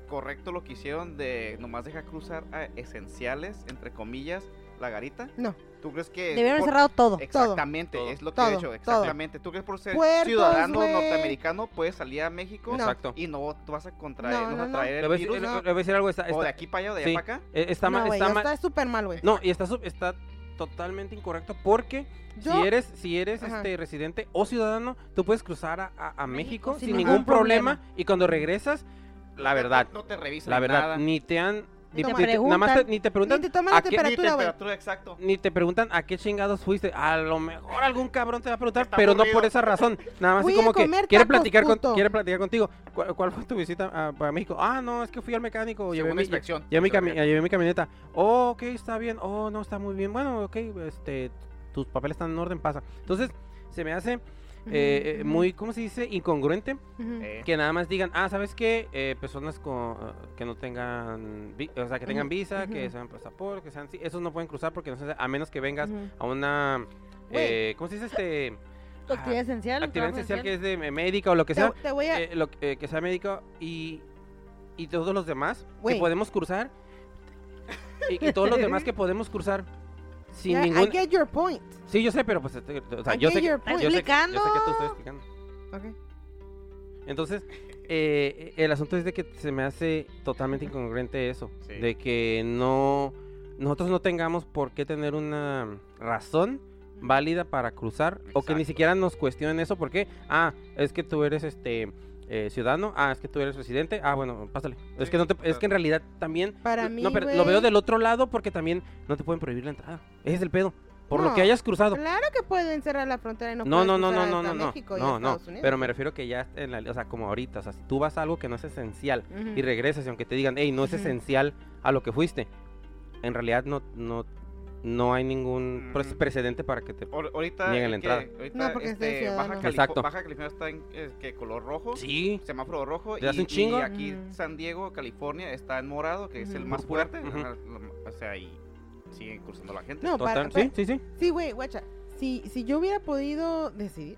[SPEAKER 5] correcto lo que hicieron de nomás dejar cruzar a esenciales, entre comillas, la garita?
[SPEAKER 2] No.
[SPEAKER 5] ¿Tú crees que
[SPEAKER 4] Debieron
[SPEAKER 5] por-
[SPEAKER 4] haber cerrado todo.
[SPEAKER 5] Exactamente,
[SPEAKER 3] Todo.
[SPEAKER 5] es lo que
[SPEAKER 2] Todo,
[SPEAKER 5] he hecho,
[SPEAKER 2] todo.
[SPEAKER 5] exactamente. ¿Tú crees por ser
[SPEAKER 2] Puertos,
[SPEAKER 5] ciudadano
[SPEAKER 2] güey.
[SPEAKER 5] norteamericano puedes salir a México
[SPEAKER 2] No.
[SPEAKER 3] Exacto.
[SPEAKER 5] y no tú vas a contraer,
[SPEAKER 2] No,
[SPEAKER 5] no,
[SPEAKER 2] no,
[SPEAKER 5] vas
[SPEAKER 2] no.
[SPEAKER 5] a traer
[SPEAKER 3] Le
[SPEAKER 5] el
[SPEAKER 3] voy a decir-
[SPEAKER 5] virus
[SPEAKER 3] le- le voy a decir algo. Está,
[SPEAKER 5] o de
[SPEAKER 3] está-
[SPEAKER 5] aquí para allá o de
[SPEAKER 3] eh, sí.
[SPEAKER 5] allá para acá?
[SPEAKER 3] eh, está
[SPEAKER 2] No,
[SPEAKER 3] mal.
[SPEAKER 2] güey,
[SPEAKER 3] Está
[SPEAKER 2] ya
[SPEAKER 3] mal.
[SPEAKER 2] está súper mal, güey.
[SPEAKER 3] No, y está, sub- está totalmente incorrecto porque
[SPEAKER 2] Yo-
[SPEAKER 3] si eres, si eres
[SPEAKER 2] Ajá.
[SPEAKER 3] este residente o ciudadano, tú puedes cruzar a, a- a México,
[SPEAKER 4] México
[SPEAKER 3] sin,
[SPEAKER 4] sin
[SPEAKER 3] ningún
[SPEAKER 4] ningún
[SPEAKER 3] problema. y cuando regresas, la verdad,
[SPEAKER 5] No te revisan
[SPEAKER 3] la verdad,
[SPEAKER 5] nada.
[SPEAKER 3] ni te han... Ni
[SPEAKER 2] No
[SPEAKER 3] te,
[SPEAKER 2] me
[SPEAKER 3] ni te- nada más te-
[SPEAKER 4] preguntan.
[SPEAKER 3] ni te preguntan
[SPEAKER 2] Ni te toman la
[SPEAKER 3] a qué-
[SPEAKER 5] Ni
[SPEAKER 2] temperatura, güey.
[SPEAKER 5] temperatura, exacto.
[SPEAKER 3] ni te preguntan a qué chingados fuiste. A lo mejor algún cabrón te va a preguntar,
[SPEAKER 5] Está
[SPEAKER 3] pero no
[SPEAKER 5] aburrido.
[SPEAKER 3] por esa razón. Nada más
[SPEAKER 2] Fui
[SPEAKER 3] así
[SPEAKER 2] a
[SPEAKER 3] como que
[SPEAKER 2] comer
[SPEAKER 3] quiere
[SPEAKER 2] tacos,
[SPEAKER 3] platicar, con-
[SPEAKER 2] puto.
[SPEAKER 3] quiere platicar contigo. ¿Cuál, cuál fue tu visita a, para México? Ah, no, es que fui al mecánico. Llevé
[SPEAKER 5] Segunda
[SPEAKER 3] mi,
[SPEAKER 5] inspección.
[SPEAKER 3] llevé mi,
[SPEAKER 5] Segunda
[SPEAKER 3] cami- llevé mi camioneta. Oh, ok, está bien. Oh, no, está muy bien. Bueno, ok, este, tus papeles están en orden, pasa. Entonces, se me hace eh, eh,
[SPEAKER 2] Ujú,
[SPEAKER 3] muy, ¿cómo se dice? Incongruente
[SPEAKER 2] ujú.
[SPEAKER 5] Eh,
[SPEAKER 3] que nada más digan, ah, ¿sabes qué? Eh, personas con, que no tengan, vi- o sea, que tengan
[SPEAKER 2] Ujú,
[SPEAKER 3] visa, que
[SPEAKER 2] ujú.
[SPEAKER 3] sean pasaporte, que sean, sí, esos no pueden cruzar porque no se hace- a menos que vengas
[SPEAKER 2] Ujú.
[SPEAKER 3] a una,
[SPEAKER 2] Güey.
[SPEAKER 3] eh, ¿cómo se dice este?
[SPEAKER 4] Tu actividad
[SPEAKER 3] Ah,
[SPEAKER 4] esencial.
[SPEAKER 3] actividad
[SPEAKER 4] trabajo
[SPEAKER 3] esencial que es de eh, médica o lo que
[SPEAKER 2] Te,
[SPEAKER 3] sea,
[SPEAKER 2] te voy a...
[SPEAKER 3] eh, lo, que- eh, que sea médica y, y todos los demás
[SPEAKER 2] Güey.
[SPEAKER 3] que podemos cruzar y, y todos los demás que podemos cruzar sin
[SPEAKER 2] Yeah, I
[SPEAKER 3] ningún...
[SPEAKER 2] get your point.
[SPEAKER 3] Sí, yo sé, pero pues, este, o sea,
[SPEAKER 2] I
[SPEAKER 3] yo
[SPEAKER 2] get
[SPEAKER 3] sé, que-
[SPEAKER 2] your point.
[SPEAKER 3] yo sé- yo sé
[SPEAKER 4] Explicando.
[SPEAKER 3] que te estoy explicando.
[SPEAKER 2] Ok.
[SPEAKER 3] Entonces, eh, el asunto es de que se me hace totalmente incongruente eso,
[SPEAKER 5] Sí.
[SPEAKER 3] de que no nosotros no tengamos por qué tener una razón válida para cruzar o que ni
[SPEAKER 5] Exacto.
[SPEAKER 3] siquiera nos cuestionen eso porque ah es que tú eres este eh, ciudadano ah es que tú eres residente ah bueno pásale es
[SPEAKER 5] Sí,
[SPEAKER 3] que no te, es
[SPEAKER 5] claro.
[SPEAKER 3] que en realidad también
[SPEAKER 2] Para mí,
[SPEAKER 3] no pero
[SPEAKER 2] güey,
[SPEAKER 3] lo veo del otro lado porque también no te pueden prohibir la entrada ese es el pedo por lo que
[SPEAKER 2] No,
[SPEAKER 3] hayas cruzado
[SPEAKER 2] Claro que pueden cerrar la frontera y no
[SPEAKER 3] no,
[SPEAKER 2] puedes
[SPEAKER 3] no, no, no,
[SPEAKER 2] cruzar
[SPEAKER 3] no, no,
[SPEAKER 2] hasta
[SPEAKER 3] no,
[SPEAKER 2] México y
[SPEAKER 3] no, no,
[SPEAKER 2] Estados Unidos.
[SPEAKER 3] pero me refiero que ya, en la, o sea, como ahorita, o sea, si tú vas a algo que no es esencial
[SPEAKER 2] Ujú.
[SPEAKER 3] y regresas y aunque te digan, hey, no es
[SPEAKER 2] Mm. Ujú.
[SPEAKER 3] esencial a lo que fuiste, en realidad no, no, no hay ningún pre-
[SPEAKER 5] Ujú.
[SPEAKER 3] precedente para que te...
[SPEAKER 5] ahor- ahorita
[SPEAKER 3] Nieguen
[SPEAKER 5] el
[SPEAKER 3] la
[SPEAKER 5] que-
[SPEAKER 3] entrada.
[SPEAKER 5] ahorita,
[SPEAKER 2] No, porque
[SPEAKER 5] este,
[SPEAKER 2] soy ciudadano.
[SPEAKER 5] Baja, Califo-
[SPEAKER 3] Exacto.
[SPEAKER 5] Baja California está en eh, que color rojo.
[SPEAKER 3] Sí,
[SPEAKER 5] semáforo rojo
[SPEAKER 3] ¿Te hace un
[SPEAKER 5] y,
[SPEAKER 3] chingo?
[SPEAKER 5] y aquí
[SPEAKER 2] Ujú.
[SPEAKER 5] San Diego, California está en morado, que es
[SPEAKER 2] Mm.
[SPEAKER 5] el
[SPEAKER 2] Ujú.
[SPEAKER 5] más
[SPEAKER 3] Púrpura,
[SPEAKER 5] fuerte,
[SPEAKER 3] ujú.
[SPEAKER 5] ajá, lo ma- o sea, y siguen cruzando la gente.
[SPEAKER 2] No, para,
[SPEAKER 3] total, sí, sí, sí.
[SPEAKER 2] Sí, güey, guacha. Si, si yo hubiera podido decidir.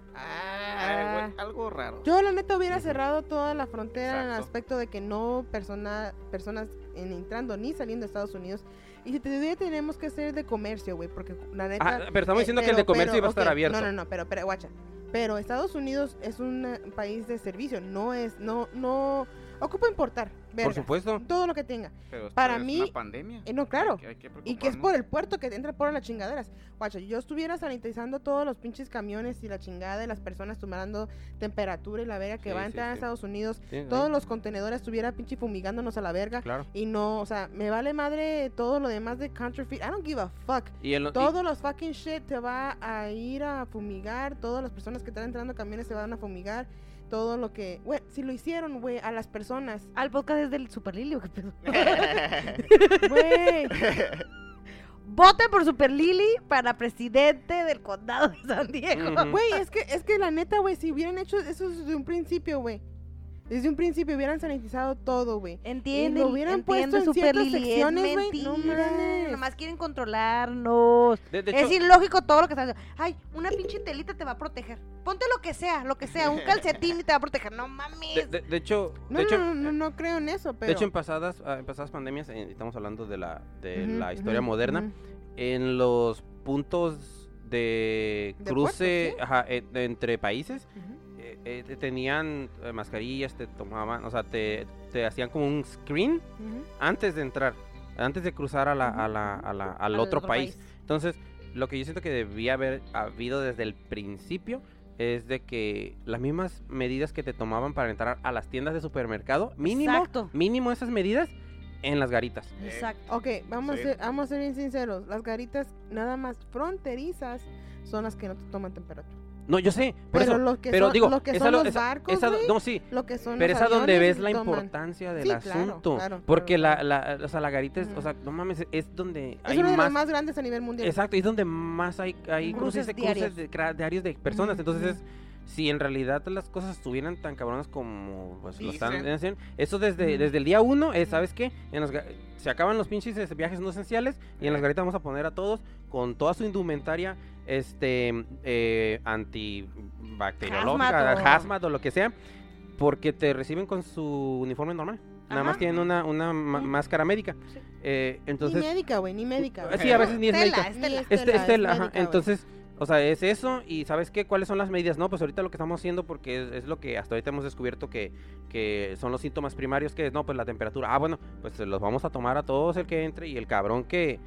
[SPEAKER 5] Ah, güey, algo raro.
[SPEAKER 2] Yo, la neta, hubiera
[SPEAKER 3] Ujú.
[SPEAKER 2] cerrado toda la frontera en el
[SPEAKER 5] Exacto.
[SPEAKER 2] aspecto de que no persona, personas en- entrando ni saliendo de Estados Unidos. Y si todavía tenemos que hacer de comercio, güey, porque la neta.
[SPEAKER 3] Ah, pero estamos
[SPEAKER 2] eh,
[SPEAKER 3] diciendo que el
[SPEAKER 2] pero-
[SPEAKER 3] de comercio
[SPEAKER 2] pero,
[SPEAKER 3] iba a estar
[SPEAKER 2] ok,
[SPEAKER 3] abierto.
[SPEAKER 2] No, no, no, pero, pero, guacha. Pero Estados Unidos es un eh, país de servicio, no es, no, no, Ocupa importar, verga,
[SPEAKER 3] Por supuesto.
[SPEAKER 2] todo lo que tenga.
[SPEAKER 5] Pero esto
[SPEAKER 2] Para
[SPEAKER 5] es
[SPEAKER 2] mí-
[SPEAKER 5] Una pandemia.
[SPEAKER 2] Eh, no, claro.
[SPEAKER 5] Hay que- hay
[SPEAKER 2] Y que
[SPEAKER 5] que
[SPEAKER 2] es
[SPEAKER 5] preocuparnos.
[SPEAKER 2] por el puerto que entra por las chingaderas. Guacha, yo estuviera sanitizando todos los pinches camiones y la chingada y las personas tomando temperatura y la verga que
[SPEAKER 3] Sí,
[SPEAKER 2] va a
[SPEAKER 3] sí,
[SPEAKER 2] entrar a
[SPEAKER 3] sí.
[SPEAKER 2] Estados Unidos.
[SPEAKER 3] Sí,
[SPEAKER 2] Todos
[SPEAKER 3] sí,
[SPEAKER 2] los contenedores estuviera pinche fumigándonos a la verga.
[SPEAKER 3] Claro.
[SPEAKER 2] Y no, o sea, me vale madre todo lo demás de counterfeit. I don't give a fuck.
[SPEAKER 3] Y el, y-
[SPEAKER 2] Todos los fucking shit te va a ir a fumigar. Todas las personas que están entrando camiones se van a fumigar. Todo lo que. Güey, si lo hicieron, güey, a las personas.
[SPEAKER 4] Al podcast es del Super Lili, ¿o qué pedo?
[SPEAKER 2] Güey.
[SPEAKER 4] Voten por Super Lili para presidente del condado de San Diego.
[SPEAKER 3] Ujú.
[SPEAKER 2] Güey, es que, es que la neta, güey, si hubieran hecho eso desde un principio, güey. Desde un principio hubieran sanitizado todo, güey.
[SPEAKER 4] Entiende,
[SPEAKER 2] Y lo hubieran
[SPEAKER 4] entiendo,
[SPEAKER 2] puesto en
[SPEAKER 4] Super
[SPEAKER 2] ciertas
[SPEAKER 4] Lili, es
[SPEAKER 2] secciones, güey,
[SPEAKER 4] mentira.
[SPEAKER 2] no mames.
[SPEAKER 4] Nomás quieren controlarnos.
[SPEAKER 3] de- de
[SPEAKER 4] es
[SPEAKER 3] hecho,
[SPEAKER 4] ilógico todo lo que están haciendo. Ay, una pinche telita te va a proteger. Ponte lo que sea, lo que sea, un calcetín y te va a proteger. No mames.
[SPEAKER 3] de- de- de hecho,
[SPEAKER 2] No,
[SPEAKER 3] de hecho, eh,
[SPEAKER 2] no, no, no, no creo en eso, pero.
[SPEAKER 3] De hecho, en pasadas, ah, en pasadas pandemias, eh, estamos hablando de la, de
[SPEAKER 2] Ujú,
[SPEAKER 3] la historia
[SPEAKER 2] ujú,
[SPEAKER 3] moderna,
[SPEAKER 2] ujú.
[SPEAKER 3] en los puntos de
[SPEAKER 2] De
[SPEAKER 3] cruce
[SPEAKER 2] puertos,
[SPEAKER 3] ajá, eh, de- entre países,
[SPEAKER 2] Ujú.
[SPEAKER 3] eh, eh, te tenían eh, mascarillas, te tomaban, o sea, te, te hacían como un screen
[SPEAKER 2] Ujú.
[SPEAKER 3] antes de entrar, antes de cruzar a la, a la, a la- al otro, país. Entonces, lo que yo siento que debía haber habido desde el principio es de que las mismas medidas que te tomaban para entrar a las tiendas de supermercado, mínimo,
[SPEAKER 4] Exacto.
[SPEAKER 3] mínimo esas medidas en las garitas.
[SPEAKER 4] Exacto.
[SPEAKER 2] Ok, vamos,
[SPEAKER 5] Sí.
[SPEAKER 2] a ser, vamos a ser bien sinceros. Las garitas nada más fronterizas son las que no te toman temperatura.
[SPEAKER 3] No, yo sé, por
[SPEAKER 2] pero
[SPEAKER 3] eso.
[SPEAKER 2] lo que
[SPEAKER 3] pero
[SPEAKER 2] son,
[SPEAKER 3] digo,
[SPEAKER 2] lo que
[SPEAKER 3] es
[SPEAKER 2] son
[SPEAKER 3] a lo-
[SPEAKER 2] los
[SPEAKER 3] es a-
[SPEAKER 2] barcos,
[SPEAKER 3] es a do-
[SPEAKER 2] güey,
[SPEAKER 3] no, sí,
[SPEAKER 2] lo que son
[SPEAKER 3] pero
[SPEAKER 2] los
[SPEAKER 3] es a donde
[SPEAKER 2] aviones,
[SPEAKER 3] ves la
[SPEAKER 2] toman.
[SPEAKER 3] importancia del
[SPEAKER 2] Sí, claro,
[SPEAKER 3] asunto.
[SPEAKER 2] claro,
[SPEAKER 3] porque
[SPEAKER 2] claro,
[SPEAKER 3] La, la, o sea, la garita es, o
[SPEAKER 2] Ujú.
[SPEAKER 3] sea, no mames, es donde
[SPEAKER 2] Es
[SPEAKER 3] hay
[SPEAKER 2] uno de
[SPEAKER 3] más,
[SPEAKER 2] los más grandes a nivel mundial.
[SPEAKER 3] Exacto, es donde más hay, hay
[SPEAKER 4] Ujú.
[SPEAKER 3] cruces,
[SPEAKER 4] Cruces
[SPEAKER 3] de- cruces
[SPEAKER 4] diarios.
[SPEAKER 3] de, cra- diarios de personas.
[SPEAKER 2] Ujú,
[SPEAKER 3] Entonces, es- si en realidad las cosas estuvieran tan cabronas como pues, lo están
[SPEAKER 5] Dicen.
[SPEAKER 3] haciendo, eso desde,
[SPEAKER 2] Ujú.
[SPEAKER 3] desde el día uno es, ¿sabes qué? En las ga- se acaban los pinches este, viajes no esenciales y en las garitas vamos a poner a todos con toda su indumentaria este eh, antibacteriológica,
[SPEAKER 4] Hazmat o-
[SPEAKER 3] hazmat o lo que sea, porque te reciben con su uniforme normal. Nada más
[SPEAKER 4] Ajá.
[SPEAKER 3] tienen una, una ma-
[SPEAKER 4] Ujú.
[SPEAKER 3] máscara médica.
[SPEAKER 4] Sí.
[SPEAKER 3] Eh, entonces, uh,
[SPEAKER 2] ni médica, güey, ni médica.
[SPEAKER 3] Sí, a veces ni es
[SPEAKER 4] Tela,
[SPEAKER 3] médica.
[SPEAKER 4] es tela.
[SPEAKER 2] Ni
[SPEAKER 3] Este,
[SPEAKER 2] Estela,
[SPEAKER 3] Estela,
[SPEAKER 2] es
[SPEAKER 3] ajá,
[SPEAKER 2] médica, güey.
[SPEAKER 3] Entonces, o sea, es eso. ¿Y sabes qué? ¿Cuáles son las medidas? No, pues ahorita lo que estamos haciendo, porque es, es lo que hasta ahorita hemos descubierto que, que son los síntomas primarios, que es, no, pues la temperatura. Ah, bueno, pues se los vamos a tomar a todos el que entre y el cabrón que,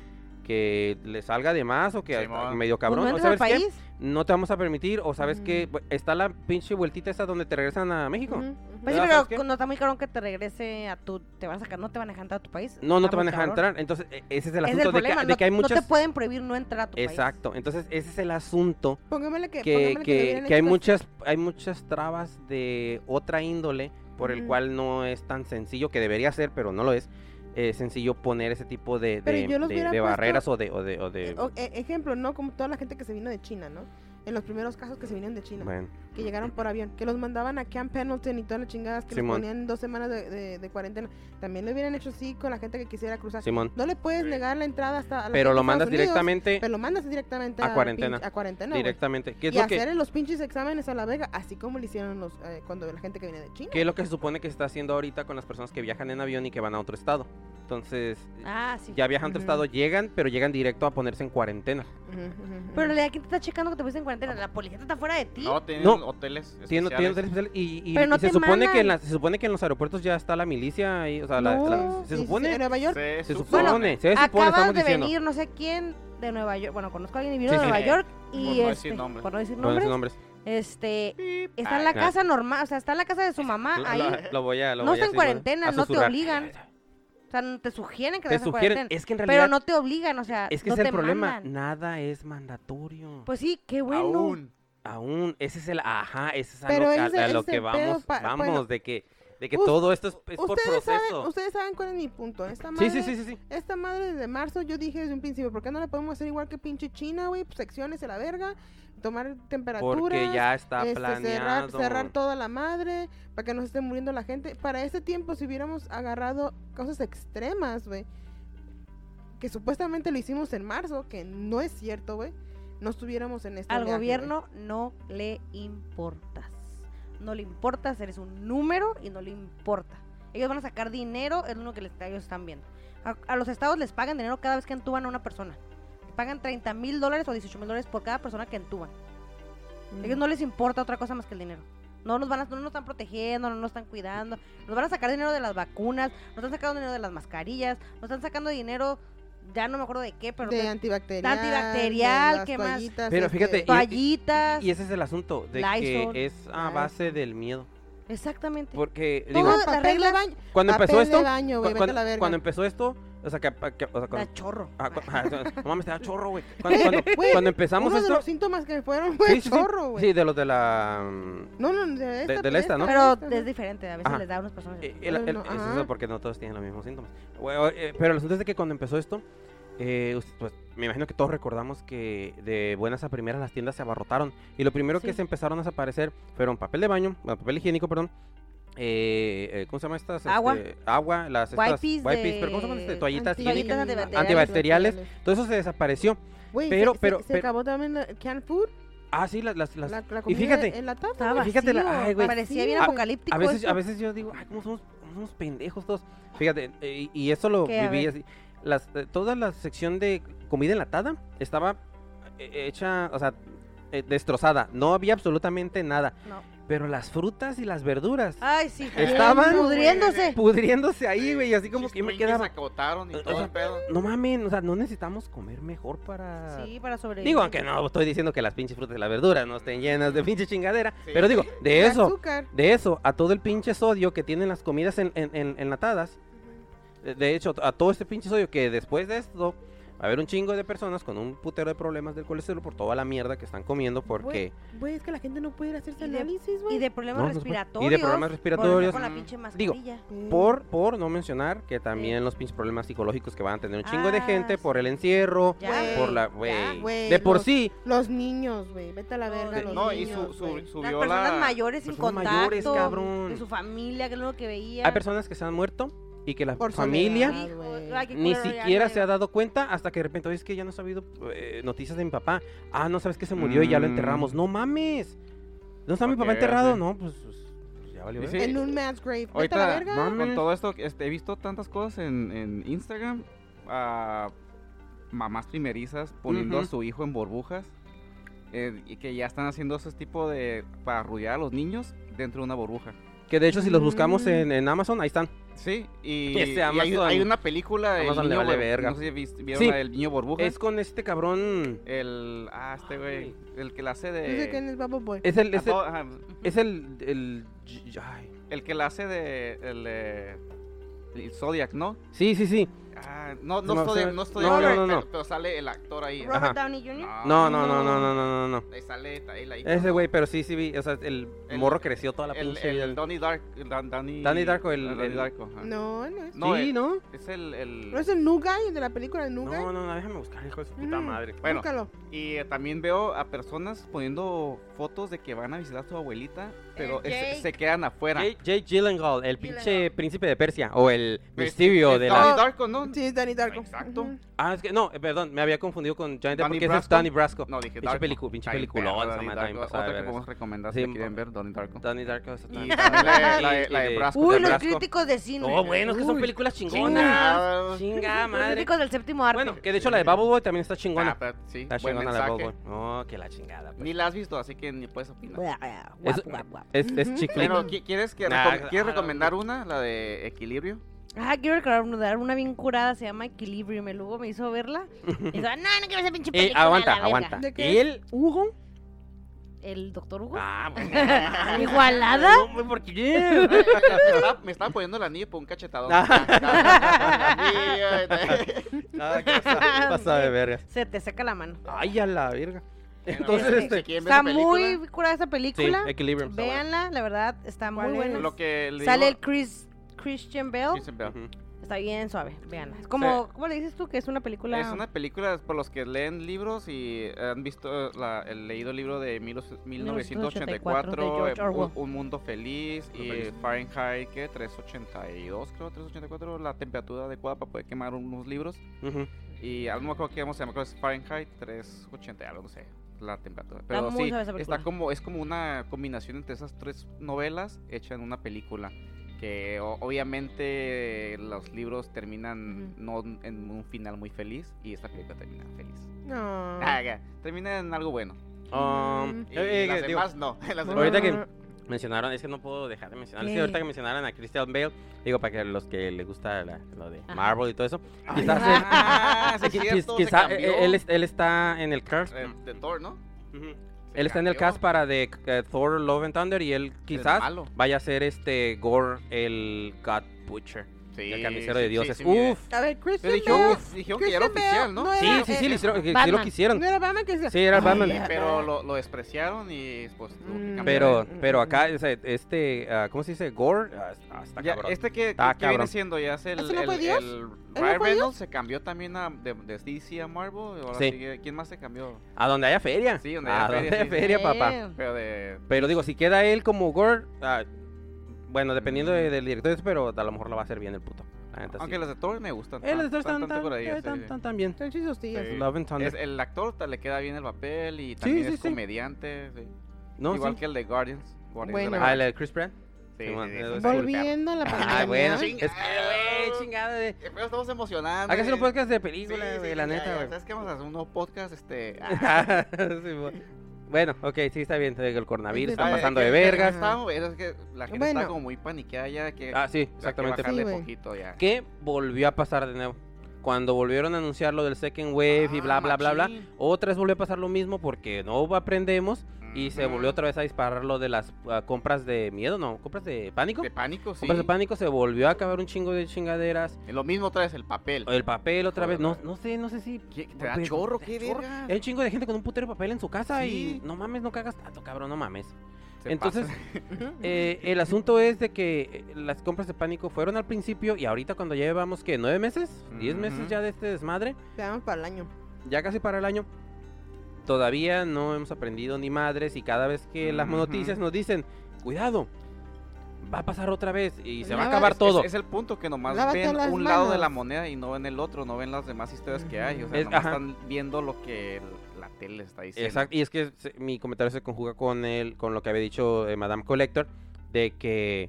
[SPEAKER 3] que le salga de más o que
[SPEAKER 5] Simón.
[SPEAKER 3] hasta- medio
[SPEAKER 4] Pues
[SPEAKER 3] cabrón.
[SPEAKER 4] no
[SPEAKER 3] ¿no?
[SPEAKER 4] entras al
[SPEAKER 3] ¿Sabes qué?
[SPEAKER 4] país.
[SPEAKER 3] No te vamos a permitir, o sabes
[SPEAKER 4] Mm.
[SPEAKER 3] qué? Bu- está la pinche vueltita esa donde te regresan a México.
[SPEAKER 2] Ujú, ujú.
[SPEAKER 4] Pues
[SPEAKER 3] Ya,
[SPEAKER 4] sí,
[SPEAKER 3] ¿sabes
[SPEAKER 4] pero
[SPEAKER 3] qué?
[SPEAKER 4] no está muy caro que te regrese a tu. Te van a sacar, no te van a dejar entrar a tu país.
[SPEAKER 3] No, no
[SPEAKER 4] Está
[SPEAKER 3] te van a
[SPEAKER 4] muy
[SPEAKER 3] dejar
[SPEAKER 4] cabrón.
[SPEAKER 3] entrar. Entonces, e- ese es el asunto
[SPEAKER 4] Es el
[SPEAKER 3] de, que,
[SPEAKER 4] problema.
[SPEAKER 3] de
[SPEAKER 4] no,
[SPEAKER 3] que hay
[SPEAKER 4] no
[SPEAKER 3] muchas...
[SPEAKER 4] te pueden prohibir no entrar a tu país.
[SPEAKER 3] Exacto. Entonces, ese es el asunto
[SPEAKER 2] Póngamele que,
[SPEAKER 3] que,
[SPEAKER 2] póngamele
[SPEAKER 3] que-
[SPEAKER 2] le hubieran
[SPEAKER 3] que hay
[SPEAKER 2] hecho así.
[SPEAKER 3] muchas hay muchas trabas de otra índole por el
[SPEAKER 2] Ujú.
[SPEAKER 3] cual no es tan sencillo que debería ser pero no lo es eh, sencillo poner ese tipo de,
[SPEAKER 2] Pero
[SPEAKER 3] de-
[SPEAKER 2] yo los
[SPEAKER 3] de-
[SPEAKER 2] hubiera
[SPEAKER 3] de
[SPEAKER 2] puesto-
[SPEAKER 3] barreras o de, o de, o de-
[SPEAKER 2] Eh, o- eh, ejemplo, ¿no? Como toda la gente que se vino de China, ¿no? En los primeros casos que se vinieron de China,
[SPEAKER 3] bueno,
[SPEAKER 2] que llegaron por avión, que los mandaban a Camp Pendleton y todas las chingadas que
[SPEAKER 3] Simón.
[SPEAKER 2] los ponían dos semanas de, de- de cuarentena. También lo hubieran hecho así con la gente que quisiera cruzar.
[SPEAKER 3] Simón
[SPEAKER 2] No le puedes
[SPEAKER 5] Sí.
[SPEAKER 2] negar la entrada hasta. a la gente
[SPEAKER 3] pero
[SPEAKER 2] de
[SPEAKER 3] lo
[SPEAKER 2] Estados
[SPEAKER 3] mandas
[SPEAKER 2] Unidos,
[SPEAKER 3] directamente
[SPEAKER 2] Pero lo mandas directamente
[SPEAKER 3] a
[SPEAKER 2] al
[SPEAKER 3] cuarentena.
[SPEAKER 2] pinche- A cuarentena. güey.
[SPEAKER 3] directamente ¿Qué es,
[SPEAKER 2] Y
[SPEAKER 3] lo que,
[SPEAKER 2] hacer los pinches exámenes a la vega, así como lo hicieron los, eh, cuando la gente que viene de China.
[SPEAKER 3] qué es lo que se supone que se está haciendo ahorita con las personas que viajan en avión y que van a otro estado entonces
[SPEAKER 4] Ah, sí.
[SPEAKER 3] ya viajan a otro
[SPEAKER 2] Ujú.
[SPEAKER 3] estado llegan pero llegan directo a ponerse en cuarentena
[SPEAKER 2] Ujú, ujú, ujú.
[SPEAKER 4] Pero en realidad, ¿quién te está checando que te pusiste en cuarentena? La policía está fuera de ti.
[SPEAKER 5] No, tienen
[SPEAKER 3] No. pues
[SPEAKER 5] hoteles.
[SPEAKER 3] Tienen- tienen
[SPEAKER 5] especiales.
[SPEAKER 3] hoteles especiales y, y-
[SPEAKER 4] Pero no
[SPEAKER 3] y se
[SPEAKER 4] te
[SPEAKER 3] supone que
[SPEAKER 4] mandan.
[SPEAKER 3] en la- se supone que en los aeropuertos ya está la milicia ahí, o sea, la-
[SPEAKER 2] No,
[SPEAKER 3] la-
[SPEAKER 2] sí,
[SPEAKER 3] se
[SPEAKER 2] sí, sí,
[SPEAKER 3] supone
[SPEAKER 2] en Nueva York.
[SPEAKER 5] Se
[SPEAKER 3] Se
[SPEAKER 5] supone.
[SPEAKER 3] supone, se supone,
[SPEAKER 4] Acabas
[SPEAKER 3] estamos
[SPEAKER 4] de
[SPEAKER 3] diciendo.
[SPEAKER 4] venir no sé quién de Nueva York. Bueno, conozco a alguien y vino
[SPEAKER 3] Sí,
[SPEAKER 4] de
[SPEAKER 3] sí.
[SPEAKER 4] Nueva
[SPEAKER 5] Eh,
[SPEAKER 4] York.
[SPEAKER 5] por
[SPEAKER 4] Y
[SPEAKER 5] no decir
[SPEAKER 4] este,
[SPEAKER 5] nombres.
[SPEAKER 4] por no decir
[SPEAKER 3] No, no sé
[SPEAKER 4] nombres,
[SPEAKER 3] nombres.
[SPEAKER 4] este, está
[SPEAKER 5] Ah,
[SPEAKER 4] en la
[SPEAKER 3] claro.
[SPEAKER 4] casa normal, o sea, está en la casa de su mamá
[SPEAKER 3] Lo-
[SPEAKER 4] Ah, ahí.
[SPEAKER 3] lo- Lo voy a, lo
[SPEAKER 4] no
[SPEAKER 3] voy a
[SPEAKER 4] está en
[SPEAKER 3] así,
[SPEAKER 4] cuarentena,
[SPEAKER 3] a
[SPEAKER 4] no te
[SPEAKER 3] susurrar.
[SPEAKER 4] obligan. O sea, no te sugieren que
[SPEAKER 3] Te
[SPEAKER 4] vayas en
[SPEAKER 3] sugieren,
[SPEAKER 4] cuarentena.
[SPEAKER 3] es que en
[SPEAKER 4] Pero
[SPEAKER 3] realidad
[SPEAKER 4] no te obligan, o sea,
[SPEAKER 3] es que
[SPEAKER 4] no
[SPEAKER 3] ese es
[SPEAKER 4] te
[SPEAKER 3] el problema,
[SPEAKER 4] mandan.
[SPEAKER 3] nada es mandatorio.
[SPEAKER 4] Pues sí, qué bueno.
[SPEAKER 5] Aún.
[SPEAKER 3] Aún ese es el ajá, ese es a
[SPEAKER 2] Pero
[SPEAKER 3] lo, que-
[SPEAKER 2] ese-
[SPEAKER 3] a
[SPEAKER 2] ese
[SPEAKER 3] lo
[SPEAKER 2] es
[SPEAKER 3] que
[SPEAKER 2] el pedo
[SPEAKER 3] vamos,
[SPEAKER 2] pa-
[SPEAKER 3] vamos
[SPEAKER 2] bueno.
[SPEAKER 3] de que de que
[SPEAKER 2] Us-
[SPEAKER 3] todo esto es, es por
[SPEAKER 2] Ustedes saben,
[SPEAKER 3] proceso.
[SPEAKER 2] ustedes saben cuál es mi punto. ¿eh? Esta madre,
[SPEAKER 3] Sí, sí, sí, sí, sí.
[SPEAKER 2] Esta madre desde marzo yo dije desde un principio, ¿por qué no la podemos hacer igual que pinche China, güey? Pues, Secciones a la verga, tomar temperaturas.
[SPEAKER 3] Porque ya está
[SPEAKER 2] este, cerrar,
[SPEAKER 3] planeado.
[SPEAKER 2] cerrar toda la madre para que no se esté muriendo la gente. Para ese tiempo, si hubiéramos agarrado cosas extremas, güey, que supuestamente lo hicimos en marzo, que no es cierto, güey, no estuviéramos en este
[SPEAKER 4] Al
[SPEAKER 2] oleaje, güey.
[SPEAKER 4] gobierno no le importas. No le importas, eres un número y no le importa. Ellos van a sacar dinero, es lo único que les- ellos están viendo. A, a los estados les pagan dinero cada vez que entuban a una persona. Pagan 30 mil dólares o 18 mil dólares por cada persona que entuban.
[SPEAKER 2] Mm.
[SPEAKER 4] A ellos no les importa otra cosa más que el dinero. No nos van a- no nos están protegiendo, no nos están cuidando. Nos van a sacar dinero de las vacunas, nos están sacando dinero de las mascarillas, nos están sacando dinero, ya no me acuerdo de qué, pero
[SPEAKER 2] de
[SPEAKER 4] de
[SPEAKER 2] antibacterial. de
[SPEAKER 4] antibacterial,
[SPEAKER 2] las
[SPEAKER 4] ¿qué más?
[SPEAKER 2] toallitas,
[SPEAKER 3] Pero
[SPEAKER 2] este,
[SPEAKER 3] fíjate,
[SPEAKER 4] toallitas.
[SPEAKER 3] Y ese es el asunto, de
[SPEAKER 4] Lysol,
[SPEAKER 3] que es a base del miedo.
[SPEAKER 4] Exactamente.
[SPEAKER 3] Porque,
[SPEAKER 4] Todo
[SPEAKER 3] digo,
[SPEAKER 4] las
[SPEAKER 2] papel
[SPEAKER 4] reglas-
[SPEAKER 2] de baño.
[SPEAKER 3] cuando empezó
[SPEAKER 2] papel de
[SPEAKER 3] esto,
[SPEAKER 2] baño,
[SPEAKER 3] cu-
[SPEAKER 2] güey, vete a la
[SPEAKER 3] cuando,
[SPEAKER 2] verga.
[SPEAKER 3] cuando empezó esto, o sea, que, ah, que- o sea, cuando-
[SPEAKER 4] Da chorro.
[SPEAKER 3] ah, cu- ah, no mames, te da chorro, güey. Cuando, cuando-
[SPEAKER 2] Güey,
[SPEAKER 3] cuando empezamos
[SPEAKER 2] Uno de
[SPEAKER 3] esto...
[SPEAKER 2] los síntomas que me fueron fue
[SPEAKER 3] sí, sí, sí.
[SPEAKER 2] chorro, güey.
[SPEAKER 3] Sí, de los de la... mm,
[SPEAKER 2] No, no, de esta.
[SPEAKER 3] de
[SPEAKER 2] pues,
[SPEAKER 3] la esta, ¿no?
[SPEAKER 4] Pero
[SPEAKER 2] esta,
[SPEAKER 4] es diferente, a veces
[SPEAKER 3] Ajá.
[SPEAKER 4] les da a unas personas.
[SPEAKER 3] Eh, el- el-
[SPEAKER 2] no,
[SPEAKER 3] es
[SPEAKER 4] ah.
[SPEAKER 2] ajá.
[SPEAKER 3] eso, porque no todos tienen los mismos síntomas. Bueno, eh, pero el asunto es de que cuando empezó esto, eh, us- pues me imagino que todos recordamos que de buenas a primeras las tiendas se abarrotaron. Y lo primero que
[SPEAKER 4] Sí.
[SPEAKER 3] se empezaron a desaparecer fueron papel de baño, bueno, papel higiénico, perdón. eh, eh, ¿Cómo se llama estas?
[SPEAKER 4] Agua.
[SPEAKER 3] Este, agua, las estas,
[SPEAKER 4] Wipes
[SPEAKER 3] pero ¿cómo se llaman?
[SPEAKER 4] de-
[SPEAKER 3] Este, toallitas
[SPEAKER 4] Anti-
[SPEAKER 3] higiénicas.
[SPEAKER 4] antibacteriales.
[SPEAKER 3] antibacteriales. Todo eso se desapareció.
[SPEAKER 2] Güey,
[SPEAKER 3] Pero-
[SPEAKER 2] se,
[SPEAKER 3] pero-
[SPEAKER 2] se,
[SPEAKER 3] pero-
[SPEAKER 2] acabó también la canned food,
[SPEAKER 3] Ah, sí, las... las, las-
[SPEAKER 2] la, la comida
[SPEAKER 3] fíjate,
[SPEAKER 2] enlatada.
[SPEAKER 4] Estaba
[SPEAKER 3] Y fíjate la-
[SPEAKER 4] vacío,
[SPEAKER 3] ay, güey.
[SPEAKER 4] Parecía bien
[SPEAKER 3] A-
[SPEAKER 4] apocalíptico.
[SPEAKER 3] A veces,
[SPEAKER 4] eso.
[SPEAKER 3] a veces yo digo, ay, ¿cómo somos, cómo somos pendejos todos? Fíjate, eh, y y eso lo
[SPEAKER 4] ¿Qué? A
[SPEAKER 3] viví
[SPEAKER 4] ver.
[SPEAKER 3] así. Las, eh, toda la sección de comida enlatada estaba eh, hecha, o sea, eh, destrozada. No había absolutamente nada.
[SPEAKER 4] No. Ah.
[SPEAKER 3] Pero las frutas y las verduras
[SPEAKER 4] Ay, sí.
[SPEAKER 3] Estaban-
[SPEAKER 4] pudriéndose.
[SPEAKER 3] pudriéndose ahí, güey, así como que yo me
[SPEAKER 5] Chispringues
[SPEAKER 3] quedaba.
[SPEAKER 5] acotaron
[SPEAKER 3] O
[SPEAKER 5] y todo
[SPEAKER 3] sea,
[SPEAKER 5] el pedo.
[SPEAKER 3] No mames, o sea, no necesitamos comer mejor para...
[SPEAKER 4] Sí, para sobrevivir.
[SPEAKER 3] Digo, aunque no estoy diciendo que las pinches frutas y las verduras no estén llenas de pinche chingadera,
[SPEAKER 5] Sí.
[SPEAKER 3] pero digo, de
[SPEAKER 2] el
[SPEAKER 3] eso,
[SPEAKER 2] azúcar.
[SPEAKER 3] de eso, a todo el pinche sodio que tienen las comidas en- en- en- enlatadas, de- de hecho, a todo este pinche sodio que después de esto va a haber un chingo de personas con un putero de problemas del colesterol por toda la mierda que están comiendo porque...
[SPEAKER 2] Güey, es que la gente no puede ir a hacerse
[SPEAKER 4] Y de-
[SPEAKER 2] análisis, güey.
[SPEAKER 4] Y de problemas
[SPEAKER 3] No, no se puede.
[SPEAKER 4] respiratorios.
[SPEAKER 3] Y de problemas
[SPEAKER 4] Por
[SPEAKER 3] respiratorios.
[SPEAKER 4] estar con la
[SPEAKER 5] Mm.
[SPEAKER 4] pinche
[SPEAKER 3] Digo,
[SPEAKER 4] mascarilla.
[SPEAKER 2] Sí.
[SPEAKER 3] Por, por no mencionar que también los pinches problemas psicológicos que van a tener un chingo de
[SPEAKER 4] Ah,
[SPEAKER 3] gente por
[SPEAKER 4] sí.
[SPEAKER 3] el encierro,
[SPEAKER 4] Ya,
[SPEAKER 2] Güey,
[SPEAKER 3] por la...
[SPEAKER 4] ya,
[SPEAKER 3] güey,
[SPEAKER 2] güey,
[SPEAKER 3] de por
[SPEAKER 2] los-
[SPEAKER 3] sí,
[SPEAKER 2] Los niños, güey. Vete a la
[SPEAKER 4] No,
[SPEAKER 2] verga. los
[SPEAKER 4] de-
[SPEAKER 5] Este, No, y
[SPEAKER 2] niños,
[SPEAKER 5] su, su-
[SPEAKER 2] güey.
[SPEAKER 4] Las
[SPEAKER 5] subió
[SPEAKER 4] personas
[SPEAKER 5] la-
[SPEAKER 4] mayores sin
[SPEAKER 3] personas
[SPEAKER 4] contacto.
[SPEAKER 3] mayores, cabrón.
[SPEAKER 4] De su familia, que es lo que veía.
[SPEAKER 3] hay personas que se han muerto y que la
[SPEAKER 2] Por
[SPEAKER 3] familia...
[SPEAKER 2] soledad, güey.
[SPEAKER 4] Ay, qué
[SPEAKER 3] Ni
[SPEAKER 4] culero, ya
[SPEAKER 3] siquiera
[SPEAKER 4] no
[SPEAKER 3] se ha
[SPEAKER 4] hay-
[SPEAKER 3] dado cuenta hasta que de repente, oye, es que ya no ha habido eh, noticias de mi papá. Ah, no sabes que se murió y ya lo
[SPEAKER 5] Mm.
[SPEAKER 3] enterramos. No mames. ¿No está
[SPEAKER 5] Pa'
[SPEAKER 3] mi
[SPEAKER 5] que
[SPEAKER 3] papá
[SPEAKER 5] veas,
[SPEAKER 3] enterrado?
[SPEAKER 5] eh.
[SPEAKER 3] No, pues, pues, ya valió.
[SPEAKER 5] Sí,
[SPEAKER 3] verga.
[SPEAKER 5] sí.
[SPEAKER 2] En un mass grave. Vete a la
[SPEAKER 5] Ahorita,
[SPEAKER 2] verga.
[SPEAKER 3] mames.
[SPEAKER 5] con todo esto, este, he visto tantas cosas en, en Instagram. a mamás primerizas poniendo
[SPEAKER 3] Ujú.
[SPEAKER 5] a su hijo en burbujas. eh, y que ya están haciendo ese tipo de. para arrullar a los niños dentro de una burbuja.
[SPEAKER 3] Que de hecho, si los buscamos
[SPEAKER 2] Mm.
[SPEAKER 3] en, en Amazon, ahí están.
[SPEAKER 5] Sí, y,
[SPEAKER 3] Ese
[SPEAKER 5] y hay,
[SPEAKER 3] Amazon-
[SPEAKER 5] hay una película. del
[SPEAKER 3] Amazon le
[SPEAKER 5] niño
[SPEAKER 3] vale
[SPEAKER 5] bur-
[SPEAKER 3] verga.
[SPEAKER 5] No sé si vis- vieron
[SPEAKER 3] Sí.
[SPEAKER 5] la del niño burbuja.
[SPEAKER 3] Es con este cabrón.
[SPEAKER 5] el. Ah, este güey. El que la hace de.
[SPEAKER 2] Dice que en el Bubble Boy.
[SPEAKER 3] eh, Es el.
[SPEAKER 5] a
[SPEAKER 3] Es el.
[SPEAKER 5] todo- ajá,
[SPEAKER 3] Es el, el- ay.
[SPEAKER 5] el que la hace de. El, de- el Zodiac, ¿no?
[SPEAKER 3] Sí, sí, sí.
[SPEAKER 5] Ah, no, no,
[SPEAKER 3] No,
[SPEAKER 5] Zodiac,
[SPEAKER 3] sabe-
[SPEAKER 5] no Zodiac,
[SPEAKER 3] no, no,
[SPEAKER 5] pero-
[SPEAKER 3] no, no.
[SPEAKER 5] Pero, pero sale el actor ahí.
[SPEAKER 4] Robert
[SPEAKER 3] Ajá.
[SPEAKER 4] Downey Jr.
[SPEAKER 3] No, Ah, no, no, no, no, no, no. no.
[SPEAKER 5] Ahí sale Tail ahí.
[SPEAKER 3] Ese güey, pero sí, sí vi. O sea, el,
[SPEAKER 5] El-
[SPEAKER 3] morro creció toda la
[SPEAKER 5] El,
[SPEAKER 3] pinche
[SPEAKER 5] el,
[SPEAKER 3] vida.
[SPEAKER 5] el Donnie Dark. El Dan- Danny,
[SPEAKER 3] Danny Darko, el-
[SPEAKER 5] Danny
[SPEAKER 3] el-
[SPEAKER 5] Darko, ajá.
[SPEAKER 2] No, no es.
[SPEAKER 5] no,
[SPEAKER 3] sí,
[SPEAKER 5] el-
[SPEAKER 3] ¿no?
[SPEAKER 5] Es el. el-
[SPEAKER 2] ¿No es el New Guy, el de la película de New Guy?
[SPEAKER 3] No, no, no, déjame buscar, hijo de su puta
[SPEAKER 2] Mm.
[SPEAKER 3] madre.
[SPEAKER 5] Bueno,
[SPEAKER 2] Búscalo.
[SPEAKER 5] y eh, también veo a personas poniendo fotos de que van a visitar a su abuelita, pero
[SPEAKER 4] El
[SPEAKER 5] es-
[SPEAKER 4] Jake.
[SPEAKER 5] se quedan afuera.
[SPEAKER 3] Jake Jake Gyllenhaal, el pinche
[SPEAKER 4] Gyllenhaal.
[SPEAKER 3] príncipe de Persia o el
[SPEAKER 5] Es-
[SPEAKER 3] misterio
[SPEAKER 5] es
[SPEAKER 3] de
[SPEAKER 5] Donnie
[SPEAKER 3] la.
[SPEAKER 5] Darko, ¿no?
[SPEAKER 2] Sí, es Danny Darko.
[SPEAKER 5] Exacto.
[SPEAKER 2] Ujú.
[SPEAKER 3] Ah, es que no, eh, perdón, me había confundido con Johnny Depp
[SPEAKER 5] Donnie
[SPEAKER 3] porque ese es
[SPEAKER 5] Brasco.
[SPEAKER 3] Donnie Brasco.
[SPEAKER 5] No, dije
[SPEAKER 3] Pinche
[SPEAKER 5] Darko.
[SPEAKER 3] pelicu- pinche
[SPEAKER 5] Ay,
[SPEAKER 3] peliculón,
[SPEAKER 5] perro,
[SPEAKER 3] esa madre
[SPEAKER 5] Donnie Darko.
[SPEAKER 3] también pasada
[SPEAKER 5] Otra
[SPEAKER 3] de
[SPEAKER 5] que
[SPEAKER 3] vergas.
[SPEAKER 5] podemos recomendar
[SPEAKER 3] Sí,
[SPEAKER 5] si quieren
[SPEAKER 3] mo-
[SPEAKER 5] ver Donnie Darko.
[SPEAKER 3] Donnie Darko está
[SPEAKER 5] Y
[SPEAKER 3] tan-
[SPEAKER 5] también la, la,
[SPEAKER 3] y-
[SPEAKER 5] la de
[SPEAKER 3] y
[SPEAKER 5] Brasco.
[SPEAKER 4] Uy,
[SPEAKER 5] de
[SPEAKER 4] los
[SPEAKER 5] Brasco.
[SPEAKER 4] críticos de cine.
[SPEAKER 3] No, bueno, es que son
[SPEAKER 2] Uy,
[SPEAKER 3] películas chingonas.
[SPEAKER 5] Chingada.
[SPEAKER 3] Chinga
[SPEAKER 4] Los
[SPEAKER 3] madre.
[SPEAKER 4] críticos del séptimo arte.
[SPEAKER 3] Bueno, que de hecho la de Bubble Boy también está
[SPEAKER 5] Ah,
[SPEAKER 3] chingona.
[SPEAKER 5] pero sí,
[SPEAKER 3] Está
[SPEAKER 5] buen
[SPEAKER 3] chingona la de
[SPEAKER 5] mensaje.
[SPEAKER 3] Bubble Boy. No, que la chingada. pues.
[SPEAKER 5] Ni la has visto, así que ni puedes opinar.
[SPEAKER 4] Guau, guau,
[SPEAKER 3] Es-
[SPEAKER 4] guau, guau.
[SPEAKER 3] Es, es
[SPEAKER 2] Ujú.
[SPEAKER 3] chick flick.
[SPEAKER 5] Bueno, ¿qui- ¿quieres, que
[SPEAKER 3] Nah,
[SPEAKER 5] recom- ¿quieres
[SPEAKER 3] ah,
[SPEAKER 5] recomendar una? La de Equilibrio.
[SPEAKER 4] Ah, quiero recordar una bien curada, se llama Equilibrium. El Hugo me hizo verla. Y estaba, no, no quiero esa pinche
[SPEAKER 3] Eh,
[SPEAKER 4] película.
[SPEAKER 3] aguanta,
[SPEAKER 4] la verga".
[SPEAKER 3] aguanta.
[SPEAKER 2] ¿De qué
[SPEAKER 3] ¿El Hugo?
[SPEAKER 4] El doctor Hugo.
[SPEAKER 3] Ah, bueno.
[SPEAKER 4] ¿Igualada?
[SPEAKER 3] No, güey, ¿Por qué?
[SPEAKER 5] me, estaba, me estaba poniendo el anillo por un cachetadón. eh, Bueno,
[SPEAKER 3] Ah, qué pasada- pasada de verga.
[SPEAKER 4] Se te seca la mano.
[SPEAKER 3] Ay, a la verga. Entonces,
[SPEAKER 5] si
[SPEAKER 3] este.
[SPEAKER 5] quieren ver
[SPEAKER 4] Está
[SPEAKER 5] la película,
[SPEAKER 4] muy curada esa
[SPEAKER 3] Sí,
[SPEAKER 4] película.
[SPEAKER 3] Equilibrium. está buena.
[SPEAKER 4] Véanla, la verdad, está muy
[SPEAKER 2] ¿Cuál
[SPEAKER 4] buena.
[SPEAKER 2] es?
[SPEAKER 5] Lo que le
[SPEAKER 4] Sale el
[SPEAKER 5] digo-
[SPEAKER 4] Chris, Christian Bell.
[SPEAKER 5] Dicen, pero-
[SPEAKER 3] Ujú.
[SPEAKER 4] Está bien suave, véanla. Es como, ¿cómo le dices tú que es una película?
[SPEAKER 5] Es una película por los que leen libros y han visto, eh, la- el- leído el libro de mil ocho- 1984,
[SPEAKER 4] 1984 de George
[SPEAKER 5] eh, un-
[SPEAKER 4] Orwell.
[SPEAKER 5] un, Mundo Feliz y
[SPEAKER 3] Feliz.
[SPEAKER 5] Fahrenheit, ¿qué? 382, creo, 384, la temperatura adecuada para poder quemar unos libros.
[SPEAKER 3] Ujú.
[SPEAKER 5] Y ah, a lo mejor que se llama, creo que es Fahrenheit 380, algo, no sé, la temperatura. Pero
[SPEAKER 4] muy
[SPEAKER 5] sí,
[SPEAKER 4] suave esa película.
[SPEAKER 5] está como, es como una combinación entre esas tres novelas hecha en una película. Que o- obviamente los libros terminan
[SPEAKER 4] Ujú.
[SPEAKER 5] no en un final muy feliz y esta película termina feliz.
[SPEAKER 2] No.
[SPEAKER 5] Ah, ya, termina en algo bueno.
[SPEAKER 3] Um,
[SPEAKER 2] Mm.
[SPEAKER 5] Y
[SPEAKER 3] eh, eh,
[SPEAKER 5] Um, las
[SPEAKER 3] digo,
[SPEAKER 5] demás no. las demás
[SPEAKER 3] ahorita
[SPEAKER 5] no.
[SPEAKER 3] que- Mencionaron, es que no puedo dejar de mencionar. Es que
[SPEAKER 4] Mm. ¿Qué?
[SPEAKER 3] ahorita que mencionaran a Christian Bale, digo, para que los que les gusta la- lo de
[SPEAKER 4] Ajá.
[SPEAKER 3] Marvel y todo eso,
[SPEAKER 5] Ay,
[SPEAKER 3] quizás él-
[SPEAKER 5] ah, sí es
[SPEAKER 3] qui- qui-
[SPEAKER 5] cierto, se
[SPEAKER 3] quizá eh,
[SPEAKER 5] cambió.
[SPEAKER 3] él, es- él está en el cast.
[SPEAKER 5] Eh, de Thor, ¿no?
[SPEAKER 3] Ujú.
[SPEAKER 5] Se
[SPEAKER 3] Él está en el
[SPEAKER 5] cambió.
[SPEAKER 3] cast para de eh, Thor Love and Thunder y él quizás
[SPEAKER 5] malo.
[SPEAKER 3] vaya a ser este Gore el God Butcher,
[SPEAKER 5] Sí,
[SPEAKER 3] el carnicero de
[SPEAKER 5] sí,
[SPEAKER 3] dioses.
[SPEAKER 5] sí, sí, mire.
[SPEAKER 3] Uf.
[SPEAKER 2] A ver, Christian
[SPEAKER 5] Pero dijeron,
[SPEAKER 2] Bale.
[SPEAKER 5] uf, dijeron que ya era
[SPEAKER 2] Christian Bale
[SPEAKER 5] oficial, ¿no?
[SPEAKER 2] no
[SPEAKER 3] Sí,
[SPEAKER 2] era-
[SPEAKER 3] sí, sí,
[SPEAKER 2] eh,
[SPEAKER 3] lo hicieron, que- sí lo
[SPEAKER 4] Batman.
[SPEAKER 3] quisieron.
[SPEAKER 2] No era Batman que decía, Ah,
[SPEAKER 3] Sí, era el
[SPEAKER 2] "Ay,
[SPEAKER 3] Batman.
[SPEAKER 2] ya,
[SPEAKER 5] Pero
[SPEAKER 2] ya".
[SPEAKER 5] lo, lo despreciaron y pues tuvo que
[SPEAKER 2] Mm.
[SPEAKER 5] cambiar.
[SPEAKER 3] Pero,
[SPEAKER 2] Mm,
[SPEAKER 3] pero
[SPEAKER 2] mm,
[SPEAKER 3] acá,
[SPEAKER 2] mm.
[SPEAKER 3] o sea, este, ah, ¿cómo se dice? Gore, ah, ah, está
[SPEAKER 5] Ya,
[SPEAKER 3] cabrón.
[SPEAKER 5] este que,
[SPEAKER 3] Está
[SPEAKER 5] que viene
[SPEAKER 3] cabrón.
[SPEAKER 5] siendo ya es el,
[SPEAKER 2] ¿Ese no
[SPEAKER 5] el,
[SPEAKER 2] fue Dios?
[SPEAKER 5] el
[SPEAKER 2] fue
[SPEAKER 5] Ryan
[SPEAKER 2] Dios?
[SPEAKER 5] Reynolds se cambió también a, de, de DC a Marvel. Ahora
[SPEAKER 3] Sí.
[SPEAKER 5] sigue- ¿Quién más se cambió?
[SPEAKER 3] A donde haya feria.
[SPEAKER 5] Sí, donde
[SPEAKER 3] a
[SPEAKER 5] haya
[SPEAKER 3] donde
[SPEAKER 5] feria,
[SPEAKER 3] haya
[SPEAKER 5] sí, sí.
[SPEAKER 3] feria, papá.
[SPEAKER 5] Pero de
[SPEAKER 3] Pero digo, si queda él como Gore, ah, bueno, dependiendo de- del director, pero a lo mejor la va a hacer bien el puto. La neta, sí.
[SPEAKER 5] Aunque las de Thor me gustan.
[SPEAKER 3] Eh, los dos
[SPEAKER 5] están-
[SPEAKER 3] están
[SPEAKER 5] están
[SPEAKER 3] tan,
[SPEAKER 5] curadillas,
[SPEAKER 3] eh, tan-
[SPEAKER 5] sí.
[SPEAKER 3] tan- tan bien.
[SPEAKER 2] Están chis hostillas.
[SPEAKER 5] Sí.
[SPEAKER 3] Love and Thunder.
[SPEAKER 5] Es- el actor ta- le queda bien el papel y también
[SPEAKER 3] sí,
[SPEAKER 5] es
[SPEAKER 3] sí.
[SPEAKER 5] comediante. sí.
[SPEAKER 3] No,
[SPEAKER 5] Igual
[SPEAKER 3] sí.
[SPEAKER 5] que el de Guardians. Guardians de
[SPEAKER 2] Bueno.
[SPEAKER 5] la
[SPEAKER 3] Ah, el
[SPEAKER 5] Galaxia.
[SPEAKER 3] de Chris Pratt.
[SPEAKER 5] Sí,
[SPEAKER 3] sí,
[SPEAKER 5] sí,
[SPEAKER 3] sí,
[SPEAKER 5] sí,
[SPEAKER 3] sí.
[SPEAKER 5] está cool,
[SPEAKER 2] Volviendo a la pandemia.
[SPEAKER 3] Ah, bueno. Es que,
[SPEAKER 5] Chingado.
[SPEAKER 3] güey, chingada. de-
[SPEAKER 5] cabrón. Eh, Pero estamos emocionando. eh.
[SPEAKER 3] Hay que hacer un
[SPEAKER 5] güey.
[SPEAKER 3] podcast de
[SPEAKER 5] Sí,
[SPEAKER 3] película,
[SPEAKER 5] sí,
[SPEAKER 3] güey,
[SPEAKER 5] sí,
[SPEAKER 3] la
[SPEAKER 5] ya, ya,
[SPEAKER 3] neta, güey.
[SPEAKER 5] ¿Sabes qué vamos a hacer? Un nuevo podcast, este... ah,
[SPEAKER 3] Sí, bueno. bueno, ok, sí, está bien. El coronavirus está
[SPEAKER 5] Ah, es
[SPEAKER 3] pasando
[SPEAKER 5] que-
[SPEAKER 3] de
[SPEAKER 5] es que
[SPEAKER 3] vergas.
[SPEAKER 5] estamos- es que la gente
[SPEAKER 2] Bueno.
[SPEAKER 5] está como muy paniqueada ya. Que
[SPEAKER 3] Ah, sí,
[SPEAKER 5] exactamente.
[SPEAKER 3] exactamente.
[SPEAKER 5] Hay que bajarle
[SPEAKER 2] Sí, güey.
[SPEAKER 5] poquito ya.
[SPEAKER 3] ¿Qué volvió a pasar de nuevo? Cuando volvieron a anunciar lo del second wave
[SPEAKER 5] Ah,
[SPEAKER 3] y bla, bla, bla, bla. Otra vez volvió a pasar lo mismo porque no aprendemos y se volvió otra vez a disparar lo de las ah, compras de miedo, no, compras de pánico.
[SPEAKER 5] De pánico, sí.
[SPEAKER 3] Compras de pánico, se volvió a acabar un chingo de chingaderas.
[SPEAKER 5] Lo mismo otra vez el papel.
[SPEAKER 3] El papel otra vez, no,
[SPEAKER 5] Joder.
[SPEAKER 3] no sé, no sé si...
[SPEAKER 5] ¿Qué- ¿Te da
[SPEAKER 3] Pero-
[SPEAKER 5] chorro?
[SPEAKER 3] ¿te
[SPEAKER 5] ¿Qué
[SPEAKER 3] da chorro? Eh,
[SPEAKER 5] verga?
[SPEAKER 3] Hay un chingo de gente con un putero de papel en su casa
[SPEAKER 5] Sí.
[SPEAKER 3] y no mames, no cagas tanto, cabrón, no mames.
[SPEAKER 5] Se
[SPEAKER 3] Entonces,
[SPEAKER 5] pasa.
[SPEAKER 3] eh, el asunto es de que eh, las compras de pánico fueron al principio y ahorita cuando ya llevamos, que ¿Nueve meses? ¿Diez meses
[SPEAKER 5] Ujú.
[SPEAKER 3] ya de este desmadre?
[SPEAKER 2] Te damos para el año.
[SPEAKER 3] ya casi para el año. Todavía no hemos aprendido ni madres y cada vez que las
[SPEAKER 5] Ujú.
[SPEAKER 3] noticias nos dicen, cuidado, va a pasar otra vez y se va a
[SPEAKER 2] Lava-
[SPEAKER 3] acabar
[SPEAKER 5] Es-
[SPEAKER 3] todo.
[SPEAKER 5] Es, es el punto que nomás
[SPEAKER 2] Lávate
[SPEAKER 5] ven
[SPEAKER 2] las
[SPEAKER 5] un lado de la
[SPEAKER 2] manos.
[SPEAKER 5] moneda y no ven el otro, no ven las demás historias que hay. O sea,
[SPEAKER 3] Es-
[SPEAKER 5] nomás
[SPEAKER 3] ajá.
[SPEAKER 5] están viendo lo que el- la tele está diciendo.
[SPEAKER 3] Exacto, Y es que se- mi comentario se conjuga con el, con lo que había dicho eh, Madame Collector, de que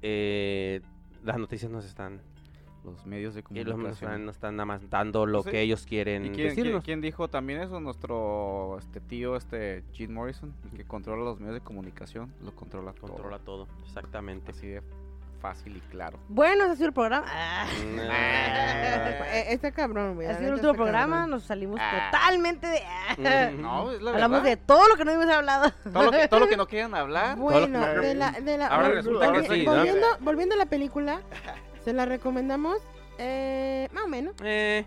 [SPEAKER 3] eh, las noticias nos están,
[SPEAKER 5] Los medios de
[SPEAKER 3] y los- nos están,
[SPEAKER 5] comunicación.
[SPEAKER 3] nos están nada más dando lo
[SPEAKER 5] Sí.
[SPEAKER 3] que ellos quieren
[SPEAKER 5] ¿Y quién, quién,
[SPEAKER 3] decirnos.
[SPEAKER 5] quién dijo también eso? Nuestro este tío, este Jim Morrison, el que controla los medios de comunicación, lo controla, todo.
[SPEAKER 3] Controla todo, exactamente.
[SPEAKER 5] Así de fácil y claro.
[SPEAKER 4] Bueno, ese ha sido el programa. Ah,
[SPEAKER 3] Ah.
[SPEAKER 2] Eh, Está cabrón, güey.
[SPEAKER 4] ha
[SPEAKER 2] la
[SPEAKER 4] sido el
[SPEAKER 2] neta está
[SPEAKER 4] último programa,
[SPEAKER 2] cabrón.
[SPEAKER 4] nos salimos
[SPEAKER 5] Ah.
[SPEAKER 4] totalmente de... ah.
[SPEAKER 3] Ujú.
[SPEAKER 5] No, es la
[SPEAKER 4] Hablamos de
[SPEAKER 5] verdad.
[SPEAKER 4] todo lo que no habíamos hablado.
[SPEAKER 5] Todo lo, que, todo lo que no quieran hablar.
[SPEAKER 3] Todo lo que
[SPEAKER 2] Ah, Bueno,
[SPEAKER 3] me-
[SPEAKER 2] de la, de la-
[SPEAKER 3] Ahora
[SPEAKER 2] vol-
[SPEAKER 3] resulta
[SPEAKER 2] volvi-
[SPEAKER 3] que sí, ¿no?
[SPEAKER 2] volviendo, volviendo a la película, se la recomendamos eh, más o menos.
[SPEAKER 3] Eh,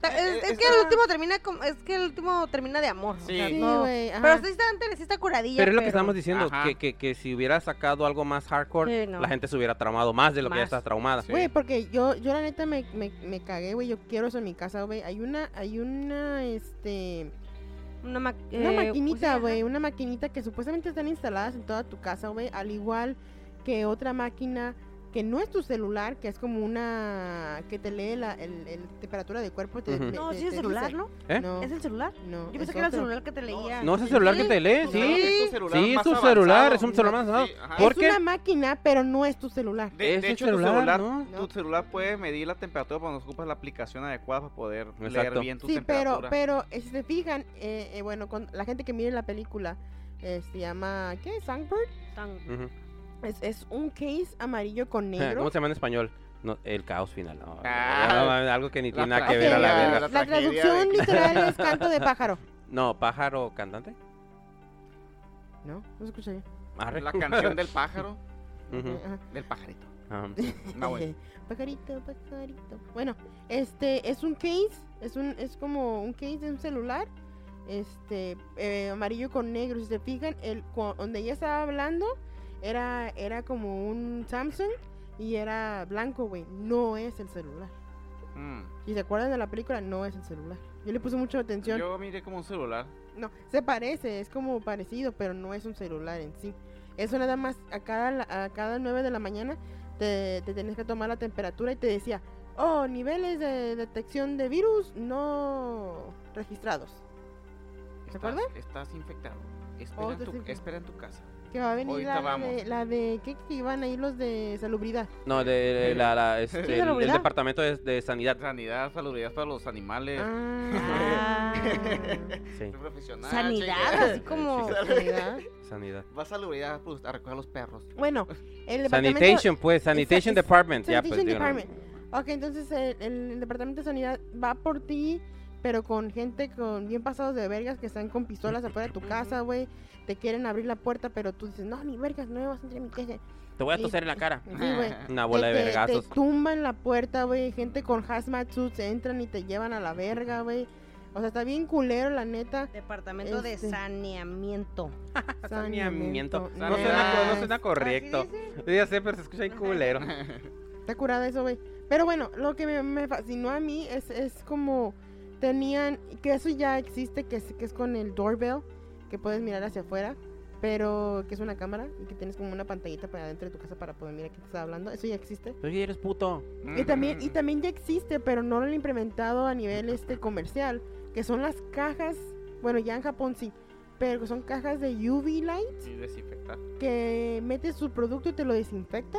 [SPEAKER 4] Ta-
[SPEAKER 5] Eh,
[SPEAKER 4] Es,
[SPEAKER 5] eh,
[SPEAKER 4] es que
[SPEAKER 5] está-
[SPEAKER 4] el último termina con- es que el último termina de amor. o
[SPEAKER 5] Sí.
[SPEAKER 4] sea,
[SPEAKER 2] Sí,
[SPEAKER 4] no-
[SPEAKER 2] güey, ajá.
[SPEAKER 4] pero sí está antes, sí está curadilla.
[SPEAKER 3] Pero es lo que estamos diciendo,
[SPEAKER 5] Ajá.
[SPEAKER 3] que, que, que si hubiera sacado algo más hardcore,
[SPEAKER 4] Sí, no.
[SPEAKER 3] la gente se hubiera traumado más de lo que ya
[SPEAKER 4] Más.
[SPEAKER 3] está traumada.
[SPEAKER 5] Sí.
[SPEAKER 2] Güey, porque yo, yo la neta me, me, me cagué, güey. Yo quiero eso en mi casa, güey. Hay una, hay una, este,
[SPEAKER 4] Una, ma-
[SPEAKER 2] una
[SPEAKER 4] eh,
[SPEAKER 2] maquinita,
[SPEAKER 4] ajá.
[SPEAKER 2] güey. Una maquinita que supuestamente están instaladas en toda tu casa, güey. Al igual que otra máquina que no es tu celular, que es como una, que te lee la el, el temperatura del cuerpo. te-
[SPEAKER 3] Ujú.
[SPEAKER 2] te-
[SPEAKER 4] No,
[SPEAKER 2] te-
[SPEAKER 4] sí es
[SPEAKER 2] te
[SPEAKER 4] el celular,
[SPEAKER 2] dice.
[SPEAKER 4] ¿no?
[SPEAKER 3] ¿Eh?
[SPEAKER 2] No,
[SPEAKER 4] ¿Es el celular?
[SPEAKER 2] no,
[SPEAKER 4] Yo
[SPEAKER 2] es
[SPEAKER 4] pensé que era el
[SPEAKER 2] otro.
[SPEAKER 4] celular que te leía.
[SPEAKER 3] No es el celular que te lee,
[SPEAKER 5] Tu celular
[SPEAKER 3] sí.
[SPEAKER 5] Pues, es tu celular
[SPEAKER 3] Sí, es
[SPEAKER 5] más
[SPEAKER 3] tu celular,
[SPEAKER 5] avanzado.
[SPEAKER 3] es un celular más avanzado.
[SPEAKER 5] Sí, ajá.
[SPEAKER 3] ¿Por
[SPEAKER 2] es
[SPEAKER 3] qué?
[SPEAKER 2] una máquina, pero no es tu celular.
[SPEAKER 5] De, de
[SPEAKER 3] Es el
[SPEAKER 5] hecho,
[SPEAKER 3] celular,
[SPEAKER 5] tu, celular,
[SPEAKER 3] ¿no?
[SPEAKER 5] tu celular puede medir la temperatura cuando ocupas la aplicación adecuada para poder leer
[SPEAKER 3] Exacto.
[SPEAKER 5] bien tu
[SPEAKER 2] sí, pero,
[SPEAKER 5] temperatura.
[SPEAKER 2] pero eh, si se fijan, eh, eh, bueno, con la gente que mire la película, eh, se llama, ¿qué? Songbird.
[SPEAKER 4] Tan-
[SPEAKER 3] Ujú.
[SPEAKER 2] Es, es un case amarillo con
[SPEAKER 3] Eh,
[SPEAKER 2] negro.
[SPEAKER 3] ¿Cómo se llama en español? No, el caos final. no,
[SPEAKER 5] Ah.
[SPEAKER 3] no, no, algo que ni
[SPEAKER 5] La
[SPEAKER 3] tiene nada
[SPEAKER 5] tra-
[SPEAKER 3] que ver a la
[SPEAKER 5] tragedia.
[SPEAKER 3] verga.
[SPEAKER 2] Eh, la,
[SPEAKER 5] La tragedia
[SPEAKER 2] traducción
[SPEAKER 5] de-
[SPEAKER 2] literal es canto de pájaro.
[SPEAKER 3] No, pájaro cantante.
[SPEAKER 2] No, no se escucha bien. Eh,
[SPEAKER 3] Arre.
[SPEAKER 5] La canción del pájaro,
[SPEAKER 3] Ujú.
[SPEAKER 2] Ajá. Eh,
[SPEAKER 5] del pajarito.
[SPEAKER 3] Ajá.
[SPEAKER 5] No, güey.
[SPEAKER 2] Pajarito, pajarito. Bueno, este es un case, es un es como un case de un celular, este eh, amarillo con negro. Si se fijan, el cu- donde ella estaba hablando era era como un Samsung y era blanco, güey. No es el celular.
[SPEAKER 5] Mm.
[SPEAKER 2] Si se acuerdan de la película, no es el celular. Yo le puse mucha atención.
[SPEAKER 5] Yo miré como un celular.
[SPEAKER 2] No, se parece, es como parecido, pero no es un celular en sí. Eso nada más, a cada, la- a cada 9 de la mañana te, te tenías que tomar la temperatura y te decía, oh, niveles de detección de virus no registrados.
[SPEAKER 5] Estás-
[SPEAKER 2] acuerdan?
[SPEAKER 5] Estás infectado. Espera,
[SPEAKER 2] Oh,
[SPEAKER 5] en, tu,
[SPEAKER 2] desinfectado.
[SPEAKER 5] espera en tu casa.
[SPEAKER 2] Que va a venir
[SPEAKER 5] Ahorita
[SPEAKER 2] la, la
[SPEAKER 5] vamos.
[SPEAKER 2] de, la de- ¿Qué que iban ahí los de salubridad?
[SPEAKER 3] No, de, de- la, la- este,
[SPEAKER 4] de
[SPEAKER 3] el- el,
[SPEAKER 4] seguridad.
[SPEAKER 3] departamento de, de sanidad.
[SPEAKER 5] Sanidad, salubridad para los animales.
[SPEAKER 2] Ah,
[SPEAKER 3] Sí,
[SPEAKER 5] Soy profesional,
[SPEAKER 4] Sanidad,
[SPEAKER 5] chingue.
[SPEAKER 4] así como.
[SPEAKER 2] sanidad.
[SPEAKER 3] sanidad.
[SPEAKER 5] Va a salubridad pues, a recoger los perros.
[SPEAKER 2] Bueno, el departamento...
[SPEAKER 3] Sanitation, pues, sanitation
[SPEAKER 2] es-
[SPEAKER 3] department. ya, pues,
[SPEAKER 2] Sanitation
[SPEAKER 3] digo, no.
[SPEAKER 2] Department. Ok, entonces el, el departamento de sanidad va por ti, pero con gente con bien pasados de vergas que están con pistolas afuera de tu casa, güey. Te quieren abrir la puerta, pero tú dices, no, ni vergas, no me vas a entrar en mi casa.
[SPEAKER 3] Te voy a toser en la cara.
[SPEAKER 2] Sí, güey.
[SPEAKER 3] Una bola de
[SPEAKER 2] Te- te-
[SPEAKER 3] vergazos.
[SPEAKER 2] Te tumban la puerta, güey. Gente con hazmat suits entran y te llevan a la verga, güey. O sea, está bien culero, la neta.
[SPEAKER 4] Departamento de
[SPEAKER 2] Este.
[SPEAKER 4] Saneamiento.
[SPEAKER 3] Saneamiento. No
[SPEAKER 5] Sanidad.
[SPEAKER 3] suena, co- no
[SPEAKER 2] Yes.
[SPEAKER 3] suena correcto.
[SPEAKER 4] Así dice.
[SPEAKER 3] Sí, ya sé, pero se escucha ahí culero.
[SPEAKER 2] Está curada eso, güey. Pero bueno, lo que me, me fascinó a mí es, es como tenían, que eso ya existe, que es, que es con el doorbell, que puedes mirar hacia afuera, pero que es una cámara y que tienes como una pantallita para adentro de tu casa para poder mirar qué te está hablando. Eso ya existe.
[SPEAKER 3] Oye, eres puto.
[SPEAKER 2] Y también, y también ya existe, pero no lo han implementado a nivel este comercial, que son las cajas, bueno, ya en Japón sí, pero son cajas de UV light
[SPEAKER 5] Sí, desinfectar.
[SPEAKER 2] que metes su producto y te lo desinfecta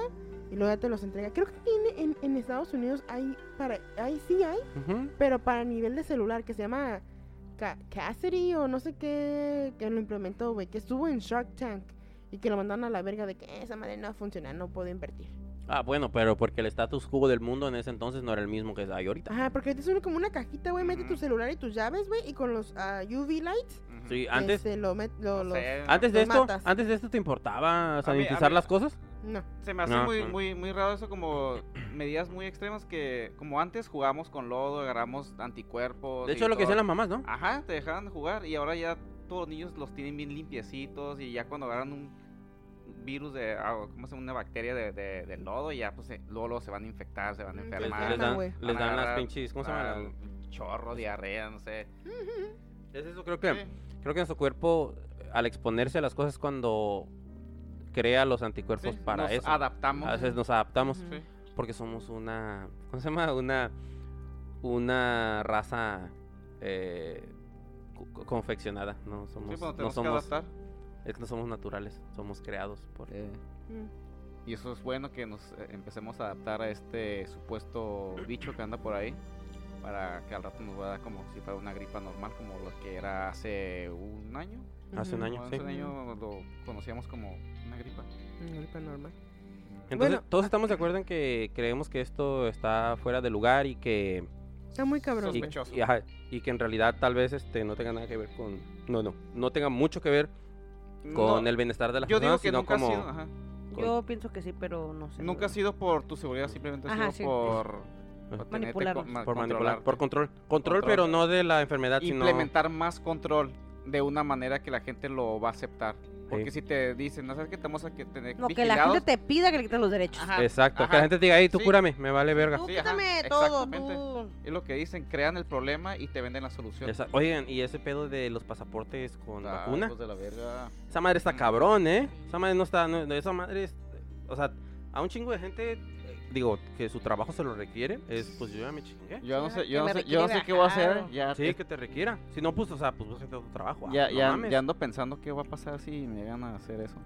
[SPEAKER 2] y luego ya te los entrega. Creo que tiene en, en Estados Unidos hay para ahí sí hay,
[SPEAKER 3] Ujú.
[SPEAKER 2] pero para nivel de celular que se llama Ca- Cassidy o no sé qué que lo implementó, güey, que estuvo en Shark Tank y que lo mandaron a la verga de que esa madre no funciona, no puedo invertir.
[SPEAKER 3] Ah, bueno, pero porque el status quo del mundo en ese entonces no era el mismo que hay ahorita.
[SPEAKER 2] Ajá, porque te suena como una cajita, güey, mete tu
[SPEAKER 5] Ujú.
[SPEAKER 2] celular y tus llaves, güey, y con los ah, UV lights
[SPEAKER 5] Ujú.
[SPEAKER 3] Sí, antes,
[SPEAKER 2] este, lo met- lo-
[SPEAKER 5] No
[SPEAKER 2] los-
[SPEAKER 5] sé,
[SPEAKER 3] antes de
[SPEAKER 2] los
[SPEAKER 3] esto,
[SPEAKER 2] matas.
[SPEAKER 3] antes de esto te importaba
[SPEAKER 5] mí-
[SPEAKER 3] sanitizar
[SPEAKER 5] a mí-
[SPEAKER 3] las cosas.
[SPEAKER 2] no.
[SPEAKER 5] Se me hace
[SPEAKER 3] No,
[SPEAKER 5] muy,
[SPEAKER 3] no.
[SPEAKER 5] muy, muy raro eso, como medidas muy extremas que, como antes jugamos con lodo, agarramos anticuerpos.
[SPEAKER 3] De
[SPEAKER 5] y
[SPEAKER 3] hecho, lo que
[SPEAKER 5] todo. Ah,
[SPEAKER 3] hacían las mamás, ¿no?
[SPEAKER 5] Ajá, te dejaban jugar y ahora ya todos los niños los tienen bien limpiecitos y ya cuando agarran un virus de, ah, ¿cómo se llama? Una bacteria de, de, de lodo, ya pues se- luego, luego se van a infectar, se van a
[SPEAKER 2] Mm,
[SPEAKER 3] Les,
[SPEAKER 2] Hermana,
[SPEAKER 5] enfermar.
[SPEAKER 3] les dan,
[SPEAKER 2] güey.
[SPEAKER 3] les
[SPEAKER 5] van a
[SPEAKER 3] dan las
[SPEAKER 5] agarrar,
[SPEAKER 3] pinches, ¿cómo se
[SPEAKER 5] ah,
[SPEAKER 3] llama?
[SPEAKER 5] Chorro, diarrea, no sé.
[SPEAKER 3] Es eso, creo
[SPEAKER 5] Eh.
[SPEAKER 3] que, creo que nuestro cuerpo, al exponerse a las cosas, es cuando crea los anticuerpos
[SPEAKER 5] Sí,
[SPEAKER 3] para
[SPEAKER 5] nos
[SPEAKER 3] eso.
[SPEAKER 5] adaptamos.
[SPEAKER 3] A veces nos adaptamos
[SPEAKER 2] Ujú.
[SPEAKER 5] Sí.
[SPEAKER 3] porque somos una, ¿cómo se llama? Una, una raza eh, co- co- confeccionada. No
[SPEAKER 5] Sí,
[SPEAKER 3] somos,
[SPEAKER 5] pues, nos
[SPEAKER 3] no
[SPEAKER 5] tenemos que
[SPEAKER 3] somos,
[SPEAKER 5] adaptar.
[SPEAKER 3] es que no somos naturales, somos creados por.
[SPEAKER 2] Mm.
[SPEAKER 5] Y eso es bueno que nos eh, empecemos a adaptar a este supuesto bicho que anda por ahí. Para que al rato nos vaya a dar como si fuera una gripa normal, como lo que era hace un año.
[SPEAKER 3] Hace un
[SPEAKER 2] Ujú.
[SPEAKER 3] año,
[SPEAKER 5] Hace
[SPEAKER 3] sí.
[SPEAKER 5] un año lo conocíamos como una gripa.
[SPEAKER 2] Mm, gripa normal.
[SPEAKER 3] Entonces,
[SPEAKER 2] Bueno,
[SPEAKER 3] todos
[SPEAKER 5] ah,
[SPEAKER 3] estamos de acuerdo en que creemos que esto está fuera de lugar y que.
[SPEAKER 2] Está muy cabrón.
[SPEAKER 3] y,
[SPEAKER 2] güey.
[SPEAKER 5] Sospechoso.
[SPEAKER 3] y, ajá, y que en realidad tal vez este no tenga nada que ver con. No, no. No tenga mucho que ver con
[SPEAKER 5] No,
[SPEAKER 3] el bienestar de las
[SPEAKER 5] Yo digo
[SPEAKER 3] personas,
[SPEAKER 5] que
[SPEAKER 3] sino
[SPEAKER 5] nunca,
[SPEAKER 3] como.
[SPEAKER 5] ha sido, ajá.
[SPEAKER 4] Yo pienso que sí, pero no sé.
[SPEAKER 5] nunca ha sido por tu seguridad, simplemente ha sido
[SPEAKER 4] Ajá, sí.
[SPEAKER 5] por, por tenerte
[SPEAKER 4] Manipularnos.
[SPEAKER 5] con- ma-
[SPEAKER 3] Eh. por manipular,
[SPEAKER 5] controlar.
[SPEAKER 3] por control. Control,
[SPEAKER 5] Control.
[SPEAKER 3] pero no de la enfermedad, sino.
[SPEAKER 5] implementar más control de una manera que la gente lo va a aceptar. Porque si te dicen, no sabes que tenemos que tener
[SPEAKER 4] No, que la
[SPEAKER 5] vigilados.
[SPEAKER 4] gente te pida que le quites los derechos.
[SPEAKER 5] Ajá,
[SPEAKER 3] Exacto. Que
[SPEAKER 5] ajá.
[SPEAKER 3] la gente diga, hey, tú
[SPEAKER 5] Sí.
[SPEAKER 3] cúrame, me vale verga.
[SPEAKER 4] Tú
[SPEAKER 5] Sí, ajá,
[SPEAKER 4] quítame todo,
[SPEAKER 5] exactamente.
[SPEAKER 4] tú.
[SPEAKER 5] Es lo que dicen, crean el problema y te venden la solución.
[SPEAKER 3] Esa- oigan, y ese pedo de los pasaportes con
[SPEAKER 5] Ah,
[SPEAKER 3] vacuna.
[SPEAKER 5] hijos de la verga.
[SPEAKER 3] Esa madre
[SPEAKER 5] mm.
[SPEAKER 3] está cabrón, ¿eh? Esa madre no está. no- no, esa madre es. O sea, a un chingo de gente, eh, digo, que su trabajo se lo requiere, es pues yo ya me chingué.
[SPEAKER 5] Yo no
[SPEAKER 4] Ah,
[SPEAKER 5] sé,
[SPEAKER 4] que
[SPEAKER 5] yo
[SPEAKER 4] me Ah.
[SPEAKER 5] no sé, yo no sé
[SPEAKER 4] requiere
[SPEAKER 5] qué voy a
[SPEAKER 4] bajar
[SPEAKER 5] hacer.
[SPEAKER 4] o-
[SPEAKER 5] Ya,
[SPEAKER 3] Sí, que te requiera. Si no, pues, o sea, pues búsquete otro trabajo. ah,
[SPEAKER 5] ya,
[SPEAKER 3] no
[SPEAKER 5] ya,
[SPEAKER 3] mames.
[SPEAKER 5] ya ando pensando qué va a pasar si me llegan a hacer eso.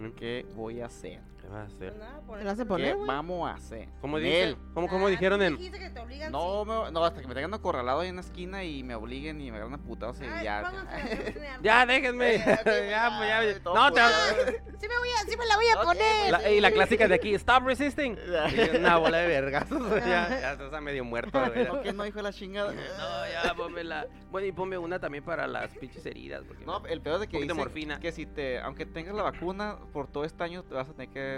[SPEAKER 3] Mm.
[SPEAKER 5] ¿Qué voy a hacer?
[SPEAKER 3] ¿Qué vas a hacer?
[SPEAKER 4] Nada, por
[SPEAKER 2] Te
[SPEAKER 4] el-
[SPEAKER 2] la hace
[SPEAKER 5] ¿Qué
[SPEAKER 2] poner, güey.
[SPEAKER 5] vamos a hacer?
[SPEAKER 3] ¿Cómo,
[SPEAKER 5] Nel,
[SPEAKER 3] dice, ¿cómo, cómo
[SPEAKER 4] Ah,
[SPEAKER 3] dijeron
[SPEAKER 4] tú
[SPEAKER 3] en.?
[SPEAKER 4] dijiste que te obligan,
[SPEAKER 5] No,
[SPEAKER 4] sí.
[SPEAKER 5] me- no, hasta que me tengan acorralado ahí en la esquina y me obliguen y me hagan a putados y
[SPEAKER 4] Ay,
[SPEAKER 5] ya.
[SPEAKER 4] pónganse
[SPEAKER 5] ya.
[SPEAKER 4] la próxima.
[SPEAKER 3] Ya, déjenme. ya, pues, ya.
[SPEAKER 5] ya, todo
[SPEAKER 3] No, te.
[SPEAKER 4] Sí me voy a, sí me la voy a
[SPEAKER 5] Ok,
[SPEAKER 4] poner.
[SPEAKER 3] La- y la clásica de aquí, stop resisting.
[SPEAKER 5] Ya.
[SPEAKER 3] Y Una bola de vergazos. o sea, Ya, ya estás a medio muerto, güey.
[SPEAKER 5] No, que no, hijo de la chingada.
[SPEAKER 3] No, ya, pónmela. Bueno, y ponme una también para las pinches heridas. Porque
[SPEAKER 5] No,
[SPEAKER 3] me-
[SPEAKER 5] el peor es de que
[SPEAKER 3] Poquito
[SPEAKER 5] dicen
[SPEAKER 3] morfina.
[SPEAKER 5] que si te, aunque tengas la vacuna, por todo este año te vas a tener que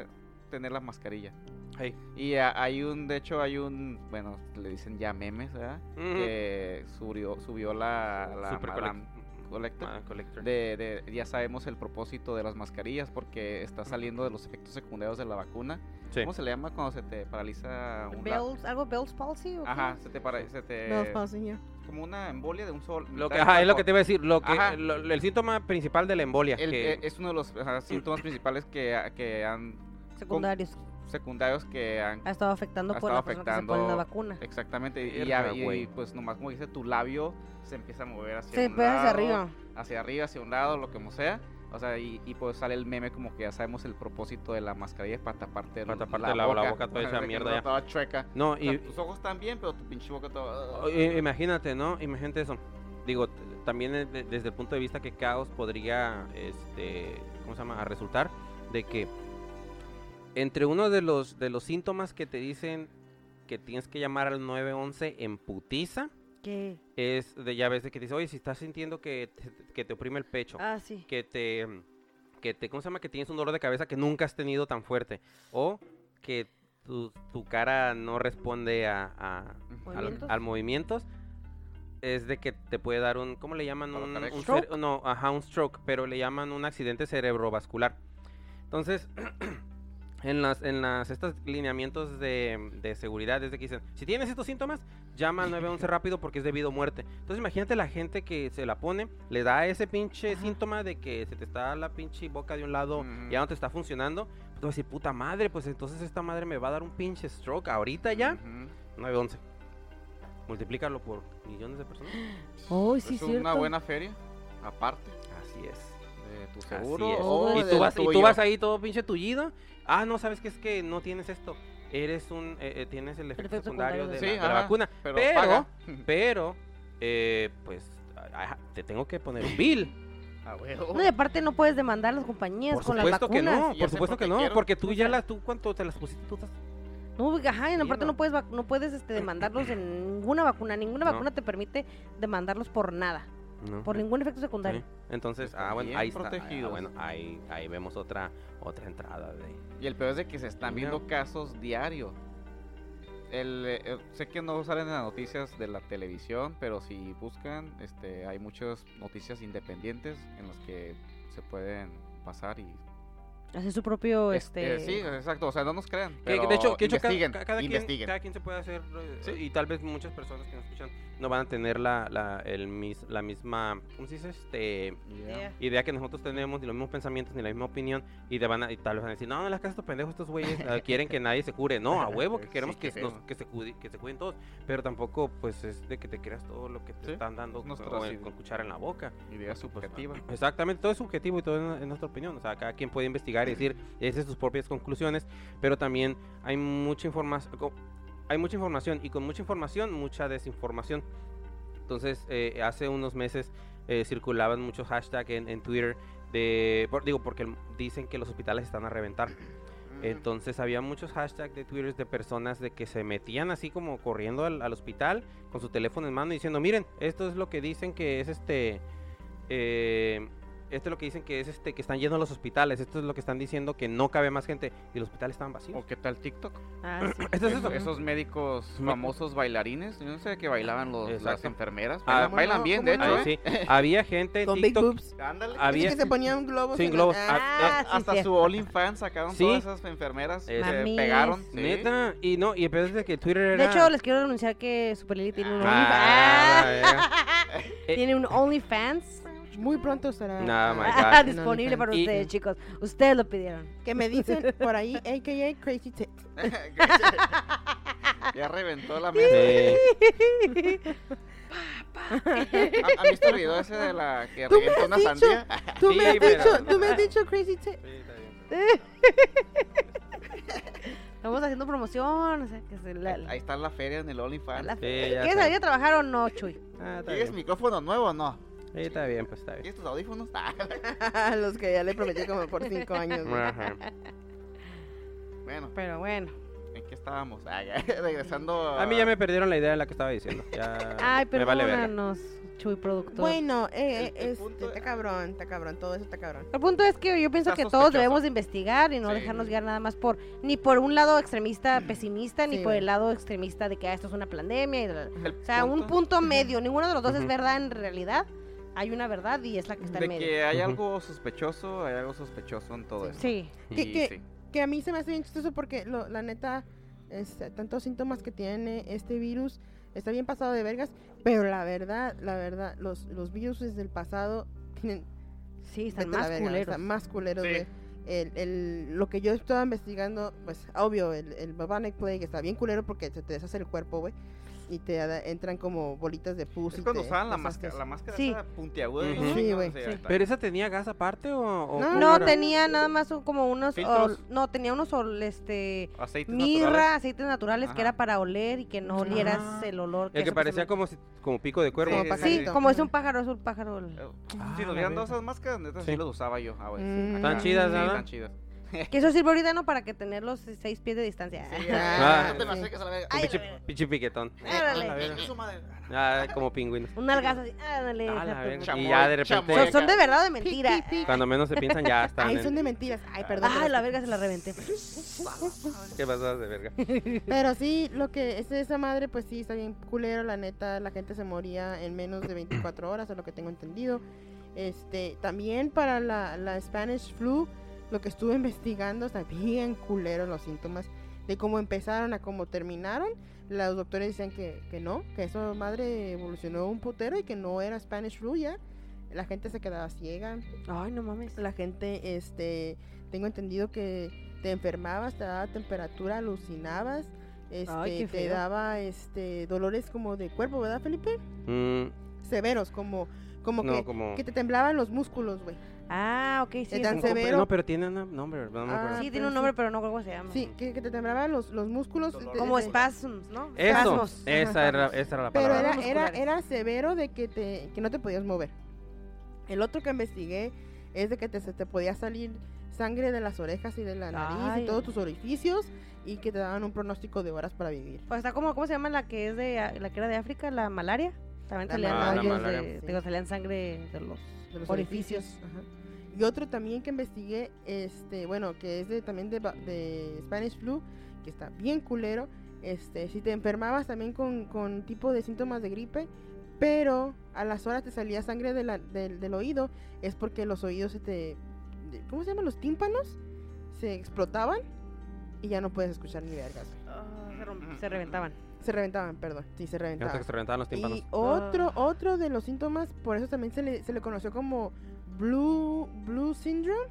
[SPEAKER 5] tener la mascarilla.
[SPEAKER 3] Ey.
[SPEAKER 5] Y a- hay un, de hecho hay un, bueno, le dicen ya memes, ¿verdad?
[SPEAKER 3] Ujú.
[SPEAKER 5] Que subió, subió la, la
[SPEAKER 3] Super
[SPEAKER 5] Madame
[SPEAKER 3] collect-
[SPEAKER 5] Collector.
[SPEAKER 3] Madame Collector.
[SPEAKER 5] De, de- ya sabemos el propósito de las mascarillas porque está saliendo de los efectos secundarios de la vacuna.
[SPEAKER 3] Sí.
[SPEAKER 5] ¿Cómo se le llama cuando se te paraliza un lado?
[SPEAKER 4] Bell's, algo Bell's palsy o qué?
[SPEAKER 5] Ajá, se te para- se
[SPEAKER 2] Los
[SPEAKER 5] te
[SPEAKER 2] pasos, señor.
[SPEAKER 5] como una embolia de un sol.
[SPEAKER 3] Lo
[SPEAKER 5] mitad
[SPEAKER 3] que,
[SPEAKER 5] del
[SPEAKER 3] ajá, es lo
[SPEAKER 5] cuerpo.
[SPEAKER 3] que te iba a decir. Lo
[SPEAKER 5] Ajá.
[SPEAKER 3] que, lo- el síntoma principal de la embolia.
[SPEAKER 5] El-
[SPEAKER 3] que-
[SPEAKER 5] eh, es uno de los ajá, síntomas principales que, que han
[SPEAKER 4] Secundarios.
[SPEAKER 5] secundarios que han
[SPEAKER 4] Ha estado afectando
[SPEAKER 5] Ha
[SPEAKER 4] por
[SPEAKER 5] estado
[SPEAKER 4] la persona que se pone la
[SPEAKER 5] afectando-
[SPEAKER 4] vacuna.
[SPEAKER 5] exactamente y,
[SPEAKER 3] Verga,
[SPEAKER 5] ya- y-
[SPEAKER 3] güey.
[SPEAKER 5] y, pues nomás como dice tu labio se empieza a mover hacia
[SPEAKER 4] Se
[SPEAKER 5] un
[SPEAKER 4] pega pues, hacia
[SPEAKER 5] lado,
[SPEAKER 4] arriba.
[SPEAKER 5] hacia arriba hacia un lado lo que como sea O sea, y, y pues sale el meme como que ya sabemos el propósito de la mascarilla para taparte,
[SPEAKER 3] Para taparte la- la boca, toda esa
[SPEAKER 5] Que
[SPEAKER 3] mierda
[SPEAKER 5] no
[SPEAKER 3] ya.
[SPEAKER 5] Toda chueca.
[SPEAKER 3] No,
[SPEAKER 5] O sea,
[SPEAKER 3] y,
[SPEAKER 5] tus ojos están bien, pero tu pinche boca toda...
[SPEAKER 3] O- i- Eh, Imagínate, ¿no? Imagínate eso. Digo, t- también eh, de- desde el punto de vista que caos podría, este, ¿cómo se llama? Resultar de que entre uno de los, de los síntomas que te dicen que tienes que llamar al 911 en putiza
[SPEAKER 4] ¿Qué?
[SPEAKER 3] es de ya ves de que te dice, oye, si estás sintiendo que te, que te oprime el pecho,
[SPEAKER 4] Ah, sí.
[SPEAKER 3] que te, que te, ¿cómo se llama? Que tienes un dolor de cabeza que nunca has tenido tan fuerte o que tu, tu cara no responde a- a,
[SPEAKER 5] Ujú.
[SPEAKER 3] al-
[SPEAKER 4] ¿Movimientos?
[SPEAKER 3] Al, movimientos es de que te puede dar un ¿cómo le llaman?
[SPEAKER 5] Paro
[SPEAKER 3] un,
[SPEAKER 5] cardíaco.
[SPEAKER 3] un
[SPEAKER 4] ¿Stroke?
[SPEAKER 3] cere- no, ajá, un stroke, pero le llaman un accidente cerebrovascular. Entonces, en las en las estos lineamientos de, de seguridad es de que dicen, si tienes estos síntomas, llama al 911 rápido porque es debido a muerte. Entonces, imagínate la gente que se la pone, le da ese pinche
[SPEAKER 4] Ajá.
[SPEAKER 3] síntoma de que se te está la pinche boca de un lado,
[SPEAKER 5] Ujú.
[SPEAKER 3] ya no te está funcionando. pues, Tú vas a decir, puta madre, pues entonces esta madre me va a dar un pinche stroke ahorita ya.
[SPEAKER 5] Ujú.
[SPEAKER 3] 911. Multiplícalo por millones de personas.
[SPEAKER 4] Oh,
[SPEAKER 5] Pues es una buena feria, aparte
[SPEAKER 3] Así es.
[SPEAKER 5] de tu
[SPEAKER 3] Así
[SPEAKER 5] seguro.
[SPEAKER 3] es.
[SPEAKER 5] o
[SPEAKER 3] y,
[SPEAKER 5] del
[SPEAKER 3] tú vas, y tú
[SPEAKER 5] tuyo.
[SPEAKER 3] vas ahí todo pinche tullido. Ah, no, sabes que es que no tienes esto. Eres un. eh, eh, tienes el efecto,
[SPEAKER 4] efecto
[SPEAKER 3] secundario,
[SPEAKER 4] secundario
[SPEAKER 3] de, la,
[SPEAKER 5] de- Sí,
[SPEAKER 3] de la
[SPEAKER 5] ajá.
[SPEAKER 3] vacuna.
[SPEAKER 5] Pero,
[SPEAKER 3] Pero-
[SPEAKER 5] paga.
[SPEAKER 3] Pero, eh, pues, ah, ah, te tengo que poner un bill.
[SPEAKER 5] Ah, huevo.
[SPEAKER 4] No, y aparte no puedes demandar a las compañías
[SPEAKER 3] por
[SPEAKER 4] con las vacunas.
[SPEAKER 3] supuesto que no,
[SPEAKER 5] Ya
[SPEAKER 3] por
[SPEAKER 5] sé
[SPEAKER 3] supuesto
[SPEAKER 5] por qué
[SPEAKER 3] que no.
[SPEAKER 5] quiero.
[SPEAKER 3] Porque tú
[SPEAKER 4] O
[SPEAKER 3] ya
[SPEAKER 4] sea-
[SPEAKER 3] las. Tú, ¿Cuánto te las pusiste? Tú estás-
[SPEAKER 4] No, güey, ajá, y
[SPEAKER 3] Sí,
[SPEAKER 4] aparte
[SPEAKER 3] no.
[SPEAKER 4] no puedes, vac- no puedes este, demandarlos en ninguna vacuna. Ninguna
[SPEAKER 3] No.
[SPEAKER 4] vacuna te permite demandarlos por nada,
[SPEAKER 3] No.
[SPEAKER 4] por ningún efecto secundario.
[SPEAKER 3] Sí. Entonces,
[SPEAKER 5] Están
[SPEAKER 3] ah, bueno,
[SPEAKER 5] bien
[SPEAKER 3] ahí está. Ah,
[SPEAKER 5] protegidos.
[SPEAKER 3] bueno, ahí, ahí vemos otra, otra entrada de.
[SPEAKER 5] Y el peor es de que se están
[SPEAKER 3] Mira.
[SPEAKER 5] viendo casos diario. El, eh, eh, sé que no salen en las noticias de la televisión, pero si buscan, este, hay muchas noticias independientes en las que se pueden pasar y
[SPEAKER 4] Hace su propio, este...
[SPEAKER 5] Este, sí, exacto, o sea, no nos crean,
[SPEAKER 3] Que- que
[SPEAKER 5] pero
[SPEAKER 3] de hecho, que de hecho, ca-
[SPEAKER 5] investiguen,
[SPEAKER 3] ca- cada, Quien,
[SPEAKER 5] investiguen.
[SPEAKER 3] cada quien se puede hacer eh,
[SPEAKER 5] Sí.
[SPEAKER 3] y tal vez muchas personas que nos escuchan no van a tener la, la, el mis- la misma ¿cómo se dice? Este,
[SPEAKER 5] Yeah.
[SPEAKER 4] Yeah.
[SPEAKER 3] idea que nosotros tenemos ni los mismos pensamientos ni la misma opinión y, te van a- y tal vez van a decir no no las casas estos pendejos estos güeyes eh, quieren que nadie se cure no a huevo que
[SPEAKER 5] Sí,
[SPEAKER 3] queremos
[SPEAKER 5] qué
[SPEAKER 3] que, nos-
[SPEAKER 5] feo.
[SPEAKER 3] que, se cuide- que se cuiden todos pero tampoco pues es de que te creas todo lo que te
[SPEAKER 5] Sí,
[SPEAKER 3] están dando
[SPEAKER 5] nuestras
[SPEAKER 3] con,
[SPEAKER 5] ideas.
[SPEAKER 3] con cuchara en la boca
[SPEAKER 5] Idea subjetiva.
[SPEAKER 3] pues, Exactamente, todo es subjetivo y todo es nu- es nuestra opinión. O sea, cada quien puede investigar y decir desde sus propias conclusiones, pero también hay mucha información, hay mucha información y con mucha información mucha desinformación. Entonces, eh, hace unos meses eh, circulaban muchos hashtags en, en Twitter de, por- digo, porque el- dicen que los hospitales están a reventar. Entonces había muchos hashtags de Twitter de personas de que se metían así como corriendo al, al hospital con su teléfono en mano diciendo, miren, esto es lo que dicen que es este, eh, esto es lo que dicen que es este, que están llenos los hospitales, esto es lo que están diciendo que no cabe más gente y los hospitales estaban vacíos.
[SPEAKER 5] ¿O qué tal TikTok?
[SPEAKER 4] Ah, sí.
[SPEAKER 3] Mm. Esto es
[SPEAKER 5] Es-
[SPEAKER 3] eso.
[SPEAKER 5] Esos médicos
[SPEAKER 3] Me-
[SPEAKER 5] famosos bailarines, yo no sé que bailaban los, las
[SPEAKER 3] Exacto.
[SPEAKER 5] enfermeras,
[SPEAKER 3] Ah,
[SPEAKER 5] bailan, bailan
[SPEAKER 2] ¿cómo no?
[SPEAKER 5] bien, de
[SPEAKER 3] Ahí
[SPEAKER 5] hecho, ¿eh?
[SPEAKER 3] sí. Ah, Había gente en
[SPEAKER 2] Con Big
[SPEAKER 3] TikTok,
[SPEAKER 2] Boobs.
[SPEAKER 5] Ándale.
[SPEAKER 3] había
[SPEAKER 2] Es que se ponían globos.
[SPEAKER 3] sin
[SPEAKER 2] en la-
[SPEAKER 3] globos.
[SPEAKER 4] Ah, sí,
[SPEAKER 5] Hasta
[SPEAKER 4] cierto.
[SPEAKER 5] su OnlyFans sacaron
[SPEAKER 3] Sí.
[SPEAKER 5] todas esas enfermeras,
[SPEAKER 3] Eh,
[SPEAKER 5] se
[SPEAKER 4] Mamis.
[SPEAKER 5] pegaron. sí.
[SPEAKER 3] neta y no y a pesar de que Twitter era
[SPEAKER 4] De hecho, les quiero anunciar que Superlili tiene un
[SPEAKER 3] Ah,
[SPEAKER 4] OnlyFans.
[SPEAKER 3] eh.
[SPEAKER 4] tiene un OnlyFans
[SPEAKER 2] Ah, Muy pronto será.
[SPEAKER 3] No, my
[SPEAKER 2] ah,
[SPEAKER 3] God.
[SPEAKER 2] un
[SPEAKER 4] disponible para
[SPEAKER 3] Y-
[SPEAKER 4] ustedes, chicos. Ustedes lo pidieron.
[SPEAKER 2] Que me dicen por ahí, a.k.a. Crazy Tits.
[SPEAKER 5] ya reventó la
[SPEAKER 3] Sí.
[SPEAKER 5] mesa. ¿Ha- ¿Han visto el video ese de la que
[SPEAKER 2] Tú me
[SPEAKER 5] reventó una
[SPEAKER 2] has dicho.
[SPEAKER 5] sandía?
[SPEAKER 2] Tú
[SPEAKER 3] Sí,
[SPEAKER 2] me has
[SPEAKER 3] pero-
[SPEAKER 2] dicho, tú me has dicho Crazy Tits.
[SPEAKER 4] Estamos haciendo promoción. O sea, que se la, la-
[SPEAKER 5] Ahí está la feria en el OnlyFans.
[SPEAKER 4] la-
[SPEAKER 3] Sí, ya
[SPEAKER 4] ¿Quieres
[SPEAKER 3] sé.
[SPEAKER 4] salir a trabajar o no, Chuy?
[SPEAKER 3] Ah, está
[SPEAKER 5] ¿Tienes
[SPEAKER 3] bien.
[SPEAKER 5] micrófono nuevo o no?
[SPEAKER 3] Sí, está bien, pues está bien.
[SPEAKER 5] ¿Tienes tus audífonos? Ah,
[SPEAKER 2] Los que ya le prometí como por cinco años. güey.
[SPEAKER 3] Ajá.
[SPEAKER 5] bueno,
[SPEAKER 4] Pero bueno.
[SPEAKER 5] ¿en qué estábamos? Ah, ya, regresando
[SPEAKER 3] A mí ya me perdieron la idea de la que estaba diciendo. Ya Ah,
[SPEAKER 4] Ay,
[SPEAKER 3] me vale verga.
[SPEAKER 4] perdónanos, Chuy, productor.
[SPEAKER 2] Bueno, eh,
[SPEAKER 5] El- el
[SPEAKER 2] este,
[SPEAKER 5] punto-
[SPEAKER 2] está cabrón, está cabrón, todo eso está cabrón.
[SPEAKER 4] El punto es que yo pienso
[SPEAKER 5] Está
[SPEAKER 4] que todos
[SPEAKER 5] sospechoso.
[SPEAKER 4] debemos de investigar y no
[SPEAKER 5] Sí.
[SPEAKER 4] dejarnos guiar nada más por ni por un lado extremista pesimista ni
[SPEAKER 2] Sí,
[SPEAKER 4] por
[SPEAKER 2] güey.
[SPEAKER 4] el lado extremista de que ah, esto es una pandemia. Y bla, bla, bla.
[SPEAKER 5] El
[SPEAKER 4] O sea, un
[SPEAKER 5] punto
[SPEAKER 4] punto medio. Ninguno de los dos es
[SPEAKER 3] Ujú.
[SPEAKER 4] verdad en realidad. Hay una verdad y es la que está
[SPEAKER 5] de
[SPEAKER 4] en medio.
[SPEAKER 5] que hay
[SPEAKER 3] Ujú.
[SPEAKER 5] algo sospechoso, hay algo sospechoso en todo eso.
[SPEAKER 4] Sí.
[SPEAKER 2] ¿Qué-
[SPEAKER 5] Y
[SPEAKER 2] qué?
[SPEAKER 5] sí.
[SPEAKER 2] Que a mí se me hace bien chistoso porque lo- la neta, este, tantos síntomas que tiene este virus, está bien pasado de vergas, pero la verdad, la verdad, los, los virus del pasado tienen
[SPEAKER 4] Sí, están
[SPEAKER 2] vete a la
[SPEAKER 4] más
[SPEAKER 2] verga,
[SPEAKER 4] culeros.
[SPEAKER 2] están más culeros,
[SPEAKER 5] Sí.
[SPEAKER 2] güey. El, el- lo que yo estaba investigando, pues obvio, el, el Bubonic Plague está bien culero porque se te deshace el cuerpo, güey. y te da- entran como bolitas de pus.
[SPEAKER 5] Es
[SPEAKER 2] y
[SPEAKER 5] cuando
[SPEAKER 2] te
[SPEAKER 5] usaban la
[SPEAKER 2] deshaces.
[SPEAKER 5] máscara, la máscara
[SPEAKER 4] Sí.
[SPEAKER 5] esa puntiaguda.
[SPEAKER 3] Ujú.
[SPEAKER 5] ¿no?
[SPEAKER 2] Sí,
[SPEAKER 5] Chingada,
[SPEAKER 2] güey,
[SPEAKER 5] o sea,
[SPEAKER 2] sí.
[SPEAKER 5] está-
[SPEAKER 3] ¿Pero esa tenía gas aparte o...? o
[SPEAKER 2] No,
[SPEAKER 3] cómo
[SPEAKER 4] No,
[SPEAKER 3] era?
[SPEAKER 4] tenía nada más un- como unos...
[SPEAKER 5] Filtros.
[SPEAKER 4] ol- no, tenía unos, ol- este...
[SPEAKER 5] aceites
[SPEAKER 4] Mirra,
[SPEAKER 5] naturales.
[SPEAKER 4] aceites naturales, que
[SPEAKER 5] Ajá.
[SPEAKER 4] era para oler y que no
[SPEAKER 2] Ah.
[SPEAKER 4] olieras el olor.
[SPEAKER 3] El que
[SPEAKER 4] eso
[SPEAKER 3] parecía
[SPEAKER 4] se me-
[SPEAKER 3] como, si- como pico de cuervo.
[SPEAKER 2] Como
[SPEAKER 5] Sí, sí,
[SPEAKER 4] Sí,
[SPEAKER 2] pajarito.
[SPEAKER 4] como es un pájaro, es un pájaro. el-
[SPEAKER 5] Eh,
[SPEAKER 3] Ah,
[SPEAKER 5] Si
[SPEAKER 3] la
[SPEAKER 5] nos hubieran dado
[SPEAKER 3] verga.
[SPEAKER 5] esas máscaras, neta, sí,
[SPEAKER 3] Sí.
[SPEAKER 5] las usaba yo. Ah, güey,
[SPEAKER 2] Mm.
[SPEAKER 5] sí.
[SPEAKER 2] Tan
[SPEAKER 5] Acá,
[SPEAKER 3] chidas,
[SPEAKER 5] sí,
[SPEAKER 3] ¿verdad?
[SPEAKER 5] tan chidas.
[SPEAKER 4] Que eso sirve ahorita, ¿no? Para que tener los seis pies de distancia.
[SPEAKER 5] Sí,
[SPEAKER 2] Ah,
[SPEAKER 5] no te me
[SPEAKER 2] sí.
[SPEAKER 5] acerques a la verga.
[SPEAKER 4] Ay,
[SPEAKER 3] Pinche,
[SPEAKER 4] la verga.
[SPEAKER 3] pinche piquetón.
[SPEAKER 4] Órale.
[SPEAKER 3] Ah, la verga.
[SPEAKER 5] Es su madre.
[SPEAKER 3] Ah, como pingüinos.
[SPEAKER 4] Un algazo así. Ándale.
[SPEAKER 3] Ah, la
[SPEAKER 4] deja tú.
[SPEAKER 3] verga.
[SPEAKER 5] Chamoy,
[SPEAKER 3] Y ya de repente,
[SPEAKER 5] chamoy.
[SPEAKER 4] son, son de verdad o de mentira.
[SPEAKER 2] Pi, pi, pi.
[SPEAKER 3] cuando menos se piensan, ya están.
[SPEAKER 2] Ay,
[SPEAKER 3] en- Ah.
[SPEAKER 2] son de mentiras. Ay, perdón.
[SPEAKER 4] Ay, la verga se la reventé.
[SPEAKER 3] ¿Qué pasas de verga?
[SPEAKER 2] Pero sí, lo que es esa madre, pues sí, está bien culero, la neta, la gente se moría en menos de 24 horas, es lo que tengo entendido. Este, también para la, la Spanish flu, lo que estuve investigando, está bien culero los síntomas, de cómo empezaron a cómo terminaron. Los doctores decían que, que no, que esa madre evolucionó un putero y que no era Spanish flu ya. La gente se quedaba ciega,
[SPEAKER 4] Ay, no mames.
[SPEAKER 2] la gente, este, tengo entendido que te enfermabas, te daba temperatura, alucinabas, este,
[SPEAKER 4] Ay, qué
[SPEAKER 2] te
[SPEAKER 4] feo.
[SPEAKER 2] daba, este, dolores como de cuerpo, ¿verdad, Felipe?
[SPEAKER 3] Mm,
[SPEAKER 2] Severos, como, como
[SPEAKER 3] no,
[SPEAKER 2] que,
[SPEAKER 3] como...
[SPEAKER 2] que te temblaban los músculos, güey.
[SPEAKER 4] Ah, ok, sí.
[SPEAKER 2] Es
[SPEAKER 4] eso
[SPEAKER 2] tan
[SPEAKER 3] un
[SPEAKER 4] sí.
[SPEAKER 3] compa-
[SPEAKER 2] severo.
[SPEAKER 3] No, pero tiene un nombre, no me
[SPEAKER 2] Ah,
[SPEAKER 3] acuerdo.
[SPEAKER 4] Sí, tiene un nombre, pero no creo cómo se llama.
[SPEAKER 2] Sí, que, que te temblaban los, los músculos. este,
[SPEAKER 5] Dolor.
[SPEAKER 2] de-
[SPEAKER 4] Como
[SPEAKER 2] de-
[SPEAKER 4] spasms, ¿no?
[SPEAKER 3] Eso,
[SPEAKER 4] Espasmos.
[SPEAKER 3] esa era, esa era la
[SPEAKER 2] Pero
[SPEAKER 3] palabra.
[SPEAKER 2] era,
[SPEAKER 4] Dolores
[SPEAKER 2] era,
[SPEAKER 4] musculares.
[SPEAKER 2] era severo de que, te, que no te podías mover. El otro que investigué es de que te, se te podía salir sangre de las orejas y de la nariz
[SPEAKER 4] Ay.
[SPEAKER 2] y todos tus orificios y que te daban un pronóstico de horas para vivir.
[SPEAKER 4] O está como, ¿cómo se llama la que es de la que era de África? La malaria. También
[SPEAKER 2] La
[SPEAKER 4] salían
[SPEAKER 3] malaria.
[SPEAKER 4] hoyos
[SPEAKER 3] Ah, la
[SPEAKER 4] de,
[SPEAKER 2] malaria.
[SPEAKER 4] digo, salían sangre de los
[SPEAKER 2] de los
[SPEAKER 4] Orificios.
[SPEAKER 2] orificios. Ajá. Y otro también que investigué, este, bueno, que es de, también de, ba- de Spanish Flu, que está bien culero. Este, si te enfermabas también con, con tipo de síntomas de gripe, pero a las horas te salía sangre de la- del- del oído, es porque los oídos se te. de- ¿Cómo se llaman? Los tímpanos se explotaban y ya no puedes escuchar ni vergas.
[SPEAKER 4] Ah, se, romp- se reventaban.
[SPEAKER 2] Se reventaban, perdón. Sí, se
[SPEAKER 3] Ya hasta
[SPEAKER 2] reventaban.
[SPEAKER 3] que se reventaban los tímpanos.
[SPEAKER 2] Y otro, otro de los síntomas, por eso también se le, se le conoció como Blue, Blue Syndrome,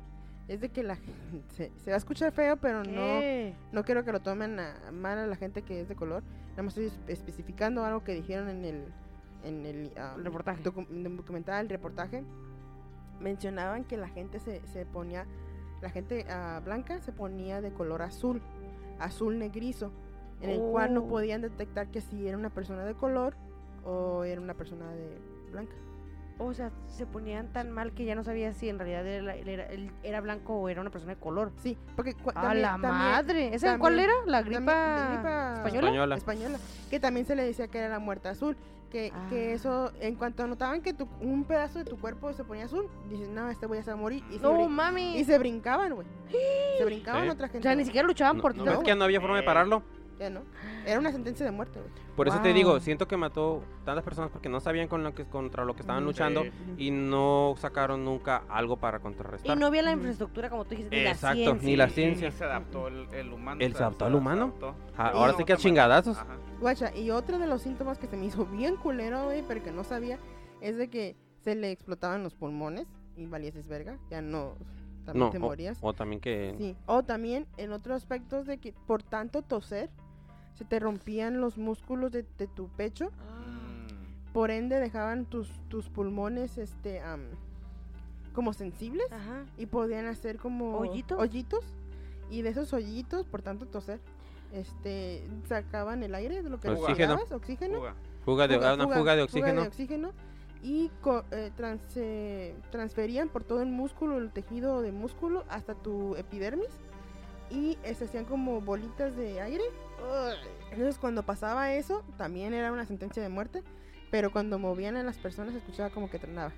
[SPEAKER 2] es de que la gente, se, se va a escuchar feo, pero no,
[SPEAKER 4] ¿Qué?
[SPEAKER 2] no quiero que lo tomen a- mal a la gente que es de color. Nada más estoy espe- especificando algo que dijeron en el, en el ah,
[SPEAKER 4] El reportaje.
[SPEAKER 2] docu- en el documental, el reportaje. Mencionaban que la gente se, se ponía, la gente ah, blanca se ponía de color azul, azul negrizo, en el cual no
[SPEAKER 4] Oh.
[SPEAKER 2] podían detectar que si era una persona de color o era una persona de blanca.
[SPEAKER 4] O sea, se ponían tan mal que ya no sabía si en realidad era, era- él era blanco o era una persona de color.
[SPEAKER 2] Sí, porque cua-
[SPEAKER 4] ¡A
[SPEAKER 2] también-
[SPEAKER 4] la
[SPEAKER 2] también-
[SPEAKER 4] madre! ¿Esa
[SPEAKER 2] también-
[SPEAKER 4] cuál era? ¿La gripa,
[SPEAKER 2] también-
[SPEAKER 4] española?
[SPEAKER 3] Española.
[SPEAKER 2] española, que también se le decía que era la muerte azul, que, que
[SPEAKER 4] Ah.
[SPEAKER 2] eso, en cuanto notaban que tu- un pedazo de tu cuerpo se ponía azul, dicen, no, este voy a morir, y se,
[SPEAKER 4] ¡No,
[SPEAKER 2] brin- y
[SPEAKER 4] mami!
[SPEAKER 2] se brincaban, güey, se brincaban
[SPEAKER 3] Sí.
[SPEAKER 2] otra
[SPEAKER 4] O
[SPEAKER 2] gente,
[SPEAKER 4] sea, ni
[SPEAKER 2] güey.
[SPEAKER 4] siquiera luchaban
[SPEAKER 3] No,
[SPEAKER 4] por ti.
[SPEAKER 3] ¿no ves que ya no había forma de pararlo?
[SPEAKER 2] ya no, era una sentencia de muerte, güey.
[SPEAKER 3] Por eso te digo,
[SPEAKER 4] Wow.
[SPEAKER 3] siento que mató tantas personas porque no sabían con lo que, contra lo que estaban
[SPEAKER 2] Ujú.
[SPEAKER 3] luchando
[SPEAKER 5] Sí.
[SPEAKER 3] y no sacaron nunca algo para
[SPEAKER 4] Y
[SPEAKER 3] contrarrestar.
[SPEAKER 4] no había la
[SPEAKER 2] Ujú.
[SPEAKER 4] infraestructura, como tú dijiste, ni
[SPEAKER 3] Exacto,
[SPEAKER 4] la ciencia.
[SPEAKER 3] ni la
[SPEAKER 5] Sí,
[SPEAKER 3] ciencia.
[SPEAKER 5] y se adaptó el, el humano.
[SPEAKER 3] ¿El se adaptó al humano?
[SPEAKER 5] adaptó.
[SPEAKER 3] Ah,
[SPEAKER 2] ahora
[SPEAKER 3] sí que a
[SPEAKER 5] Ajá.
[SPEAKER 3] chingadazos.
[SPEAKER 2] Guacha, y otro de los síntomas que se me hizo bien culero, güey, pero que no sabía, es de que se le explotaban los pulmones y valieses verga, ya no, también
[SPEAKER 3] No,
[SPEAKER 2] te
[SPEAKER 3] o-
[SPEAKER 2] morías.
[SPEAKER 3] O, también que...
[SPEAKER 2] Sí, o también en otro aspecto es de que por tanto toser se te rompían los músculos de, de tu pecho,
[SPEAKER 4] Ah.
[SPEAKER 5] Mm.
[SPEAKER 2] por ende dejaban tus, tus pulmones este am, como sensibles
[SPEAKER 4] Ajá.
[SPEAKER 2] y podían hacer como
[SPEAKER 4] Ah. ¿Hoyitos?
[SPEAKER 2] hoyitos, y de esos hoyitos por tanto toser este sacaban el aire de lo que
[SPEAKER 3] Oxígeno.
[SPEAKER 2] respirabas, oxígeno
[SPEAKER 5] Fuga.
[SPEAKER 3] Fuga de, ah, una fuga, de oxígeno.
[SPEAKER 2] oxígeno, y co- eh, trans- eh, transferían por todo el músculo, el tejido de músculo, hasta tu epidermis. Y eh, se hacían como bolitas de aire. Entonces cuando pasaba eso, también era una sentencia de muerte. Pero cuando movían a las personas, se escuchaba como que tronaba.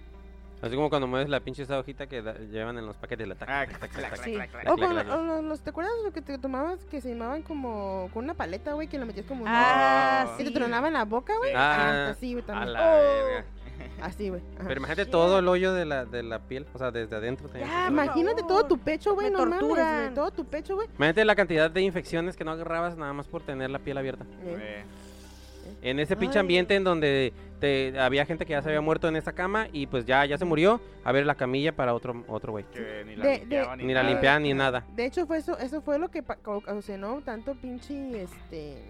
[SPEAKER 3] Así como cuando mueves la pinche esa hojita que da- llevan en los paquetes de la taca,
[SPEAKER 5] Ah,
[SPEAKER 3] taca, taca,
[SPEAKER 5] clac,
[SPEAKER 3] taca.
[SPEAKER 5] clac, clac, clac.
[SPEAKER 2] O con
[SPEAKER 3] clac,
[SPEAKER 2] lo- o lo- los, ¿Te acuerdas lo que te tomabas que se llamaban como con una paleta, güey? Que lo metías como un...
[SPEAKER 4] Ah,
[SPEAKER 2] y
[SPEAKER 4] sí.
[SPEAKER 2] te tronaba en la boca, güey.
[SPEAKER 3] Ah,
[SPEAKER 2] Ah, así, güey,
[SPEAKER 3] A
[SPEAKER 2] también.
[SPEAKER 3] la verga.
[SPEAKER 2] Así, güey. ajá.
[SPEAKER 3] Pero imagínate todo el hoyo de la, de la piel, o sea, desde adentro. tenía que
[SPEAKER 4] Ya,
[SPEAKER 3] ser-
[SPEAKER 4] ma-
[SPEAKER 2] Imagínate
[SPEAKER 4] favor.
[SPEAKER 2] todo tu pecho, güey.
[SPEAKER 4] Me
[SPEAKER 2] No mames, güey.
[SPEAKER 4] torturan.
[SPEAKER 2] Todo tu pecho, güey.
[SPEAKER 3] Imagínate la cantidad de infecciones que no agarrabas nada más por tener la piel abierta.
[SPEAKER 5] Eh,
[SPEAKER 3] En ese pinche
[SPEAKER 4] Ay.
[SPEAKER 3] ambiente en donde te, había gente que ya se había muerto en esa cama y pues ya, ya se murió. A ver la camilla para otro otro güey.
[SPEAKER 5] que ni la
[SPEAKER 2] De- de-
[SPEAKER 5] limpiaban
[SPEAKER 3] Ni la
[SPEAKER 5] nada.
[SPEAKER 3] limpiaban ni nada.
[SPEAKER 2] De hecho, fue eso, eso fue lo que pa- cau- ocasionó tanto pinche este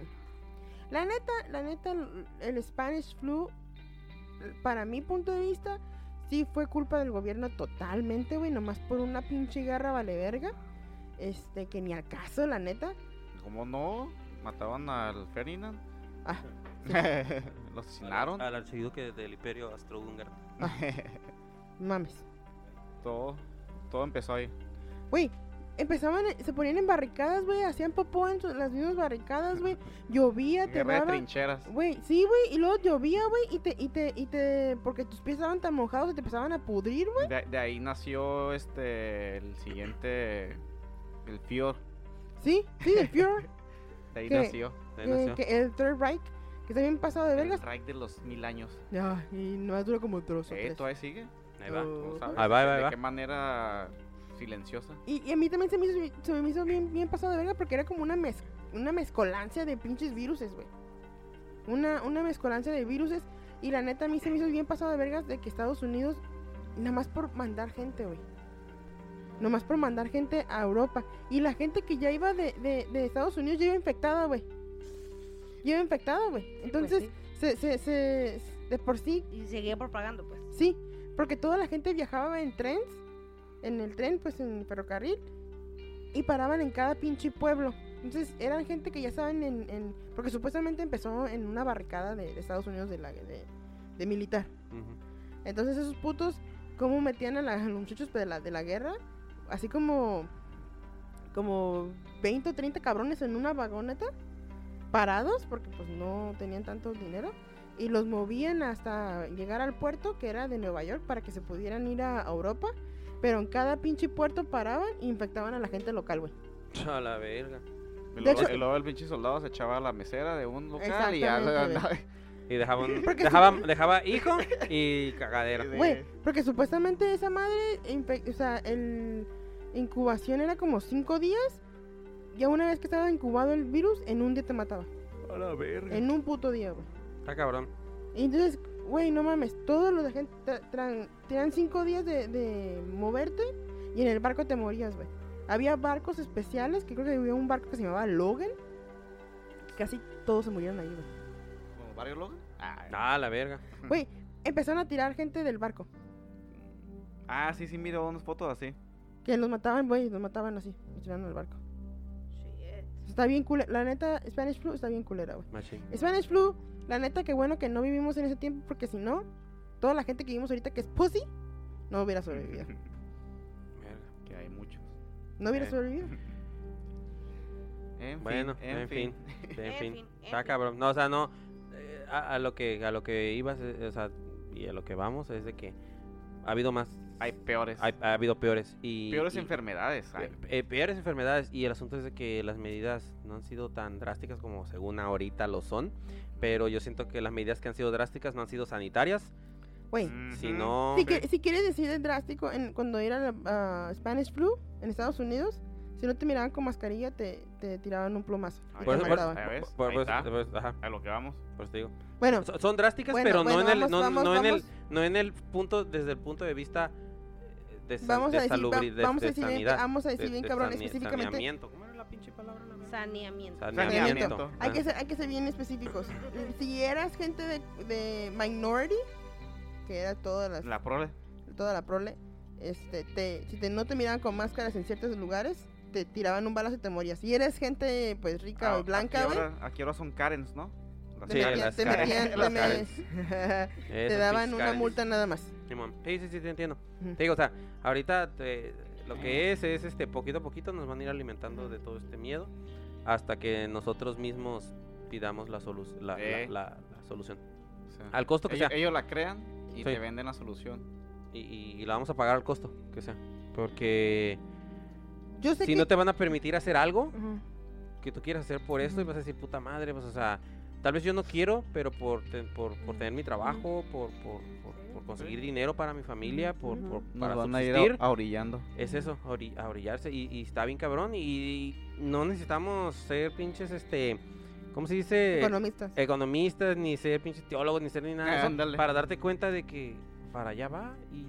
[SPEAKER 2] La neta, la neta, el- el Spanish flu, para mi punto de vista, sí fue culpa del gobierno totalmente, güey, nomás por una pinche garra vale verga. Este, que ni al caso, la neta.
[SPEAKER 5] ¿Cómo no? Mataban al Ferdinand.
[SPEAKER 2] Ah,
[SPEAKER 5] Lo asesinaron.
[SPEAKER 1] Al archiduque del imperio austrohúngaro.
[SPEAKER 2] mames.
[SPEAKER 5] todo, todo empezó ahí.
[SPEAKER 2] Güey, empezaban, se ponían en barricadas, güey, hacían popó en su- las mismas barricadas, güey. Llovía, te
[SPEAKER 5] Guerra de
[SPEAKER 2] daban.
[SPEAKER 5] trincheras.
[SPEAKER 2] Güey, sí, güey, y luego llovía, güey, y te, y te, y te, porque tus pies estaban tan mojados que te empezaban a pudrir, güey.
[SPEAKER 5] De, de ahí nació este el siguiente el Fior.
[SPEAKER 2] Sí, sí, el Führer,
[SPEAKER 5] De ahí
[SPEAKER 2] ¿Qué?
[SPEAKER 5] nació.
[SPEAKER 3] Ahí
[SPEAKER 2] que,
[SPEAKER 3] nació.
[SPEAKER 2] que el Third Reich, que está bien pasado de
[SPEAKER 5] El
[SPEAKER 2] vergas.
[SPEAKER 5] Reich de los mil años.
[SPEAKER 2] Ya, y no dura como otros.
[SPEAKER 5] Eh, todavía sigue.
[SPEAKER 3] Ahí va.
[SPEAKER 5] ¿Cómo sabes?
[SPEAKER 3] Ahí va, ahí va, ahí
[SPEAKER 5] ¿De
[SPEAKER 3] va.
[SPEAKER 5] qué manera silenciosa?
[SPEAKER 2] Y, y a mí también se me hizo, bi- se me hizo bien, bien pasado de verga porque era como una, mez, una mezcolancia de pinches viruses, güey. Una, una mezcolancia de viruses. Y la neta, a mí se me hizo bien pasado de vergas de que Estados Unidos, nada más por mandar gente, güey. Nomás por mandar gente a Europa. Y la gente que ya iba de, de, de Estados Unidos ya iba infectada, güey. Ya iba infectada, güey.
[SPEAKER 4] Pues
[SPEAKER 2] Entonces, se, se, se, de por sí
[SPEAKER 4] Y seguía propagando, pues.
[SPEAKER 2] Sí, porque toda la gente viajaba en trenes, en el tren, pues en el ferrocarril, y paraban en cada pinche pueblo. Entonces eran gente que ya saben en... en- porque supuestamente empezó en una barricada de, de Estados Unidos de, la, de, de militar.
[SPEAKER 3] Ujú.
[SPEAKER 2] Entonces esos putos, ¿cómo metían a, la- a los muchachos de la, de la guerra? Así como... Como 20 o 30 cabrones en una vagoneta, parados, porque pues no tenían tanto dinero, y los movían hasta llegar al puerto, que era de Nueva York, para que se pudieran ir a a Europa, pero en cada pinche puerto paraban e infectaban a la gente local, güey.
[SPEAKER 3] A la verga.
[SPEAKER 5] Y
[SPEAKER 2] De
[SPEAKER 5] luego,
[SPEAKER 2] hecho-
[SPEAKER 5] y luego el pinche soldado se echaba a la mesera de un local y ya
[SPEAKER 2] Exactamente,
[SPEAKER 5] andaba-
[SPEAKER 3] Y dejaba, un-
[SPEAKER 2] Porque-
[SPEAKER 3] dejaba, dejaba hijo y cagadera.
[SPEAKER 5] Sí.
[SPEAKER 2] Güey, porque supuestamente esa madre, infe- o sea, el incubación era como cinco días. Ya una vez que estaba incubado el virus, en un día te mataba.
[SPEAKER 3] A la verga.
[SPEAKER 2] En un puto día, güey.
[SPEAKER 3] Está cabrón.
[SPEAKER 2] Y entonces, güey, no mames, todos los de gente tra- tran- tenían cinco días de, de moverte y en el barco te morías, güey. Había barcos especiales, que creo que había un barco que se llamaba Logan. que Casi todos se murieron ahí, güey.
[SPEAKER 5] ¿Como Barrio Logan? Ah,
[SPEAKER 3] A la verga.
[SPEAKER 2] Güey, empezaron a tirar gente del barco.
[SPEAKER 5] ah, sí, sí, miro unas fotos así.
[SPEAKER 2] Que los mataban, güey, los mataban así, los tiraban al barco. Está bien culera, la neta, Spanish Flu está bien culera, güey.
[SPEAKER 3] Machín.
[SPEAKER 2] Spanish Flu, la neta, que bueno que no vivimos en ese tiempo, porque si no, toda la gente que vivimos ahorita que es pussy, no hubiera sobrevivido.
[SPEAKER 3] Verga.
[SPEAKER 5] que hay muchos.
[SPEAKER 2] No hubiera
[SPEAKER 5] Eh.
[SPEAKER 2] sobrevivido.
[SPEAKER 5] En
[SPEAKER 3] Bueno,
[SPEAKER 5] fin, en, fin.
[SPEAKER 3] En
[SPEAKER 4] En
[SPEAKER 3] fin.
[SPEAKER 4] fin, en
[SPEAKER 3] Está
[SPEAKER 4] fin.
[SPEAKER 3] cabrón. No, o sea, no. eh, a, a lo que a lo que ibas, eh, o sea, y a lo que vamos es de que ha habido más.
[SPEAKER 5] Hay peores.
[SPEAKER 3] Ha, ha habido peores. Y,
[SPEAKER 5] peores
[SPEAKER 3] y-
[SPEAKER 5] enfermedades. hay.
[SPEAKER 3] eh, peores enfermedades y el asunto es de que las medidas no han sido tan drásticas como según ahorita lo son, pero yo siento que las medidas que han sido drásticas no han sido sanitarias,
[SPEAKER 2] Güey,
[SPEAKER 5] Ujú.
[SPEAKER 3] sino
[SPEAKER 2] si, que- si quieres decir de drástico, en, cuando era la ah, Spanish Flu en Estados Unidos, si no te miraban con mascarilla, te, te tiraban un plomazo. y
[SPEAKER 5] Ahí
[SPEAKER 2] te
[SPEAKER 3] Por eso- eh, por-
[SPEAKER 2] mataban.
[SPEAKER 5] Ya ves,
[SPEAKER 3] por-
[SPEAKER 5] ahí
[SPEAKER 3] por-
[SPEAKER 5] está.
[SPEAKER 3] por- ajá,
[SPEAKER 5] A lo que vamos.
[SPEAKER 3] por eso te digo.
[SPEAKER 2] Bueno,
[SPEAKER 3] So- son drásticas,
[SPEAKER 2] Bueno,
[SPEAKER 3] pero
[SPEAKER 2] bueno,
[SPEAKER 3] no en el
[SPEAKER 2] vamos,
[SPEAKER 3] no,
[SPEAKER 2] vamos,
[SPEAKER 3] no en el
[SPEAKER 2] vamos.
[SPEAKER 3] no en el punto desde el punto de vista eh, de, san-
[SPEAKER 2] vamos
[SPEAKER 3] de
[SPEAKER 2] a decir, va-
[SPEAKER 3] salubri- de-
[SPEAKER 2] vamos a
[SPEAKER 3] de
[SPEAKER 2] decir bien,
[SPEAKER 3] sanidad,
[SPEAKER 2] vamos a
[SPEAKER 3] de-
[SPEAKER 2] decir bien
[SPEAKER 3] de
[SPEAKER 2] cabrón
[SPEAKER 3] sane-
[SPEAKER 2] específicamente.
[SPEAKER 3] saneamiento. ¿Cómo era la pinche palabra? la mierda?
[SPEAKER 4] Saneamiento.
[SPEAKER 3] Saneamiento. Ah.
[SPEAKER 5] Saneamiento.
[SPEAKER 2] Hay que,
[SPEAKER 3] ajá.
[SPEAKER 2] ser, hay que ser bien específicos. Si eras gente de, de minority, que era todas las
[SPEAKER 5] La prole.
[SPEAKER 2] toda la prole, este, te, si te, no te miraban con máscaras en ciertos lugares, te tiraban un balazo y te morías. Si eres gente pues rica
[SPEAKER 5] Ah,
[SPEAKER 2] o blanca,
[SPEAKER 5] aquí
[SPEAKER 2] güey,
[SPEAKER 5] ahora, aquí ahora son Karens, ¿no? Las
[SPEAKER 2] te,
[SPEAKER 3] Sí,
[SPEAKER 2] metían-
[SPEAKER 3] las
[SPEAKER 2] te
[SPEAKER 3] Karens,
[SPEAKER 2] metían-
[SPEAKER 3] las
[SPEAKER 2] te me- te
[SPEAKER 3] Esas
[SPEAKER 2] daban
[SPEAKER 3] pinches
[SPEAKER 2] una
[SPEAKER 3] Karens.
[SPEAKER 2] multa nada más.
[SPEAKER 3] Simón. Sí, sí, sí, te entiendo.
[SPEAKER 2] Ujú.
[SPEAKER 3] Te digo, o sea, ahorita te- lo que es es este poquito a poquito nos van a ir alimentando de todo este miedo hasta que nosotros mismos pidamos la, solu- la, la-
[SPEAKER 5] Eh.
[SPEAKER 3] la- la solución.
[SPEAKER 5] O sea,
[SPEAKER 3] Al costo que
[SPEAKER 5] ellos,
[SPEAKER 3] sea.
[SPEAKER 5] ellos la crean y
[SPEAKER 3] Sí.
[SPEAKER 5] te venden la solución.
[SPEAKER 3] Y, y- y la vamos a pagar al costo que sea. Porque
[SPEAKER 2] Yo sé
[SPEAKER 3] si
[SPEAKER 2] Pues que...
[SPEAKER 3] no te van a permitir hacer algo
[SPEAKER 2] Ujú.
[SPEAKER 3] que tú quieras hacer por esto y
[SPEAKER 2] Ujú.
[SPEAKER 3] vas a decir, puta madre, pues o sea, tal vez yo no quiero, pero por, te- por, por tener mi trabajo, por, por, por- por conseguir dinero para mi familia, por,
[SPEAKER 2] Ujú.
[SPEAKER 3] por-
[SPEAKER 5] Nos
[SPEAKER 3] para
[SPEAKER 5] van a ir
[SPEAKER 3] subsistir.
[SPEAKER 5] a- a orillando.
[SPEAKER 3] Es eso, a ori- a orillarse. Y, y está bien cabrón. Y no necesitamos ser pinches, este. ¿Cómo se dice?
[SPEAKER 2] Economistas.
[SPEAKER 3] eh, Economistas, ni ser pinches teólogos, ni ser ni nada. de eso,
[SPEAKER 5] Ándale.
[SPEAKER 3] para darte cuenta de que para allá va y, y-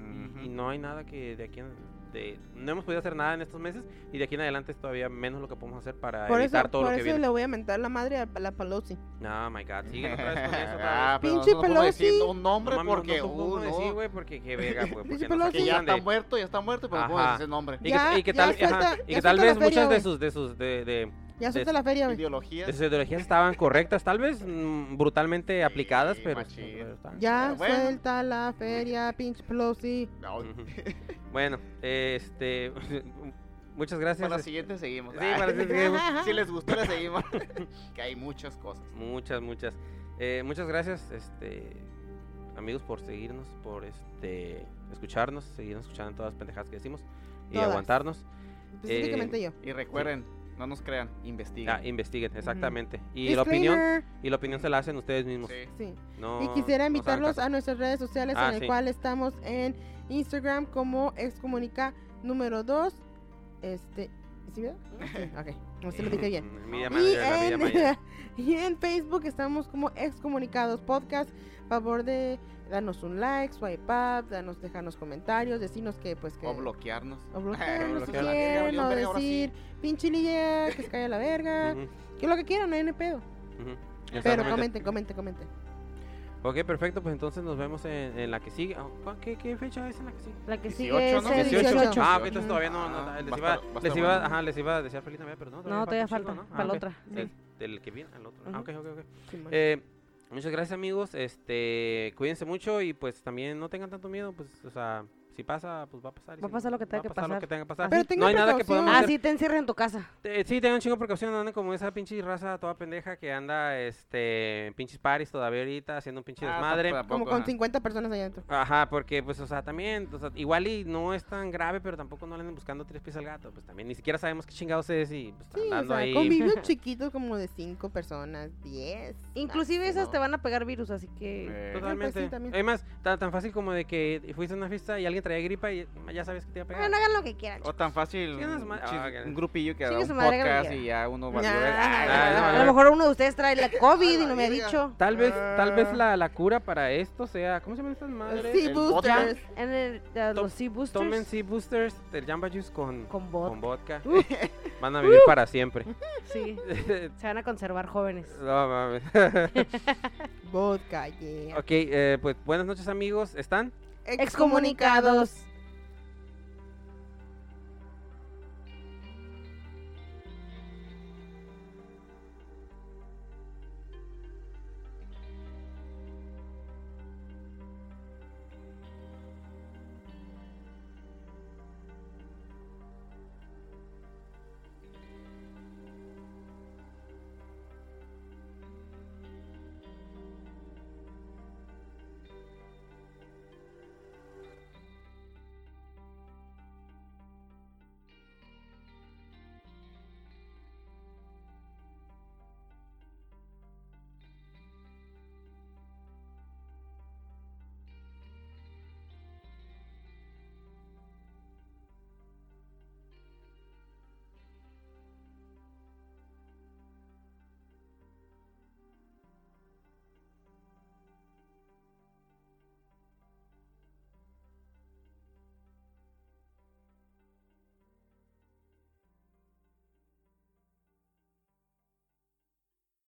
[SPEAKER 3] y
[SPEAKER 5] Ujú.
[SPEAKER 3] no hay nada que de aquí en- de- no hemos podido hacer nada en estos meses y de aquí en adelante es todavía menos lo que podemos hacer para
[SPEAKER 2] Por eso,
[SPEAKER 3] evitar todo
[SPEAKER 2] por
[SPEAKER 3] lo que
[SPEAKER 2] eso
[SPEAKER 3] viene.
[SPEAKER 2] le voy a mentar la madre a la Pelosi.
[SPEAKER 3] No, my God, sigue otra vez con eso. otra
[SPEAKER 5] Ah,
[SPEAKER 3] vez.
[SPEAKER 5] pero
[SPEAKER 2] Pinche
[SPEAKER 5] no podemos decir
[SPEAKER 2] Pelosi.
[SPEAKER 5] un nombre
[SPEAKER 3] No mames,
[SPEAKER 5] porque,
[SPEAKER 3] no, no, no,
[SPEAKER 5] uh,
[SPEAKER 3] no, sí,
[SPEAKER 5] no,
[SPEAKER 3] güey, porque qué verga, güey, porque
[SPEAKER 2] Pinche
[SPEAKER 3] nos
[SPEAKER 2] Pelosi.
[SPEAKER 5] que ya
[SPEAKER 3] acusan
[SPEAKER 5] está
[SPEAKER 3] de-
[SPEAKER 5] muerto, ya está muerto, pero no
[SPEAKER 3] Ajá.
[SPEAKER 5] podemos decir nombre.
[SPEAKER 3] Y que,
[SPEAKER 2] Ya,
[SPEAKER 3] y que
[SPEAKER 2] ya
[SPEAKER 3] tal, ajá,
[SPEAKER 2] suelta-
[SPEAKER 3] y
[SPEAKER 2] ya
[SPEAKER 3] que tal
[SPEAKER 2] suelta
[SPEAKER 3] vez
[SPEAKER 2] la feria,
[SPEAKER 3] muchas de
[SPEAKER 2] güey.
[SPEAKER 3] sus, de sus, de, de,
[SPEAKER 2] Ya suelta
[SPEAKER 3] Des-
[SPEAKER 2] la feria, güey.
[SPEAKER 5] Ideologías.
[SPEAKER 3] de sus ideologías estaban correctas, tal vez mm, brutalmente aplicadas,
[SPEAKER 5] Sí,
[SPEAKER 3] pero,
[SPEAKER 5] machín.
[SPEAKER 3] pero Eh, estaban-
[SPEAKER 2] Ya
[SPEAKER 5] Pero bueno.
[SPEAKER 2] suelta la feria, pinche Pelosi.
[SPEAKER 5] No,
[SPEAKER 3] Ujú. Bueno, este, muchas gracias. este,
[SPEAKER 5] para la
[SPEAKER 3] es-
[SPEAKER 5] siguiente seguimos.
[SPEAKER 3] Sí,
[SPEAKER 5] Ah,
[SPEAKER 3] para la siguiente seguimos.
[SPEAKER 5] si les gustó, la seguimos. que hay muchas cosas.
[SPEAKER 3] Muchas, muchas. Eh, muchas gracias, este, amigos, por seguirnos, por este, escucharnos, seguirnos escuchando todas las pendejadas que decimos y
[SPEAKER 2] Todas.
[SPEAKER 3] aguantarnos.
[SPEAKER 2] Específicamente yo.
[SPEAKER 5] Y recuerden, no nos crean, investiguen.
[SPEAKER 3] Ah, investiguen, exactamente. Y la opinión,
[SPEAKER 2] Disclaimer.
[SPEAKER 3] y la opinión se la hacen ustedes mismos.
[SPEAKER 5] Sí.
[SPEAKER 2] Sí.
[SPEAKER 3] No,
[SPEAKER 2] Y
[SPEAKER 3] no
[SPEAKER 2] quisiera
[SPEAKER 3] se hagan
[SPEAKER 2] invitarlos
[SPEAKER 3] caso.
[SPEAKER 2] a nuestras redes sociales
[SPEAKER 3] Ah,
[SPEAKER 2] en el
[SPEAKER 3] sí.
[SPEAKER 2] cual estamos en Instagram como excomunica número 2. Este, ¿sí, verdad? Sí, ok. No se lo dije bien.
[SPEAKER 3] Mm, media
[SPEAKER 2] Y
[SPEAKER 3] manager, la media manager.
[SPEAKER 2] en, y en Facebook estamos como Excomunicados Podcast. Favor de darnos un like, swipe up, danos, dejarnos comentarios, decirnos que pues que
[SPEAKER 5] O bloquearnos.
[SPEAKER 2] o bloquearnos si
[SPEAKER 3] bloquear.
[SPEAKER 2] quieren,
[SPEAKER 5] Valió
[SPEAKER 2] o
[SPEAKER 5] verga, ahora sí.
[SPEAKER 2] decir pinche Lilla, que se cae a la verga,
[SPEAKER 3] Ujú,
[SPEAKER 2] que lo que quieran, no hay ni pedo.
[SPEAKER 3] ujú.
[SPEAKER 2] Pero
[SPEAKER 3] Exactamente.
[SPEAKER 2] comenten, comenten, comenten.
[SPEAKER 3] Ok, perfecto, pues entonces nos vemos en, en la que sigue. Ah, ¿cuál- ¿Qué, qué fecha es en la que sigue?
[SPEAKER 4] La que
[SPEAKER 5] 18,
[SPEAKER 4] sigue es
[SPEAKER 5] ¿no?
[SPEAKER 4] el
[SPEAKER 2] 18.
[SPEAKER 4] 18.
[SPEAKER 3] Ah,
[SPEAKER 5] Ujú.
[SPEAKER 3] ok, entonces todavía no, no,
[SPEAKER 5] Ah,
[SPEAKER 3] les,
[SPEAKER 5] va a
[SPEAKER 3] iba,
[SPEAKER 5] estar- va a
[SPEAKER 3] les,
[SPEAKER 5] estar
[SPEAKER 3] iba,
[SPEAKER 5] bueno.
[SPEAKER 3] ajá, les iba a desear feliz Navidad, pero no,
[SPEAKER 4] No, todavía falta,
[SPEAKER 3] un chingo, ¿no? Ah,
[SPEAKER 4] para la
[SPEAKER 3] ok.
[SPEAKER 4] otra.
[SPEAKER 3] Del, del que viene al otro. Ah,
[SPEAKER 2] Ajá.
[SPEAKER 3] ok, ok, ok.
[SPEAKER 2] Simón.
[SPEAKER 3] Eh, muchas gracias amigos, este, cuídense mucho y pues también no tengan tanto miedo, pues, o sea, si pasa, pues va a pasar. y
[SPEAKER 4] Va a
[SPEAKER 3] si
[SPEAKER 4] pasar
[SPEAKER 3] no,
[SPEAKER 4] lo que tenga
[SPEAKER 3] va a
[SPEAKER 4] que
[SPEAKER 3] pasar lo
[SPEAKER 4] pasar.
[SPEAKER 3] que tenga que pasar.
[SPEAKER 2] Pero
[SPEAKER 3] no
[SPEAKER 2] tengan
[SPEAKER 3] hay nada que
[SPEAKER 2] precaución.
[SPEAKER 3] podamos
[SPEAKER 4] Ah,
[SPEAKER 3] hacer.
[SPEAKER 4] sí, te encierras en tu casa.
[SPEAKER 3] Eh, sí, tengan un chingo de precaución, andan como esa pinche raza toda pendeja que anda, este, en pinches paris todavía ahorita, haciendo un pinche
[SPEAKER 5] Ah,
[SPEAKER 3] desmadre.
[SPEAKER 5] tampoco,
[SPEAKER 2] Como con
[SPEAKER 5] ajá.
[SPEAKER 2] 50 personas allá adentro.
[SPEAKER 3] Ajá, porque pues, o sea, también, o sea, igual y no es tan grave, pero tampoco no le anden buscando tres pies al gato, pues también ni siquiera sabemos qué chingados es y pues
[SPEAKER 2] Sí, o
[SPEAKER 3] andando
[SPEAKER 2] sea,
[SPEAKER 3] ahí.
[SPEAKER 2] convivios chiquitos como de 5 personas, 10.
[SPEAKER 4] Inclusive esas
[SPEAKER 2] máximo.
[SPEAKER 4] te van a pegar virus, así que...
[SPEAKER 5] Eh,
[SPEAKER 3] Totalmente.
[SPEAKER 2] pues, sí, también.
[SPEAKER 3] Además, tan, tan fácil como de que fuiste a una fiesta y alguien traía gripa y ya sabes que te iba a pegar.
[SPEAKER 4] Bueno, hagan lo que quieran.
[SPEAKER 5] O tan fácil
[SPEAKER 3] Chinga su madre.
[SPEAKER 5] chis-
[SPEAKER 3] Ah, ok.
[SPEAKER 5] un grupillo que haga
[SPEAKER 4] Chinga
[SPEAKER 5] un
[SPEAKER 4] su madre, hagan lo que
[SPEAKER 5] podcast
[SPEAKER 4] quieran.
[SPEAKER 5] y ya uno Ah, va
[SPEAKER 2] Ya,
[SPEAKER 3] ya, ya,
[SPEAKER 5] a
[SPEAKER 4] A lo mejor uno de ustedes trae la COVID y no me ha
[SPEAKER 5] verga.
[SPEAKER 4] dicho.
[SPEAKER 3] Tal vez, tal vez la, la cura para esto sea, ¿cómo se llaman estas madres?
[SPEAKER 2] Sí,
[SPEAKER 5] el
[SPEAKER 2] boosters.
[SPEAKER 4] En el, eh, los sea boosters
[SPEAKER 3] Tomen sí boosters del Jamba Juice con,
[SPEAKER 4] con bot.
[SPEAKER 3] con vodka.
[SPEAKER 2] Uh.
[SPEAKER 3] Van a vivir para siempre.
[SPEAKER 4] Sí, se van a conservar jóvenes.
[SPEAKER 3] No mames.
[SPEAKER 2] Vodka, yeah.
[SPEAKER 3] ok, eh, pues buenas noches amigos. ¿Están?
[SPEAKER 4] Excomunicados.